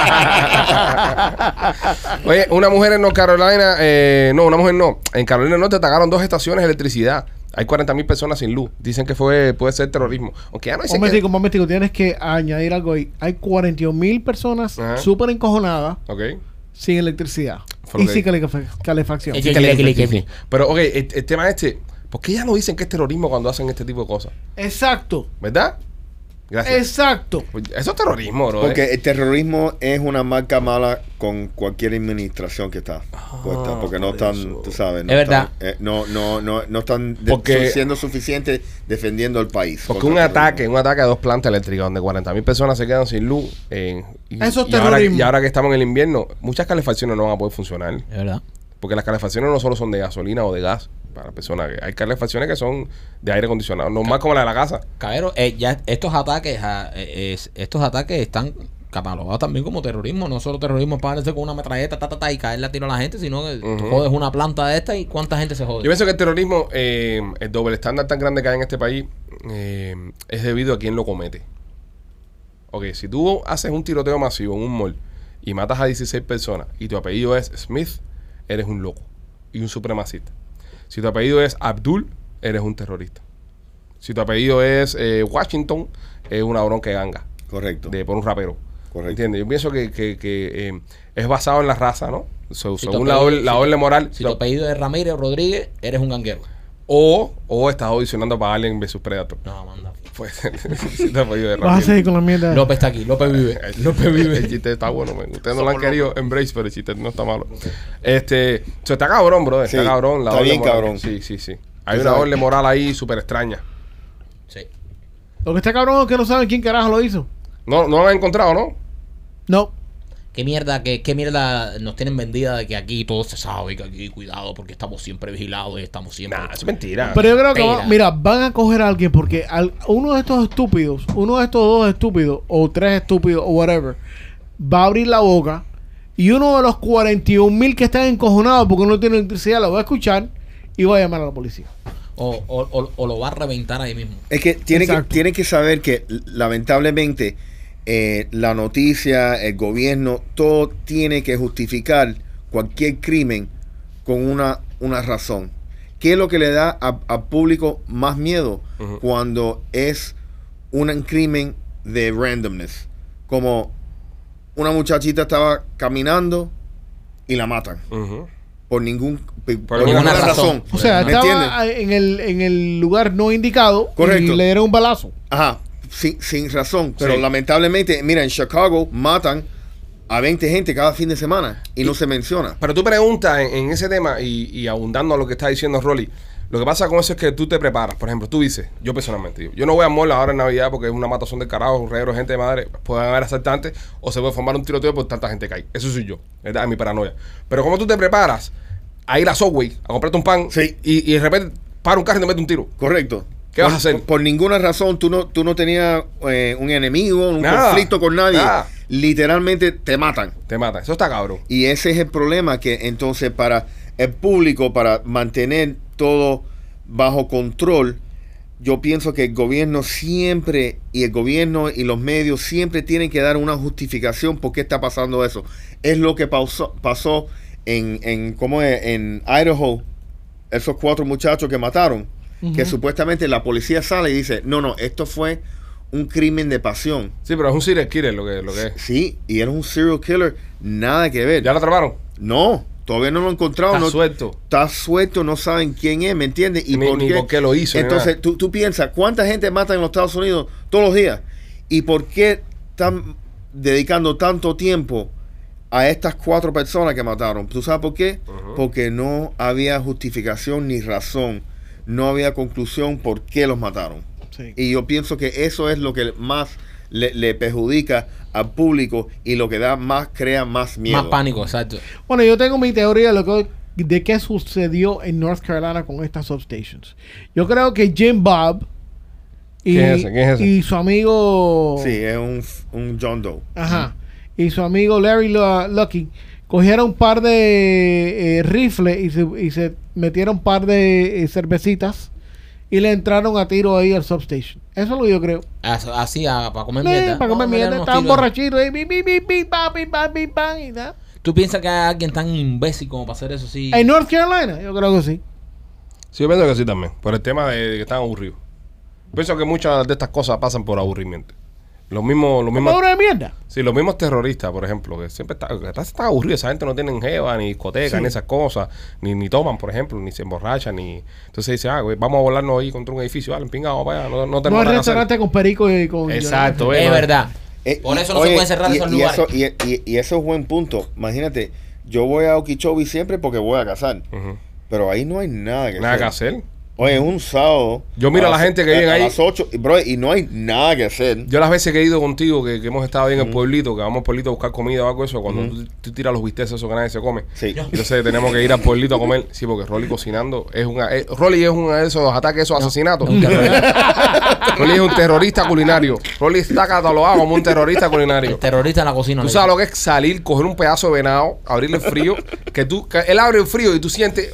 S1: Oye, una mujer en North Carolina, eh, no, una mujer no. En Carolina del Norte atacaron dos estaciones de electricidad. Hay 40.000 personas sin luz. Dicen que fue puede ser terrorismo. Aunque ya no
S4: Un
S1: dicen que...
S4: momentico, un momentico, tienes que añadir algo ahí. Hay 41 mil personas
S1: Ajá.
S4: súper encojonadas
S1: Ok.
S4: sin electricidad
S1: Fue
S4: y
S1: lo que
S4: sin calefa- calefacción.
S3: Es que- que- que- que- que-
S1: Pero, ok, el, el tema este, ¿por qué ya no dicen que es terrorismo cuando hacen este tipo de cosas?
S4: Exacto,
S1: ¿Verdad? Gracias.
S4: exacto.
S1: Pues, Eso es terrorismo, bro.
S5: Porque el terrorismo es una marca mala con cualquier administración que está puesta, porque no están, tú sabes, no
S3: Es
S5: están,
S3: verdad.
S5: eh, no, no, no, no están de-
S1: Porque-
S5: su- siendo suficientes defendiendo el país.
S1: Porque
S5: contra
S1: un
S5: el terrorismo.
S1: ataque, un ataque a dos plantas eléctricas donde 40.000 personas se quedan sin luz. eh, y,
S4: Eso es
S1: y ahora,
S4: terrorismo.
S1: y ahora que estamos en el invierno, muchas calefacciones no van a poder funcionar.
S3: Es verdad.
S1: Porque las calefacciones no solo son de gasolina o de gas. Para personas que hay calefacciones que son de aire acondicionado, no más como la de la casa.
S3: Cabero, eh, ya estos ataques, a- eh, es- estos ataques están catalogados también como terrorismo, no solo terrorismo es pararse con una metralleta ta, ta, ta, y caerle a tiro a la gente, sino que tú
S1: Ujú.
S3: jodes una planta de esta y cuánta gente se jode.
S1: Yo pienso que el terrorismo, eh, el doble estándar tan grande que hay en este país, eh, es debido a quien lo comete. Ok, si tú haces un tiroteo masivo en un mall y matas a 16 personas y tu apellido es Smith, eres un loco y un supremacista. Si tu apellido es Abdul, eres un terrorista. Si tu apellido es eh, Washington, es una bronca de ganga
S5: Correcto.
S1: de por un rapero.
S5: Correcto.
S1: ¿Entiendes? Yo pienso que, que- que, eh, es basado en la raza, ¿no? Se-
S3: Si tu
S1: según la,
S3: apellido-
S1: orden- la
S3: si tu-
S1: orden moral.
S3: Si
S1: lo-
S3: tu apellido es Ramírez o Rodríguez, eres un ganguero.
S1: o, o estás audicionando para Alien vs Predator.
S3: No, manda.
S1: Pues, si te apellido de
S4: Vas a
S1: Ramírez.
S4: seguir con la mierda.
S3: López está aquí, López vive.
S1: El-
S3: López
S1: El
S3: vive.
S1: chiste está bueno, man. Ustedes no lo han
S6: Somos
S1: querido embrace, pero el chiste no está malo. Este, so, está cabrón, bro. Está
S5: Sí,
S1: cabrón. La
S5: está
S1: orden
S5: bien
S1: moral.
S5: cabrón.
S1: Sí, sí, sí. Hay
S5: Tú
S1: una
S5: sabes.
S1: orden moral ahí súper extraña.
S3: Sí.
S4: Lo que está cabrón es que no saben quién carajo lo hizo.
S1: No, no la han encontrado, ¿no?
S4: No,
S3: ¿Qué mierda, qué, qué mierda nos tienen vendida de que aquí todo se sabe, que aquí cuidado porque estamos siempre vigilados y estamos siempre...
S1: Nah, es mentira.
S4: pero yo creo que,
S3: Mentira.
S4: va- mira, van a coger a alguien porque al- uno de estos estúpidos, uno de estos dos estúpidos, o tres estúpidos, o whatever, va a abrir la boca y uno de los 41 mil que están encojonados porque no tiene electricidad lo va a escuchar y va a llamar a la policía.
S3: O, o- o- o lo va a reventar ahí mismo.
S5: Es que tiene, que
S4: Exacto.
S5: tiene que saber que lamentablemente eh, la noticia, el gobierno, todo tiene que justificar cualquier crimen con una, una razón. ¿Qué es lo que le da a- al público más miedo
S1: Ujú.
S5: cuando es un crimen de randomness? Como una muchachita estaba caminando y la matan
S1: Ujú.
S5: por ningún por,
S1: ninguna
S5: ninguna
S3: razón.
S5: razón.
S4: O sea,
S5: ¿Me entiendes?
S4: estaba en el, en el lugar no indicado
S5: Correcto.
S4: y le dieron un balazo.
S5: Ajá, sin, sin razón. Pero
S1: Sí.
S5: lamentablemente, mira, en Chicago matan a 20 gente cada fin de semana y, no se menciona.
S1: Pero tú preguntas en, en ese tema y, y abundando a lo que está diciendo Rolly, lo que pasa con eso es que tú te preparas. Por ejemplo, tú dices, yo personalmente, digo, yo no voy a mola ahora en Navidad porque es una matazón de carajo, un reguero de gente de madre, pueden haber asaltantes o se puede formar un tiroteo por tanta gente que hay. Eso soy yo, ¿verdad? Es mi paranoia. Pero como tú te preparas a ir a Subway, a comprarte un pan
S5: Sí.
S1: y, y de repente para un carro y te mete un tiro.
S5: Correcto.
S1: ¿Qué
S5: Por-
S1: vas a hacer?
S5: Por, por ninguna razón, tú no, tú no tenías eh, un enemigo, un
S1: Nada,
S5: conflicto con nadie.
S1: nada.
S5: Literalmente te matan.
S1: Te mata. Eso está cabrón.
S5: Y ese es el problema que entonces para el público, para mantener todo bajo control, yo pienso que el gobierno siempre, y el gobierno y los medios siempre tienen que dar una justificación por qué está pasando eso. Es lo que pausó- pasó en, en, ¿cómo es? en Idaho, esos cuatro muchachos que mataron, que supuestamente la policía sale y dice, no, no, esto fue un crimen de pasión.
S1: Sí, pero es un serial killer lo que, lo que es.
S5: Sí, y era un serial killer, nada que ver.
S1: ¿Ya lo atraparon?
S5: No, todavía no lo he encontrado.
S1: Está
S5: no,
S1: suelto.
S5: Está suelto, no saben quién es, ¿me entiendes?
S1: Ni- ni por qué lo hizo, ni
S5: Entonces,
S1: nada.
S5: tú, tú piensas, ¿cuánta gente matan en los Estados Unidos todos los días? ¿Y por qué están dedicando tanto tiempo a estas cuatro personas que mataron? ¿Tú sabes por qué? Porque no había justificación ni razón. No había conclusión por qué los mataron.
S4: Sí.
S5: Y yo pienso que eso es lo que más le, le perjudica al público y lo que da más, crea más miedo.
S3: Más pánico, exacto.
S4: Bueno, yo tengo mi teoría de, lo que, de qué sucedió en North Carolina con estas substations. Yo creo que Jim Bob y,
S1: ¿Quién es ese? ¿Quién es ese?
S4: y su amigo...
S5: Sí, es un, un John Doe.
S4: Ajá. Y su amigo Larry Lu- Lucky cogieron un par de eh, rifles y se, y se metieron un par de eh, cervecitas y le entraron a tiro ahí al substation. Eso es lo que yo creo.
S3: As- Así, a- para ah, comer
S4: Sí,
S3: mierda.
S4: para
S3: Vamos a
S4: comer mierda.
S3: meternos
S4: Estaban
S3: tiros.
S4: borrachitos ahí. bi, bi, bi, bi, ba, bi, ba, bi, ba, y nada.
S3: ¿Tú piensas que hay alguien tan imbécil como para hacer eso así?
S4: En North Carolina, yo creo que sí.
S1: Sí, yo pienso que sí también, por el tema de, de que están aburridos. Pienso que muchas de estas cosas pasan por aburrimiento. Los mismos, los mismos,
S4: Maduro de mierda.
S1: sí, los mismos terroristas, por ejemplo, que siempre está- que está- están aburridos. Esa gente no tienen jeva, ni discoteca,
S4: Sí.
S1: ni esas cosas, ni, ni toman, por ejemplo, ni se emborrachan, ni... Entonces dice, ah, güey, vamos a volarnos ahí contra un edificio, vale, pinga, vamos para allá, no, no
S4: No
S1: tenemos nada
S4: hay
S1: que hacer.
S4: restaurante con perico y con.
S1: Exacto,
S3: es
S1: eh, no-
S3: verdad.
S5: Eh,
S3: Por
S5: y-
S3: eso no se
S5: oye,
S3: pueden cerrar
S5: y-
S3: esos
S5: y
S3: lugares.
S5: eso- y, y- y eso es buen punto. Imagínate, yo voy a Okeechobee siempre porque voy a casar.
S1: Ujú.
S5: Pero ahí no hay nada que
S1: Nada que
S5: hacer.
S1: hacer.
S5: Oye, es un sábado.
S1: Yo miro a la
S5: las-
S1: gente que viene
S5: a
S1: ahí.
S5: las 8, y, bro, y no hay nada que hacer.
S1: Yo las veces que he ido contigo, que, que hemos estado ahí en el pueblito, que vamos al pueblito a buscar comida o algo de eso, cuando tú, tú tiras los bisteces esos que nadie se come.
S5: Sí.
S1: Entonces tenemos que ir al pueblito a comer. Sí, porque Rolly cocinando es un... Rolly es uno de esos ataques, esos asesinatos. Rolly es un terrorista culinario. Rolly está catalogado como un terrorista culinario.
S3: El terrorista en la cocina.
S1: Tú
S3: le
S1: sabes
S3: digo.
S1: lo que es salir, coger un pedazo de venado, abrirle el frío, que tú, que él abre el frío y tú sientes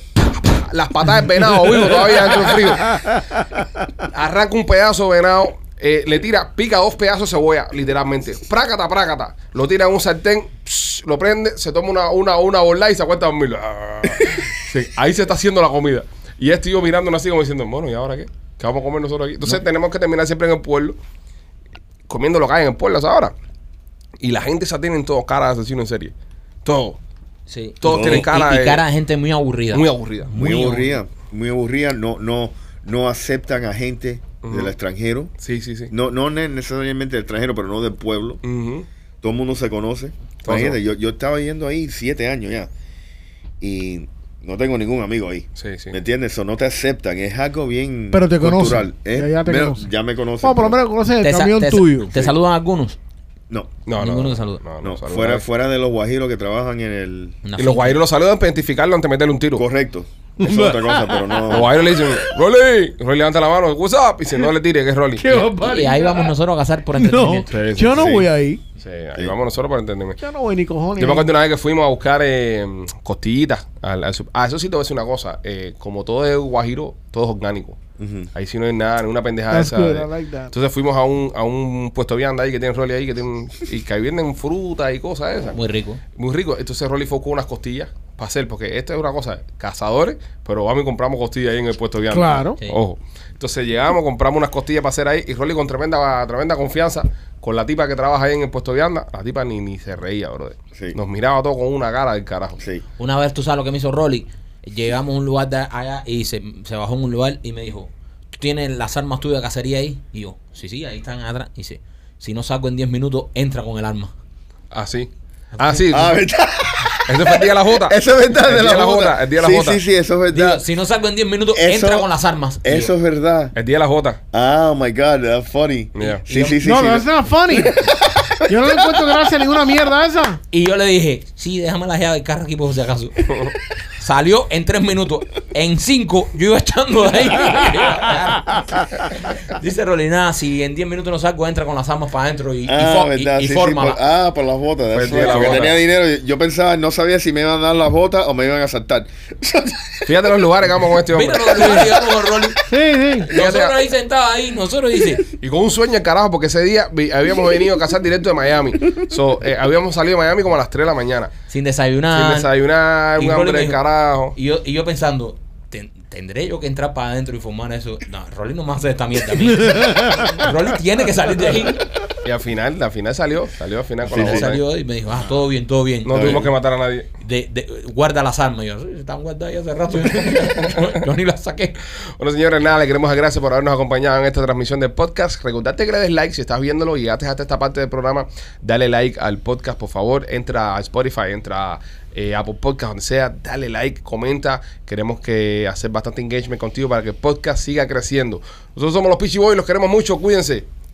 S1: las patadas del venado vivo todavía dentro del frío. Arranca un pedazo de venado, eh, le tira, pica dos pedazos de cebolla, literalmente. Prácata, prácata. Lo tira en un sartén, psh, lo prende, se toma una, una, una bola y se acuesta a dormir. Ah. Sí, ahí se está haciendo la comida. Y este yo mirándonos así como diciendo, bueno, ¿y ahora qué? ¿Qué vamos a comer nosotros aquí? Entonces tenemos que terminar siempre en el pueblo, comiendo lo que hay en el pueblo hasta ahora. Y la gente se tiene en todo cara de asesino en serie. Todo.
S3: Sí.
S1: Todos
S3: Y-
S1: tienen
S3: y-
S1: cara
S3: y,
S1: de-
S3: cara de gente muy aburrida.
S1: Muy aburrida.
S5: Muy,
S3: Muy
S5: aburrida. Muy aburrida. No, no, no aceptan a gente del
S1: Ujú.
S5: extranjero.
S1: Sí, sí, sí.
S5: No, no ne- necesariamente del extranjero, pero no del pueblo.
S1: Ujú.
S5: Todo el mundo se conoce.
S1: Todo
S5: Imagínate,
S1: se-
S5: yo, yo estaba yendo ahí siete años ya. Y no tengo ningún amigo ahí.
S1: Sí, sí.
S5: ¿Me entiendes? Eso no te aceptan. Es algo bien.
S4: Pero te conocen.
S5: cultural, ¿eh?
S4: Ya, ya te
S5: Bueno,
S4: conocen.
S5: ya me conocen.
S4: Bueno, por lo
S5: pero-
S4: menos conoces
S3: Te
S4: el
S3: sa-
S4: camión
S3: te sa-
S4: tuyo.
S3: Te saludan algunos.
S5: No,
S1: No, no.
S3: Ninguno
S1: no,
S3: te saluda.
S1: No,
S5: no.
S1: saluda
S5: fuera,
S1: nadie.
S5: fuera de los guajiros que trabajan en el.
S1: Y
S3: Una
S1: los
S3: finca.
S1: guajiros lo saludan para identificarlo antes de meterle un tiro.
S5: Correcto. Eso es otra cosa, pero
S1: Los
S5: no.
S1: guajiros le dicen, Rolly. Rolly levanta la mano, what's up? Y si no le tire, que es Rolly.
S4: Qué barbaridad.
S3: Y ahí vamos nosotros a cazar por
S4: No,
S3: entretenimiento.
S1: Sí, sí,
S4: yo no
S5: sí.
S4: voy ahí.
S1: Sí, ahí vamos nosotros para entenderme.
S4: Yo no voy ni cojones.
S1: Yo me
S4: ahí.
S1: acuerdo una vez que fuimos a buscar eh, costillitas. al- al sup- ah, eso sí te voy a decir una cosa. eh, como todo es guajiro, todo es orgánico.
S5: Ujú.
S1: Ahí sí no hay nada, ninguna pendejada
S4: That's
S1: esa.
S4: good,
S1: de-
S4: I like that.
S1: Entonces fuimos a un, a un puesto de vianda ahí que tiene Rolly ahí, que tiene un- y que ahí venden fruta y cosas esas.
S3: Muy rico.
S1: Muy rico. Entonces Rolly fue con unas costillas para hacer, porque esta es una cosa, cazadores, pero vamos y compramos costillas ahí en el puesto de vianda.
S4: Claro.
S3: Sí.
S1: Ojo. Entonces llegamos, compramos unas costillas para hacer ahí y Rolly con tremenda, tremenda confianza, con la tipa que trabaja ahí en el puesto de vianda, la tipa ni, ni se reía, brother.
S5: Sí.
S1: Nos miraba todo con una cara del carajo.
S5: Sí.
S3: Una vez tú sabes lo que me hizo Rolly. Llegamos a un lugar de allá y se, se bajó en un lugar y me dijo, ¿tú tienes las armas tuyas de cacería ahí? Y yo, sí, sí, ahí están atrás. Y dice, si no saco en 10 minutos, entra con el arma.
S1: Así. Así.
S5: Ah, ¿verdad?
S1: Ese fue el día de la Jota.
S5: Eso es
S1: El
S5: verdad. de
S1: día de la
S5: Jota.
S1: Jota. El día de la
S5: sí,
S1: Jota.
S5: sí, sí, eso es
S3: Digo,
S5: verdad.
S3: si no saco en 10 minutos,
S5: Eso-
S3: entra con las armas. Y
S5: Eso
S3: yo,
S5: es verdad.
S1: El día de la Jota.
S5: Ah, oh my God, that's funny.
S1: Yeah.
S5: Sí, sí, sí.
S4: no,
S5: sí,
S4: no, that's not funny. Yo no le encuentro gracia a ninguna mierda a esa.
S3: y yo le dije, sí, déjame la llave del carro aquí por si acaso. Salió en 3 minutos. En 5, yo iba echando de ahí. Dice Rolly, nada, si en 10 minutos no saco, entra con las armas para adentro y, y
S5: Ah,
S3: fo- y-
S5: verdad,
S3: y
S5: sí, sí,
S3: fórmala.
S5: por- ah, por las botas. that's
S1: el día de
S5: right,
S1: la
S5: porque
S1: bota.
S5: tenía dinero. yo- Yo pensaba, no sabía si me iban a dar las botas o me iban a saltar.
S1: Fíjate los lugares que vamos con este hombre.
S3: Mira los lugares que íbamos con Rolly.
S4: Sí, sí.
S3: Nosotros ahí sentados ahí, nosotros dice,
S1: Y con un sueño el carajo, porque ese día vi- habíamos venido a cazar directo de Miami. So, eh, habíamos salido de Miami como a las 3 de la mañana.
S3: sin desayunar.
S1: Sin desayunar,
S3: Y
S1: un
S3: Rolly
S1: hambre
S3: me
S1: del
S3: dijo-
S1: carajo.
S3: Y yo, y yo pensando, "Ten- tendré yo que entrar para adentro y formar eso. No, Rolly no me hace esta mierda a mí. Rolly tiene que salir de ahí.
S1: Y al final, al final salió. Salió al final con
S5: Sí,
S1: la
S5: sí,
S1: voz.
S3: Salió y me dijo, ah, todo bien, todo bien.
S1: No tuvimos que matar a nadie.
S3: de, de- guarda las armas. Y yo, "Sí, están guardadas ya hace rato. Yo, yo ni las saqué.
S1: Bueno, señores, nada, le queremos dar gracias por habernos acompañado en esta transmisión del podcast. Recordarte que le des like si estás viéndolo y llegaste hasta esta parte del programa. Dale like al podcast, por favor. Entra a Spotify, entra a eh, Apple Podcast, donde sea. Dale like, comenta. Queremos que hacer bastante engagement contigo para que el podcast siga creciendo. Nosotros somos los Pichi Boys, los queremos mucho. Cuídense.